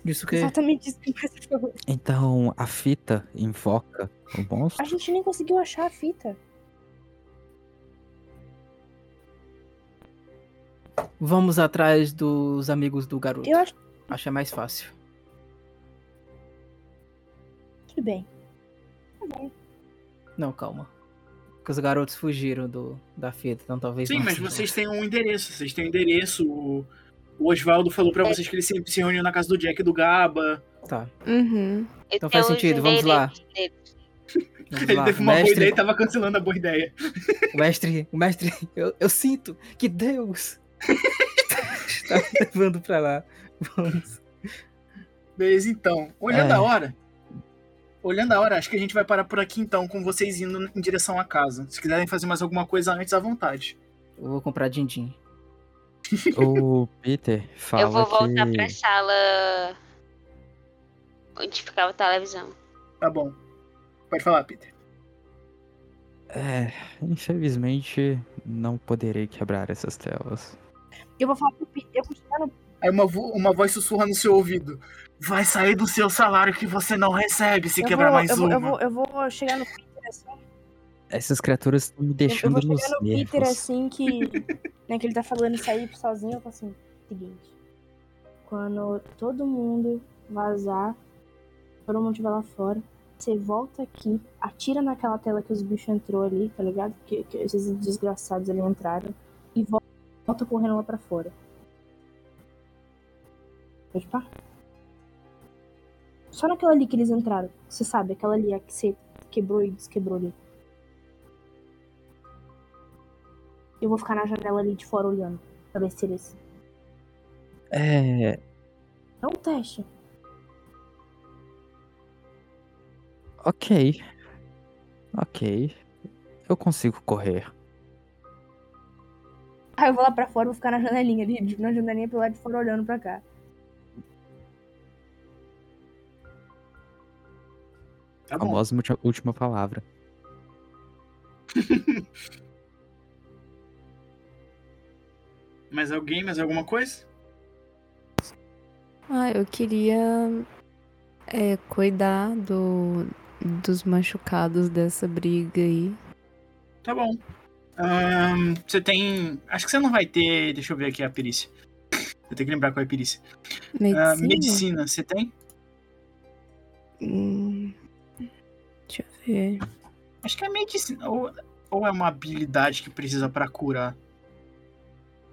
Disso que.
Exatamente isso que mais eu tô-
Então a fita invoca o
A
monstro?
gente nem conseguiu achar a fita.
Vamos atrás dos amigos do garoto.
Eu acho.
Acho é mais fácil.
Tudo bem.
Não, calma. Porque os garotos fugiram do, da fita, então talvez.
Sim,
não
mas
seja.
vocês têm um endereço. Vocês têm um endereço. O o Oswaldo falou pra vocês que ele sempre se reuniu na casa do Jack e do Gaba.
Tá.
Uhum.
Eu
Então faz
tenho um os
sentido, vamos lá.
endereços dele.
Vamos
Ele
lá.
teve
O
uma boa ideia
mestre,
e tava cancelando a boa ideia.
o mestre, o mestre, eu, eu sinto que Deus está me levando pra lá. Vamos.
Beleza, então. Olhando
É.
a hora. Olhando a hora, acho que a gente vai parar por aqui então, com vocês indo em direção à casa. Se quiserem fazer mais alguma coisa antes, à vontade.
Eu vou comprar din-din.
O Peter fala
Eu vou voltar
que...
pra sala onde ficava a televisão.
Tá bom. Pode falar, Peter.
É, infelizmente não poderei quebrar essas telas.
Eu vou falar pro Peter. Eu vou chegar no
Aí uma, vo- uma voz sussurra no seu ouvido. Vai sair do seu salário que você não recebe se
eu
quebrar
vou,
mais
eu,
uma.
vou, eu, vou, eu vou chegar no Peter assim.
Essas criaturas estão me
Eu, eu
deixando
vou
nos
chegar no Peter
nervos.
assim que. né, que ele tá falando isso aí sozinho, eu falo assim, seguinte. Quando todo mundo vazar, todo mundo estiver lá fora, você volta aqui, atira naquela tela que os bichos entrou ali, tá ligado? Que, que esses desgraçados ali entraram. E vol- volta correndo lá pra fora. Pode pá? Só naquela ali que eles entraram. Você sabe, aquela ali, a que você quebrou e desquebrou ali. Eu vou ficar na janela ali de fora olhando. Pra ver se eles.
É,
É um teste.
ok. Ok. Eu consigo correr.
Aí eu vou lá pra fora, vou ficar na janelinha ali, de- na janelinha pelo lado de fora olhando pra cá. É
Tá bom.
Famosa ulti- última palavra.
Mas alguém, mais alguma coisa?
Ah, eu queria é, cuidar do, dos machucados dessa briga aí.
Tá bom. Ahn, você tem. Acho que você não vai ter. Deixa eu ver aqui a perícia. Eu tenho que lembrar qual é a perícia.
Medicina?
Ah, medicina, você tem?
Hum, deixa eu ver.
Acho que é medicina. Ou, ou é uma habilidade que precisa pra curar.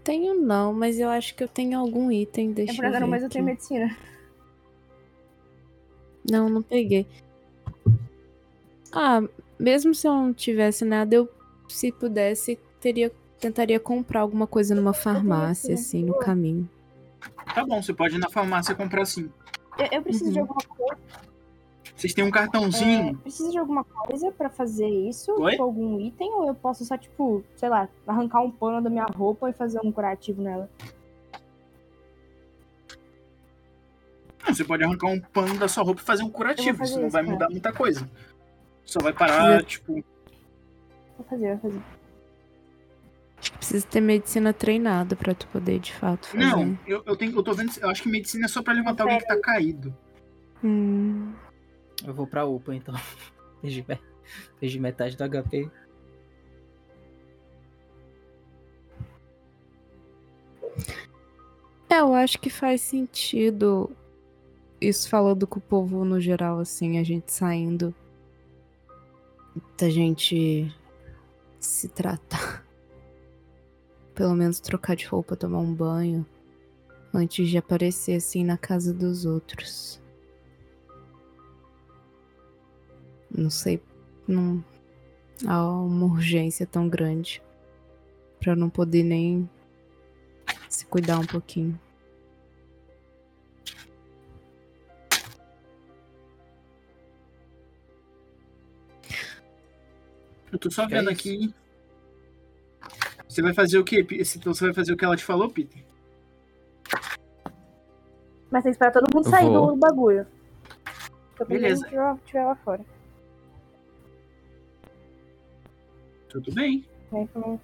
Tenho não, mas eu acho que eu tenho algum item. Deixa
É
eu
pra
ver
não, mas eu tenho
aqui.
medicina.
Não, não peguei. Ah, mesmo se eu não tivesse nada, eu, se pudesse, teria, tentaria comprar alguma coisa numa farmácia,
medicina.
assim, no caminho.
Tá bom, você pode ir na farmácia comprar sim.
Eu, eu preciso de alguma coisa.
Vocês têm um
É,
cartãozinho?
preciso de alguma coisa pra fazer isso?
Oi?
Tipo, algum item? Ou eu posso só, tipo, sei lá, arrancar um pano da minha roupa e fazer um curativo nela?
Não, Você pode arrancar um pano da sua roupa e fazer um curativo.
fazer
isso não
isso,
vai
cara.
mudar muita coisa. Só vai parar, tipo.
Vou fazer, vou fazer.
Acho que precisa ter medicina treinada pra tu poder, de fato, fazer.
Não, eu, eu, tenho, eu tô vendo. Eu acho que medicina é só pra levantar alguém que tá caído.
Hum,
Eu vou pra UPA então. Perdi, me- perdi metade do HP.
É, eu acho que faz sentido isso falando com o povo no geral, assim, a gente saindo. Da gente se tratar. Pelo menos trocar de roupa, tomar um banho. Antes de aparecer, assim, na casa dos outros. Não sei. Não há uma urgência tão grande. Pra não poder nem se cuidar um pouquinho.
Eu tô só
Que é
vendo
isso?
aqui. Você vai fazer o quê? Pi- esse- Então você vai fazer o que ela te falou, Peter?
Mas tem que esperar todo mundo
Eu
sair do,
vou.
do bagulho. Porque
Beleza.
Eu tiver lá fora.
Tudo bem.
Né? Então,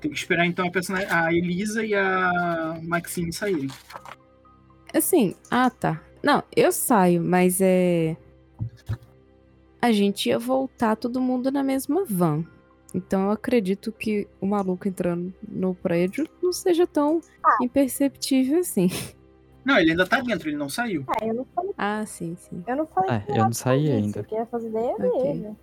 Tem que esperar então a, personagem, a Elisa e a Maxine saírem.
Assim, ah tá. Não, eu saio, mas é. A gente ia voltar todo mundo na mesma van. Então eu acredito que o maluco entrando no prédio não seja tão imperceptível assim.
Não, ele ainda tá dentro, ele não saiu.
ah, eu não falei,
Ah, sim, sim.
eu não falei
É,
com
eu
ela
não saí
disso,
ainda.
Quem ia fazer ideia é
Ok.
dele.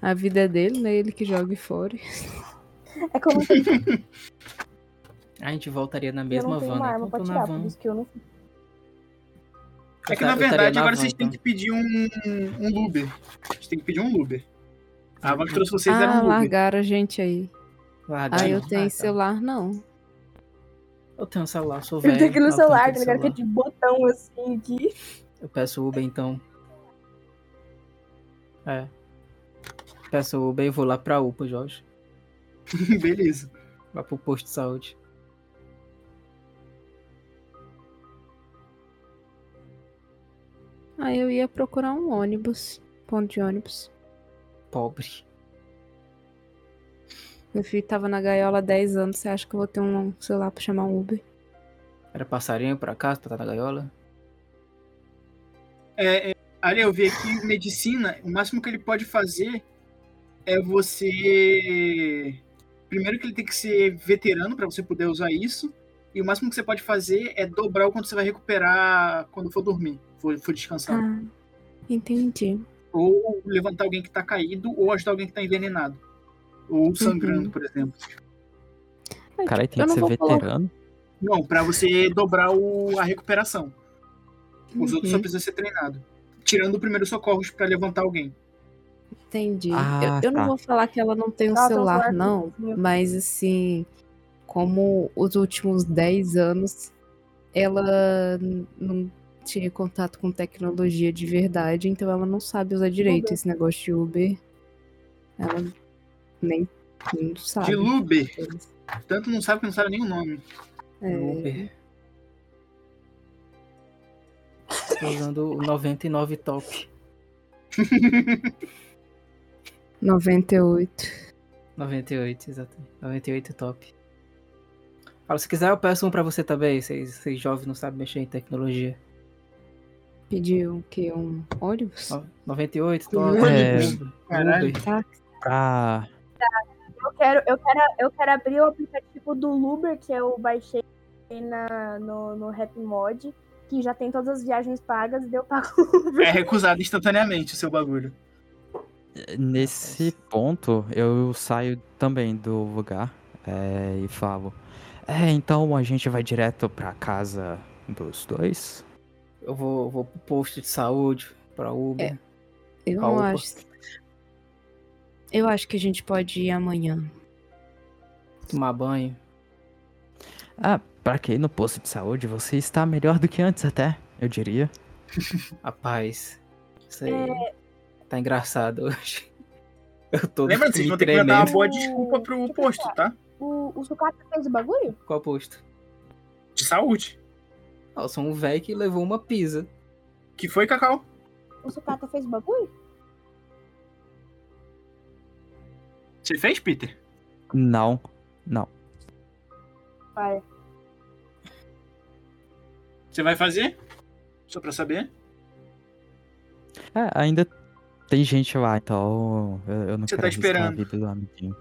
A vida é dele, né? Ele que joga e fora.
É como se eu
A gente voltaria na
não
mesma
tenho
van,
uma
né?
arma
Então
pra
tô na
tirar, por
van.
isso que eu não fiz.
É que
Eu
na
ta- eu estaria
verdade
na
agora
van,
vocês têm
então.
que pedir um, um Uber. Vocês têm que pedir um Uber. A
Hum.
van que trouxe vocês era
ah,
um Uber.
largaram a gente aí.
Largar,
Ah, eu
não.
tenho
tá.
celular, não.
Eu tenho um celular, sou velho.
Eu tenho aqui no
aponto
celular,
o
tá ligado? Que é
celular.
de botão assim aqui.
Eu peço Uber então. É. Peço Uber e vou lá pra UPA, Jorge.
Beleza.
Lá pro posto de saúde.
Aí eu ia procurar um ônibus, ponto de ônibus.
Pobre.
Meu filho tava na gaiola há 10 anos, você acha que eu vou ter um, sei lá, pra chamar um Uber?
Era passarinho pra cá, pra tá na gaiola?
É, é, ali eu vi aqui medicina, o máximo que ele pode fazer é você. Primeiro que ele tem que ser veterano para você poder usar isso. E o máximo que você pode fazer é dobrar o quanto você vai recuperar quando for dormir, for, for descansar.
Ah, entendi.
Ou levantar alguém que tá caído, ou ajudar alguém que tá envenenado.
Uhum.
Ou sangrando, por exemplo.
É,
Caralho, tem
tipo, eu
que
não
ser
vou colocar-
veterano?
Não, para você dobrar o- a recuperação. Os outros só
Uhum,
precisam ser treinados. Tirando o primeiro socorro para levantar alguém.
Uhum, Entendi.
Ah,
eu
tá.
eu não vou falar que ela não tem um
Ela tem um
celular,
celular
não.
comigo.
Mas assim, como os últimos 10 anos ela n- não tinha contato com tecnologia de verdade, então ela não sabe usar direito
Uber.
esse negócio de Uber. Ela nem não sabe.
De Luber. Tanto não sabe que não sabe nem o nome.
É,
Uber. Tô usando o 99 top.
98.
98, exatamente. 98 top. Fala, se quiser eu peço um pra você também. Vocês, vocês jovens não sabem mexer em tecnologia.
Pediu o quê? Um ônibus?
No- 98 top.
Ônibus.
Uber.
Caralho.
Uber.
Tá.
Pra
Eu quero, eu, quero, eu quero abrir o aplicativo do Uber, que eu baixei na, no, no Happy Mod, que já tem todas as viagens pagas, e deu pago o Uber.
É recusado instantaneamente o seu bagulho.
Nesse ponto, eu saio também do lugar é, e falo: É, então a gente vai direto pra casa dos dois?
Eu vou, vou pro posto de saúde, pra Uber.
Eu
Ah,
não
opa.
acho. Eu acho que a gente pode ir amanhã.
Tomar banho.
Ah, pra quem no posto de saúde, você está melhor do que antes, até, eu diria.
Rapaz, isso aí tá engraçado hoje. Eu tô
Lembra, vocês vão ter que
tremendo.
inventar uma boa desculpa pro posto, tá?
O, o Sucata fez o bagulho?
Qual posto?
De saúde.
Ah, eu sou um velho que levou uma pizza.
Que foi, Cacau?
O Sucata fez o bagulho?
Você fez, Peter?
Não, não.
Vai.
Você vai fazer? Só pra saber.
É, ainda tem gente lá, então eu, eu não
Você
quero
tá
arriscar
esperando. Então,
a vida do amiguinho.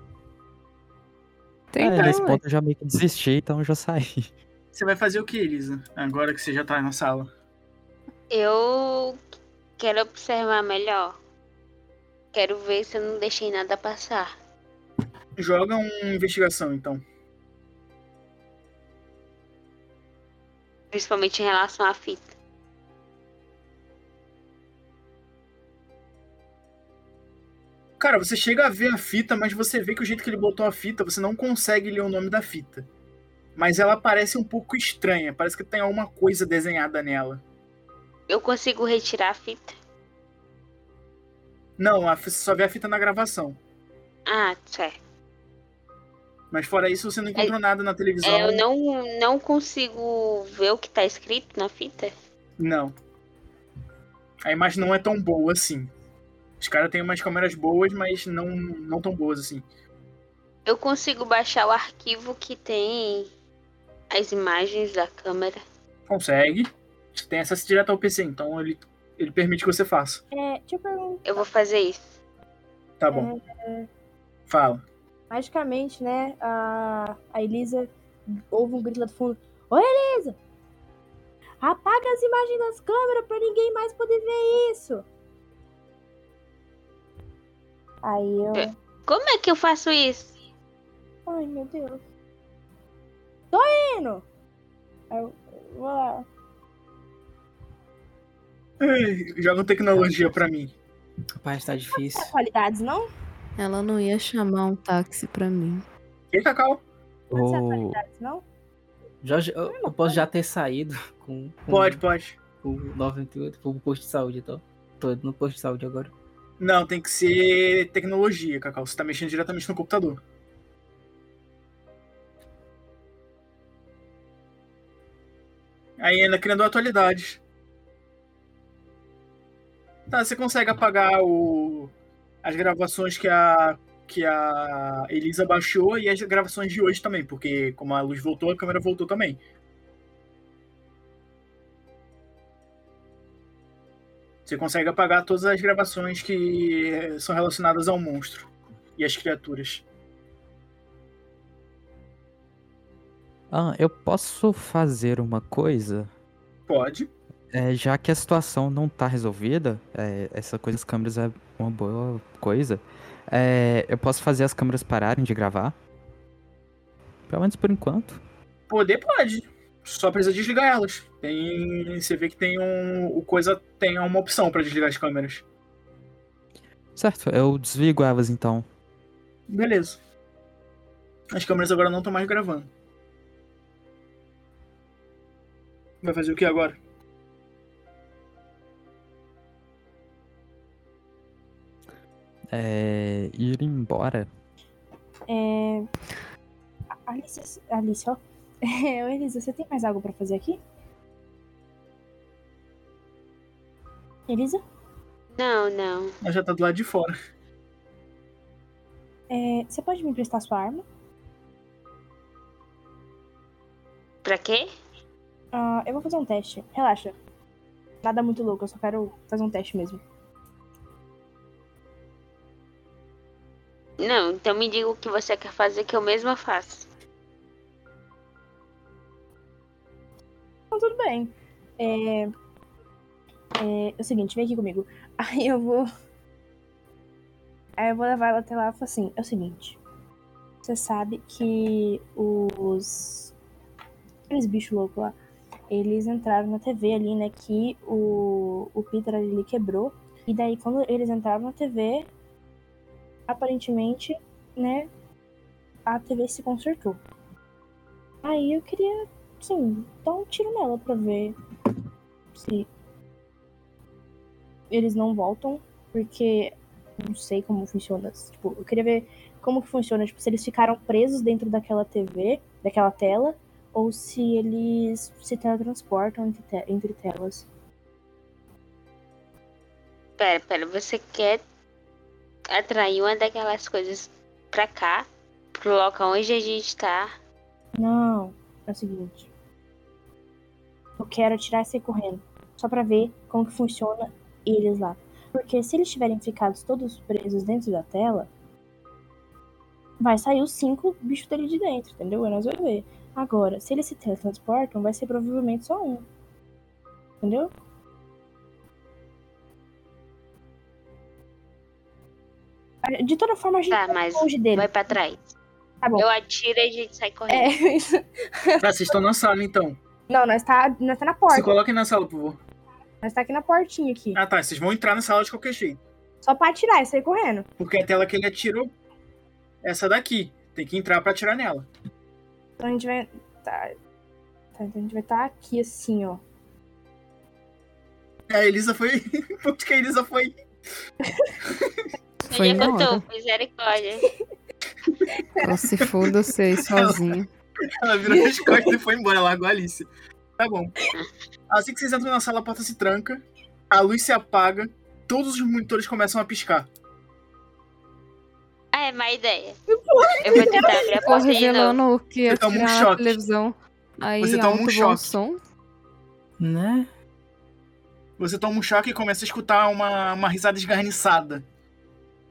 Tem
é, nesse
ué.
ponto eu já meio que desisti, então eu já saí.
Você vai fazer o que, Elisa? Agora que você já tá na sala.
Eu quero observar melhor. Quero ver se eu não deixei nada passar.
Joga uma investigação, então.
Principalmente em relação à fita.
Cara, você chega a ver a fita, mas você vê que o jeito que ele botou a fita, você não consegue ler o nome da fita. Mas ela parece um pouco estranha. Parece que tem alguma coisa desenhada nela.
Eu consigo retirar a fita?
Não, a fi- você só vê a fita na gravação.
Ah, certo.
Mas fora isso, você não encontrou nada na televisão.
É, eu não, não consigo ver o que tá escrito na fita?
Não. A imagem não é tão boa assim. Os caras têm umas câmeras boas, mas não, não tão boas assim.
Eu consigo baixar o arquivo que tem as imagens da câmera.
Consegue. Você tem acesso direto ao PC, então ele, ele permite que você faça.
É, deixa eu perguntar.
Eu vou fazer isso.
Tá bom. Fala.
Magicamente, né? A, a Elisa ouve um grito lá do fundo. Oi, Elisa! Apaga as imagens das câmeras pra ninguém mais poder ver isso! Aí eu.
Como é que eu faço isso?
Ai, meu Deus. Tô indo! Aí eu vou lá.
Ai, Joga um tecnologia pra mim.
Rapaz, tá difícil.
Qualidades, não?
Ela não ia chamar um táxi pra mim.
E Cacau?
Pode ser
Ou
atualidades, não?
Já, já- eu, eu posso já ter saído com, com
Pode, pode.
o 98 pro posto de saúde, então. Tô indo no posto de saúde agora.
Não, tem que ser tecnologia, Cacau. Você tá mexendo diretamente no computador. Aí ainda criando atualidades. Tá, você consegue apagar o... as gravações que a... que a Elisa baixou e as gravações de hoje também, porque como a luz voltou, a câmera voltou também. Você consegue apagar todas as gravações que são relacionadas ao monstro e às criaturas.
Ah, eu posso fazer uma coisa?
Pode.
É, já que a situação não tá resolvida, é, essa coisa das câmeras é uma boa coisa. é, eu posso fazer as câmeras pararem de gravar? Pelo menos por enquanto.
Poder pode. Só precisa desligar elas. Tem, você vê que tem um, o coisa tem uma opção pra desligar as câmeras.
Certo, eu desligo elas então.
Beleza. As câmeras agora não estão mais gravando. Vai fazer o que agora?
É, ir embora.
É... a- Alice, Alice, ó. É, Ô, Elisa, você tem mais algo pra fazer aqui? Elisa?
Não, não.
Ela já tá do lado de fora.
É, você pode me emprestar sua arma?
Pra quê?
Ah, eu vou fazer um teste. Relaxa. Nada muito louco, eu só quero fazer um teste mesmo.
Não, então me diga o que você quer fazer que eu mesma faço.
Então, tudo bem. É... É, é o seguinte, vem aqui comigo. Aí eu vou. Aí eu vou levar ela até lá e falar assim: é o seguinte. Você sabe que os. Aqueles bichos loucos lá. Eles entraram na TV ali, né? Que o, o Peter ali quebrou. E daí, quando eles entraram na TV, aparentemente, né? A TV se consertou. Aí eu queria Sim, dá um tiro nela pra ver se eles não voltam, porque não sei como funciona. Tipo, eu queria ver como que funciona, tipo, se eles ficaram presos dentro daquela TV, daquela tela, ou se eles se teletransportam entre, te- entre telas.
Pera, pera, você quer atrair uma daquelas coisas pra cá, pro local onde a gente tá?
Não, é o seguinte. Eu quero atirar e sair correndo. Só pra ver como que funciona eles lá. Porque se eles tiverem ficados todos presos dentro da tela, vai sair os cinco bichos dele de dentro, entendeu? E nós vamos ver. Agora, se eles se teletransportam, vai ser provavelmente só um. Entendeu? De toda forma, a gente
Tá,
tá
mas
longe dele.
Vai pra trás.
Tá bom.
Eu atiro e a gente sai correndo.
É, isso.
Ah, vocês estão na sala então.
Não, nós tá, nós tá na
Se
porta.
coloquem na sala, por favor.
Nós tá aqui na portinha aqui.
Ah, tá. Vocês vão entrar na sala de qualquer jeito.
Só pra atirar e sair correndo.
Porque a tela que ele atirou é essa daqui. Tem que entrar pra atirar nela.
Então a gente vai. Tá. Tá, então a gente vai estar aqui assim, ó.
A Elisa foi. Onde que a Elisa foi?
Onde
Foi
é que
na
eu
hora.
tô? Misericórdia.
Ela se for vocês sozinha.
Ela virou as costas e foi embora, largou a Alice. Tá bom. Assim que vocês entram na sala, a porta se tranca, a luz se apaga, todos os monitores começam a piscar.
Ah, é má ideia. Eu vou tentar abrir a
Ficou
porta de novo.
revelando o que ia
Você toma um
tirar na
choque.
televisão. Aí
Você toma um
alto bom
choque.
som.
Né?
Você toma um choque e começa a escutar uma, uma risada esgarniçada.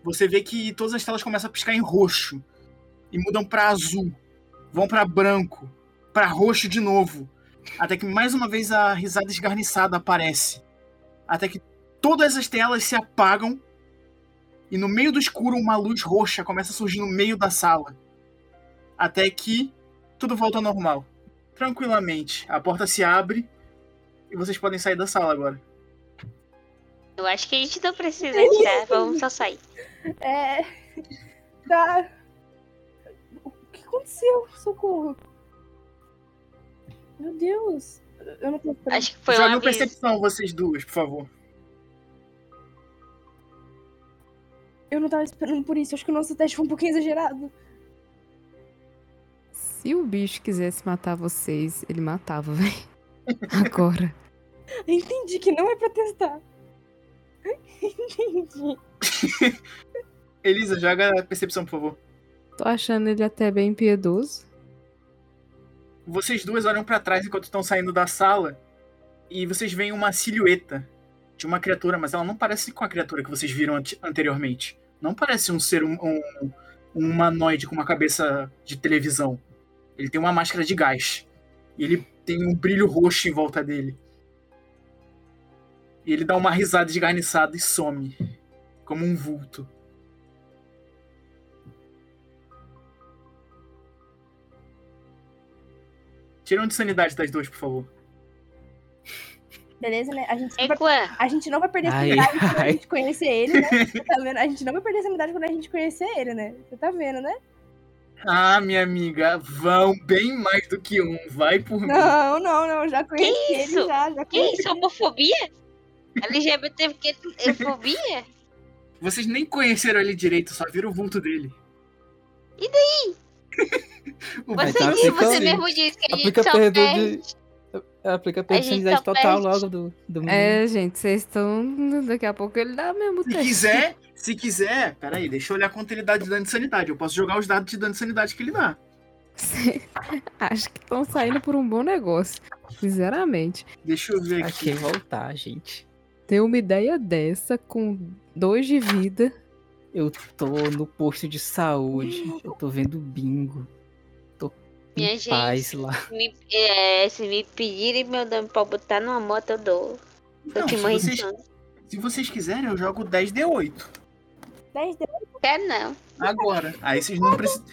Você vê que todas as telas começam a piscar em roxo e mudam pra azul, vão pra branco, pra roxo de novo, até que mais uma vez a risada esgarniçada aparece. Até que todas as telas se apagam e no meio do escuro uma luz roxa começa a surgir no meio da sala. Até que tudo volta ao normal. Tranquilamente, a porta se abre e vocês podem sair da sala agora.
Eu acho que a gente não precisa atirar. Vamos só sair.
É. Tá. O que aconteceu? Socorro. Meu Deus. Eu não tô esperando.
Acho que foi um
Joga
aviso.
percepção, vocês duas, por favor.
Eu não tava esperando por isso. Acho que o nosso teste foi um pouquinho exagerado.
Se o bicho quisesse matar vocês, ele matava, velho. Agora.
Eu entendi que não é pra testar. Entendi.
Elisa, joga a percepção, por favor.
Tô achando ele até bem piedoso.
Vocês duas olham pra trás enquanto estão saindo da sala e vocês veem uma silhueta de uma criatura, mas ela não parece com a criatura que vocês viram ante- anteriormente. Não parece um ser um, um, um humanoide com uma cabeça de televisão. Ele tem uma máscara de gás. E ele tem um brilho roxo em volta dele. E ele dá uma risada desgarniçada e some. Como um vulto. Tira um de sanidade das duas, por favor.
Beleza, né? A gente, sempre vai-
Equan,
a gente não vai perder essa
Ai,
amizade quando a
ai.
gente conhecer ele, né? Você tá vendo? A gente não vai perder essa amizade quando a gente conhecer ele, né? Você tá vendo, né?
Ah, minha amiga, vão bem mais do que um. Vai por mim.
Ah.
Não, não, não. Já conheci
isso?
ele, já. já
que
conheci
isso? Homofobia? é LGBTQ-fobia?
Vocês nem conheceram ele direito, só viram o vulto dele.
E
daí? o
Mas
Você,
tá
disse-
aplicando-
você mesmo disse que a gente
Aplica
só
perdão
perde.
de. Aplica
A gente
perdicidade
só
total
perde.
logo do, do
Uhum.
mundo.
É, gente, vocês estão. Daqui a pouco ele dá mesmo
Se
teste.
quiser, se quiser, peraí, deixa eu olhar quanto ele dá de dano de sanidade. Eu posso jogar os dados de dano de sanidade que ele dá.
Acho que estão saindo por um bom negócio. Sinceramente.
Deixa eu ver
Pra
aqui.
que voltar, gente?
Ter uma ideia dessa com dois de vida.
Eu tô no posto de saúde. Eu tô vendo bingo. Tô
Minha
em paz
gente.
lá.
Me- é, se me pedirem meu nome pra botar numa moto, eu dou. Tô
Não,
te então.
se, vocês,
morrendo.
se vocês quiserem, eu jogo 10d8.
10 de-
Quero não.
Agora. Aí vocês não precisam.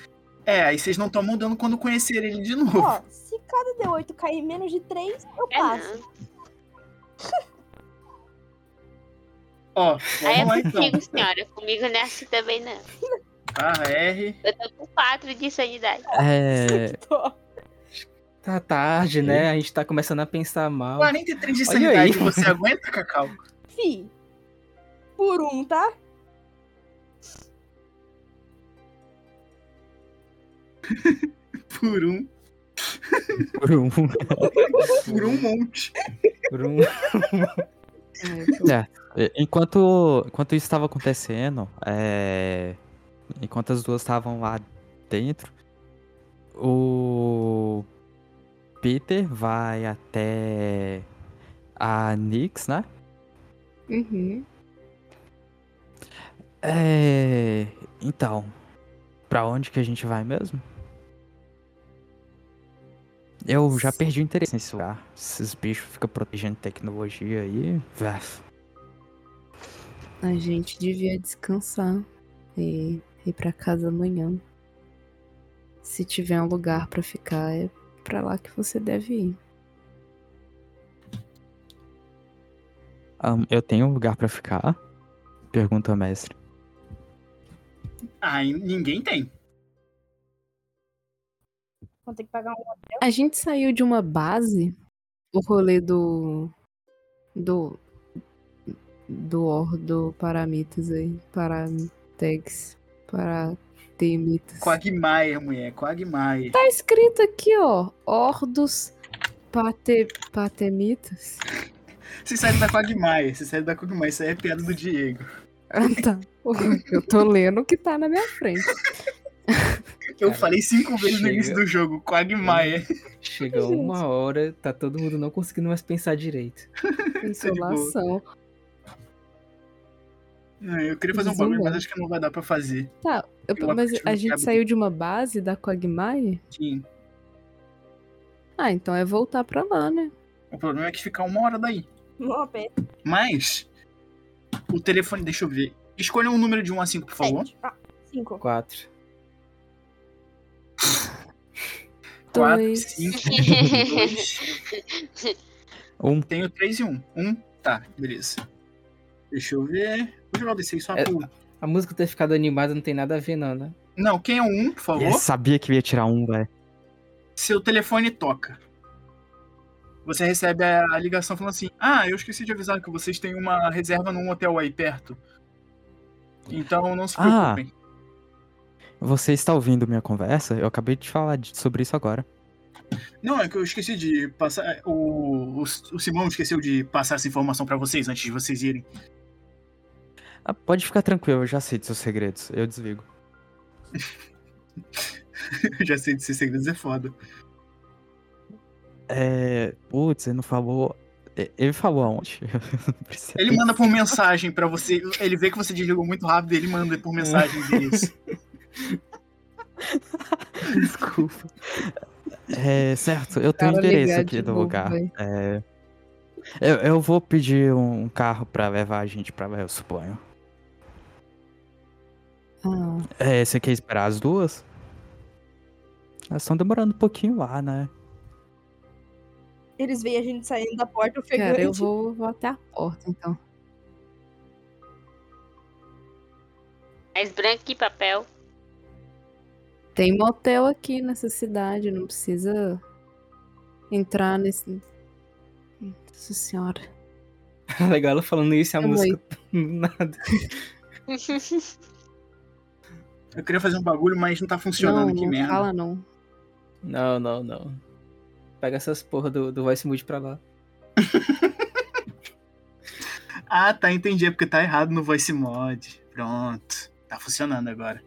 É, aí vocês não tomam dano quando conhecerem ele de novo.
Ó, se cada D8 cair menos de 3, eu
Quero
passo.
É não.
Ó,
Aí é
vamos lá então.
comigo, senhora. Comigo não é assim também, não.
Tá, R.
Eu tô com 4 de sanidade.
É,
Tô.
Tá tarde, né? A gente tá começando a pensar mal.
43 de
Olha
sanidade,
aí.
você aguenta, Cacau?
Fi. Por um, tá?
Por um,
por um.
por um monte.
Por um...
É, Enquanto, enquanto isso estava acontecendo, é, enquanto as duas estavam lá dentro, o Peter vai até a Nix, né?
Uhum.
É, então, pra onde que a gente vai mesmo? Eu já perdi o interesse nesse lugar. Esses bichos ficam protegendo tecnologia aí. Vaf.
A gente devia descansar e ir pra casa amanhã. Se tiver um lugar pra ficar, é pra lá que você deve ir.
Ahn, eu tenho um lugar pra ficar? Pergunta o mestre.
Ah, e ninguém tem.
Vou ter que pagar um.
A gente saiu de uma base, o rolê do. do. do Ordo Paramitas aí. Paratex. Paratemitas.
é? Quagmire, mulher, Quagmire.
Tá escrito aqui, ó. Ordos pate, Patemitas.
Você sai da Quagmire, você sai da Quagmire, isso aí é piada do Diego.
Ah, tá. Eu tô lendo o que tá na minha frente.
Eu
Cara,
falei cinco vezes no
chega.
início do jogo, Quagmire.
Chega uma hora, tá todo mundo não conseguindo mais pensar direito.
Tá
Insolação.
É, Eu queria fazer um bagulho,
Zoom,
mas
né?
acho que não vai dar pra fazer.
Tá, eu-
Eu
mas
acho
a
que é
gente saiu de uma base da Quagmire?
Sim.
Ah, então é voltar pra lá, né?
O problema é que ficar uma hora daí.
Não, pera.
Mas, o telefone, deixa eu ver. Escolha um número de 1 a 5, por favor.
um?
Sete. Ah, cinco.
Quatro.
4,
Dois.
5, 2.
Um
Tenho 3 e 1. 1, tá, beleza. Deixa eu ver. Vou jogar o D6 só
É-
por. um.
A música ter ficado animada não tem nada a ver, não, né?
Não, quem é o 1, por favor?
Eu sabia que eu ia tirar um, velho.
Seu telefone toca. Você recebe a ligação falando assim: Ah, eu esqueci de avisar que vocês têm uma reserva num hotel aí perto. Então não se
Ah.
preocupem.
Você está ouvindo minha conversa? Eu acabei de falar de- sobre isso agora.
Não, é que eu esqueci de é, passar. O, o, o Simão esqueceu de passar essa informação pra vocês antes de vocês irem.
Ah, pode ficar tranquilo, eu já sei de seus segredos. Eu desligo.
Eu já sei desses segredos, é foda.
É. Putz, ele não falou. e- Ele falou aonde? Eu não percebi.
Ele manda por mensagem pra você. Ele vê que você desligou muito rápido, ele manda por mensagem isso.
Desculpa. É, certo, eu tenho o
Cara,
endereço
ligar
aqui
de
do
novo,
lugar.
véi.
É, eu, eu vou pedir um carro pra levar a gente pra lá, eu suponho.
Ah,
É, você quer esperar as duas? Elas estão demorando um pouquinho lá, né?
Eles veem a gente saindo da porta ofegante.
cara, eu vou, vou até a porta, então.
Mais branco que papel.
Tem motel aqui nessa cidade, não precisa entrar nesse. Nossa senhora.
Legal ela falando isso e a
Tá bom.
música nada.
Eu queria fazer um bagulho, mas não tá funcionando,
não,
que
não
merda.
fala não.
Não, não, não. Pega essas porra do, do voice mood pra lá.
Ah, tá, entendi. É porque tá errado no voice mod. Pronto. Tá funcionando agora.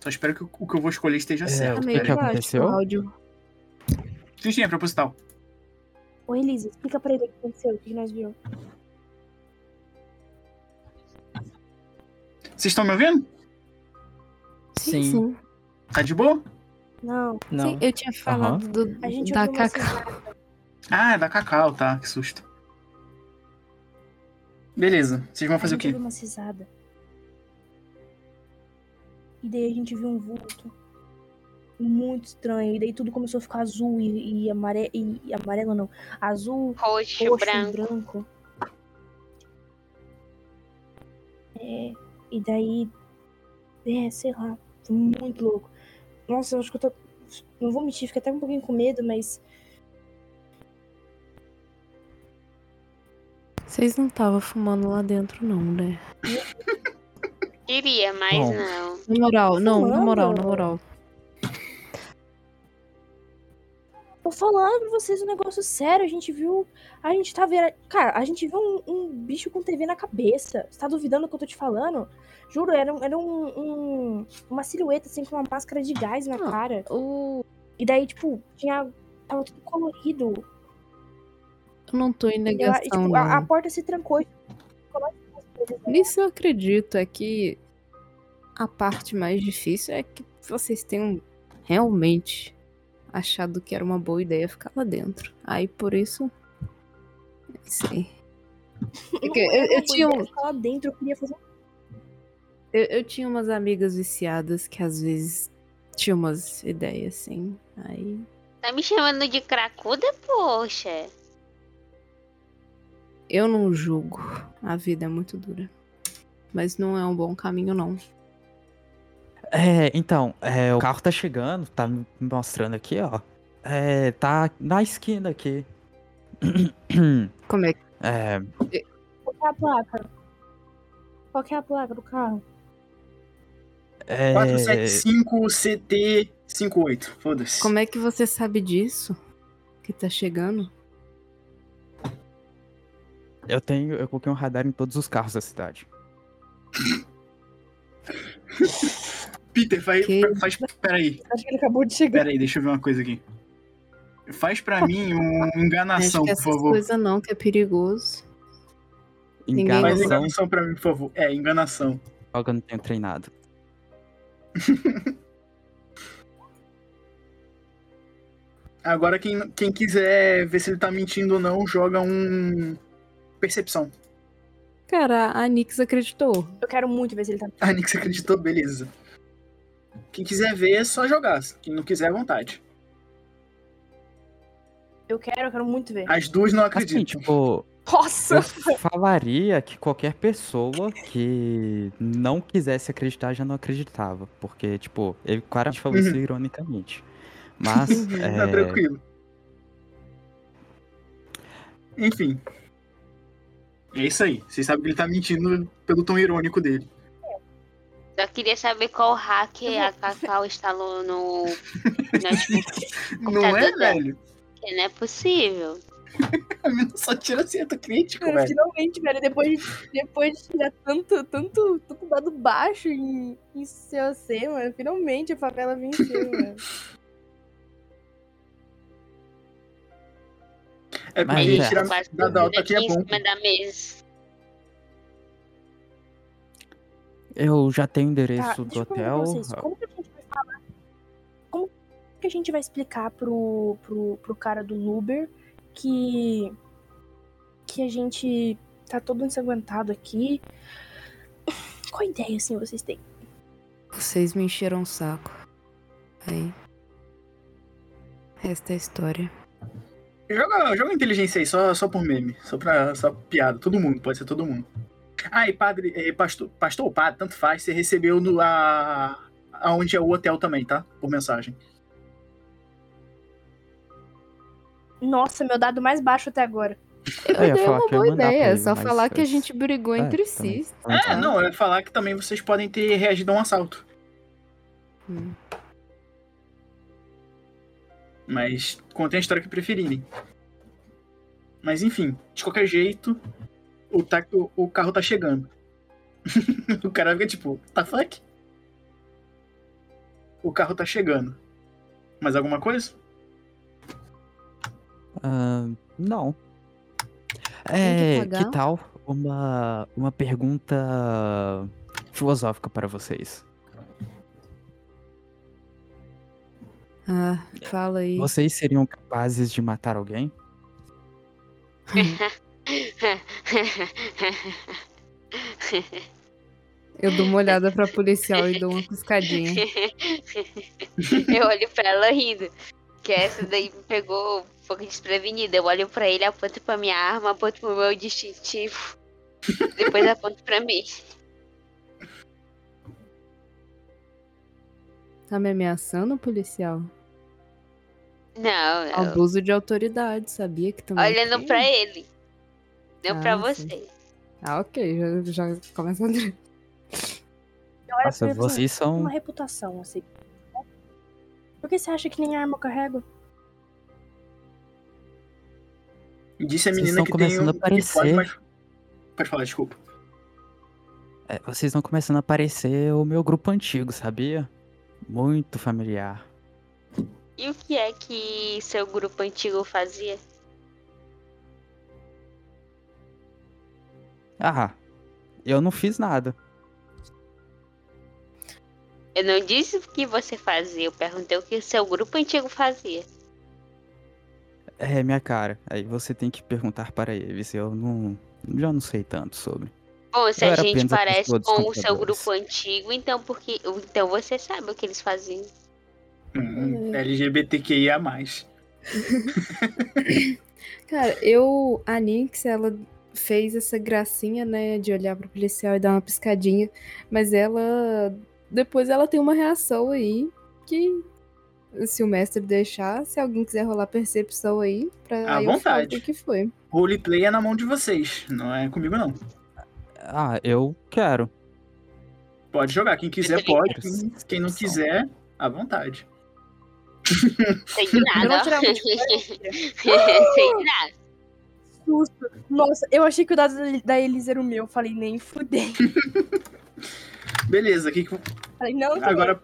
Só espero que o o que eu vou escolher esteja
É,
certo.
o
peraí.
que que aconteceu?
O áudio.
Tristinha, é proposital.
Ô, Elisa, explica pra ele o que aconteceu, o que nós vimos.
Vocês estão me ouvindo?
Sim.
sim.
Tá de boa?
Não,
Não.
Sim, eu tinha falado do,
a gente
da
ouviu uma
Cacau.
cismada.
Ah, é da Cacau, tá. Que susto. Beleza. Vocês vão
A
fazer o
gente
quê?
ouviu uma cisada. E daí a gente viu um vulto. Muito estranho. E daí tudo começou a ficar azul e, e amarelo. E, e amarelo não. Azul, roxo
Roxo,
e
branco.
branco. É, e daí. É, sei lá. Foi muito louco. Nossa, eu acho que eu tô. Não vou mentir, fiquei até um pouquinho com medo, mas.
Vocês não estavam fumando lá dentro, não, né?
Queria, mas
Bom.
não.
Na moral, não, na
Fumando?
moral, na moral.
Tô falando pra vocês um negócio sério. A gente viu. A gente tá vendo. Cara, a gente viu um, um bicho com TV na cabeça. Você tá duvidando do que eu tô te falando? Juro, era, um- era um, um- uma silhueta, assim, com uma máscara de gás na
Não.
cara.
O-
E daí, tipo, tinha. Tava tudo colorido.
Eu não tô em
E ela- e,
negação,
tipo,
não.
a, a porta se trancou. e ficou lá né? com as coisas.
Nisso eu acredito, é que a parte mais difícil é que vocês tenham realmente achado que era uma boa ideia ficar lá dentro. Aí por isso. Não sei. É que
Não era
eu- eu
uma
tinha
coisa,
um-
ficar lá dentro, eu queria fazer um
Eu, eu tinha umas amigas viciadas que às vezes tinham umas ideias assim. Aí.
Tá me chamando de cracuda, poxa.
Eu não julgo. A vida é muito dura. Mas não é um bom caminho, não.
É, então, é, o carro tá chegando, tá me mostrando aqui, ó. É, tá na esquina aqui.
Como é que.
É,
Qual que é a placa? Qual que é a placa do carro?
é,
475CT58. Foda-se.
Como é que você sabe disso? Que tá chegando?
eu tenho, eu coloquei um radar em todos os carros da cidade.
Peter, faz,
Que-
faz. Peraí.
Acho que ele acabou de chegar.
Peraí, deixa eu ver uma coisa aqui. Faz pra mim uma
Acho
enganação,
que
por
essas
favor.
coisas não, que é perigoso. Ninguém
Faz
Enganação.
Enganação,
enganação pra mim, por favor. É, enganação.
logo eu não tenho treinado.
Agora, quem, quem quiser ver se ele tá mentindo ou não, joga um. Percepção.
Cara, a Nix acreditou.
Eu quero muito ver se ele tá.
A Ah, Nix acreditou, beleza. Quem quiser ver, é só jogar. Quem não quiser, à vontade.
Eu quero, eu quero muito ver.
As duas não
Assim,
acreditam.
tipo,
Nossa!
eu falaria que qualquer pessoa que não quisesse acreditar já não acreditava. Porque, tipo, ele claramente falou isso
Uhum.
ironicamente. Mas,
Tá
é,
tranquilo. Enfim. É isso aí. Vocês sabem que ele tá mentindo pelo tom irônico dele.
Só queria saber qual hack a Cacau instalou no. no notebook,
Não é,
Computador.
velho?
que não é possível.
A mina só tira acerto crítico,
Cara,
velho.
finalmente, velho, depois, de- depois de tirar tanto, tanto, tanto dado baixo em, em COC, mano, finalmente a favela venceu, mano.
É
Mas
porque
é.
tirar
Mas-
dado alto aqui é
em
bom.
cima da mesa.
Eu já tenho o
Tá,
endereço do
deixa eu perguntar
hotel.
pra vocês, como que a gente vai falar? Como que a gente vai explicar pro, pro, pro cara do Uber que que a gente tá todo ensanguentado aqui? Qual ideia assim vocês têm?
Vocês me encheram o saco. Aí. Resta a história.
Joga, joga inteligência aí, só, só por meme. Só pra só piada. Todo mundo, pode ser todo mundo. Ah, e padre, eh, pastor, pastor ou padre, tanto faz, você recebeu no, a, aonde é o hotel também, tá? Por mensagem.
Nossa, meu dado mais baixo até agora.
Eu ia
é
falar que eu ia mandar pra ele,
só
mas
falar que a
eu-
gente brigou
É,
entre
também.
si.
É, não, eu ia falar que também vocês podem ter reagido a um assalto.
Hum.
Mas contem a história que preferirem. Mas enfim, de qualquer jeito, o, tá- o- o carro tá chegando. o cara fica tipo, tá fuck? O carro tá chegando. Mais alguma coisa?
Ah, não.
Tem que
É, que,
pagar?
tal uma, uma pergunta filosófica para vocês?
Ah, fala aí.
Vocês seriam capazes de matar alguém?
Eu dou uma olhada pra policial e dou uma piscadinha.
eu olho pra ela rindo. Que essa daí me pegou um pouco desprevenida. Eu olho pra ele, aponto pra minha arma, aponto pro meu distintivo. Depois aponto pra mim.
Tá me ameaçando, policial?
Não, eu-
Abuso de autoridade, sabia que também.
olhando
tem?
pra ele. Não pra
Ah, sim.
você.
Ah, ok, já, já começa a.
Eu era
Nossa,
pra-
vocês
uma
são.
reputação assim. Por que você acha que nem arma eu carrego?
Disse a
Vocês
menina
estão
que tem
começando
um.
a
que
parecer.
mas- Pode falar, desculpa.
é, vocês estão começando a parecer o meu grupo antigo, sabia? Muito familiar.
E o que é que seu grupo antigo fazia?
Ah, eu não fiz nada.
Eu não disse o que você fazia, eu perguntei o que seu grupo antigo fazia.
É, minha cara. Aí você tem que perguntar para eles. Eu não. Já não sei tanto sobre.
Bom, se
Eu
a
era
gente
apenas a
parece
pessoa dos
com o seu
computadores.
grupo antigo, então porque então você sabe o que eles faziam.
Hum, LGBTQIA.
Cara, eu. A Nix, ela fez essa gracinha, né, de olhar pro policial e dar uma piscadinha, mas ela. Depois ela tem uma reação aí que. Se o mestre deixar, se alguém quiser rolar percepção aí, pra
À
aí eu falo
vontade.
o que foi.
Roleplay é na mão de vocês, não é comigo não.
Ah, eu quero.
Pode jogar, quem quiser pode, quem, quem não quiser, à vontade.
Sei de
Eu
nada.
vou
ó.
tirar um de
Sei de nada.
Susto. Nossa, eu achei que o dado da Elisa era o meu. Falei, nem fudei.
Beleza, que, que-
Falei,
Então
não, tá
agora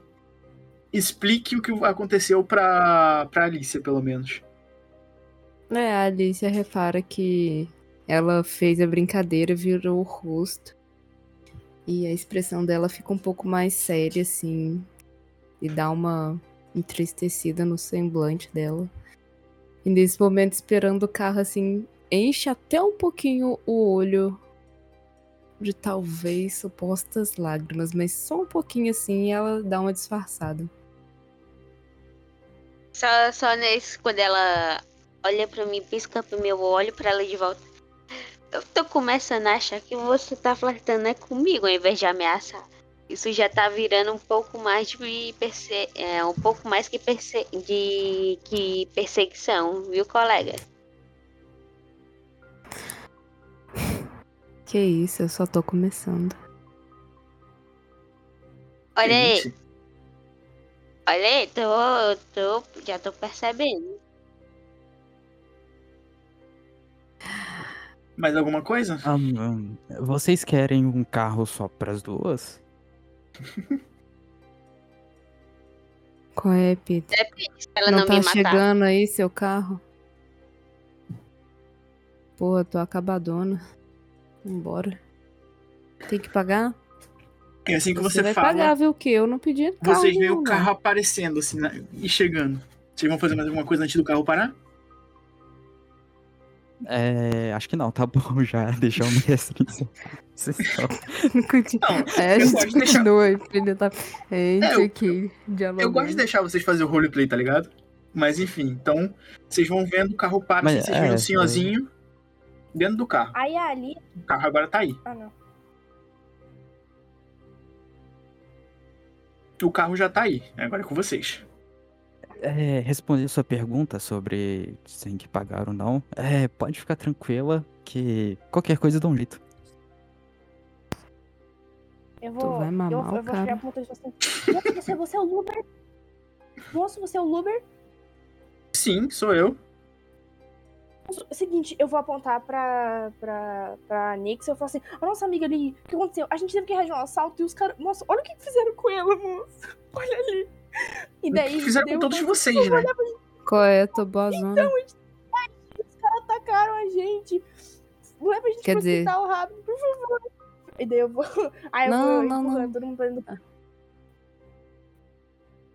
explique o que aconteceu pra, pra Alicia, pelo menos.
É, a Alicia repara que ela fez a brincadeira, virou o rosto. E a expressão dela fica um pouco mais séria, assim. E dá uma entristecida no semblante dela. E nesse momento, esperando o carro, assim, enche até um pouquinho o olho de talvez supostas lágrimas, mas só um pouquinho assim, e ela dá uma disfarçada.
Só, só nesse, quando ela olha pra mim, pisca pro meu olho pra ela de volta. Eu tô começando a achar que você tá flertando é comigo ao invés de ameaçar. Isso já tá virando um pouco mais de perse é, um pouco mais que, perse de, que perseguição, viu, colega?
Que isso, eu só tô começando.
Olha aí,
Gente,
olha aí, tô, tô, já tô percebendo.
Mais alguma coisa?
Ah, hum, vocês querem um carro só pras duas?
Qual é, Peter?
Depende, se ela não,
não,
me
tá
matar.
chegando aí seu carro? Porra, tô acabadona. Vambora. Tem que pagar?
É assim que você,
vai
fala.
pagar, viu? Que eu não pedi carro.
Vocês veem
nenhum, né?
o
não.
carro aparecendo assim na- e chegando. Vocês vão fazer mais alguma coisa antes do carro parar?
É, acho que não, tá bom já. Deixa o mestre. Vocês só-
Continua.
Não,
É, a
eu
gente
gosto de deixar- É,
continua. Ainda tá... Gente,
eu-
aqui, dialogando.
eu gosto de deixar vocês fazer o roleplay, tá ligado? Mas enfim, então vocês vão vendo o carro para,
Mas,
assim, vocês veem
é,
o senhorzinho dentro do carro.
Aí a Alice.
O carro agora tá aí.
Ah, não.
O carro já tá aí. Agora é com vocês.
É, respondendo sua pergunta sobre se tem que pagar ou não, é, pode ficar tranquila que qualquer coisa dá um jeito.
Eu
Tu
vou.
vai
eu,
mamar
eu
o
vou chegar
cara.
pro motorista e falar assim: Moço, você, você é o Luber? Moço, você é o Luber?
Sim, sou eu.
Moço, é o seguinte, eu vou apontar pra, pra, pra Nix e eu falo assim: a nossa amiga ali, o que aconteceu? A gente teve que reagir um assalto e os caras. Moço, olha o que fizeram com ela, moço. Olha ali. E
O
daí.
que fizeram
deu
com todos
uma-
vocês, né?
Qual é, tô boazona.
Então, Os caras atacaram a gente. Leva a gente
Quer
pro
dizer-
hospital rápido, por favor. E daí eu vou. Aí eu
Não,
vou
não, não.
empurrando todo mundo pra dentro do-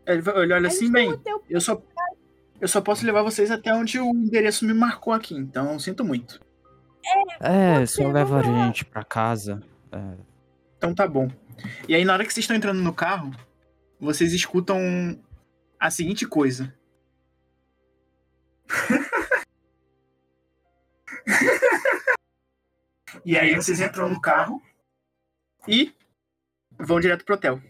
Ele, vai- ele olha
A gente
assim,
tem
bem,
um hotel
eu só, eu só posso levar vocês até onde o endereço me marcou aqui, então sinto muito.
É,
Pode ser,
só
vamos
leva a
pra lá.
gente pra casa. É,
Então tá bom. E aí, na hora que vocês estão entrando no carro, vocês escutam a seguinte coisa. e aí vocês entram no carro e vão direto pro hotel.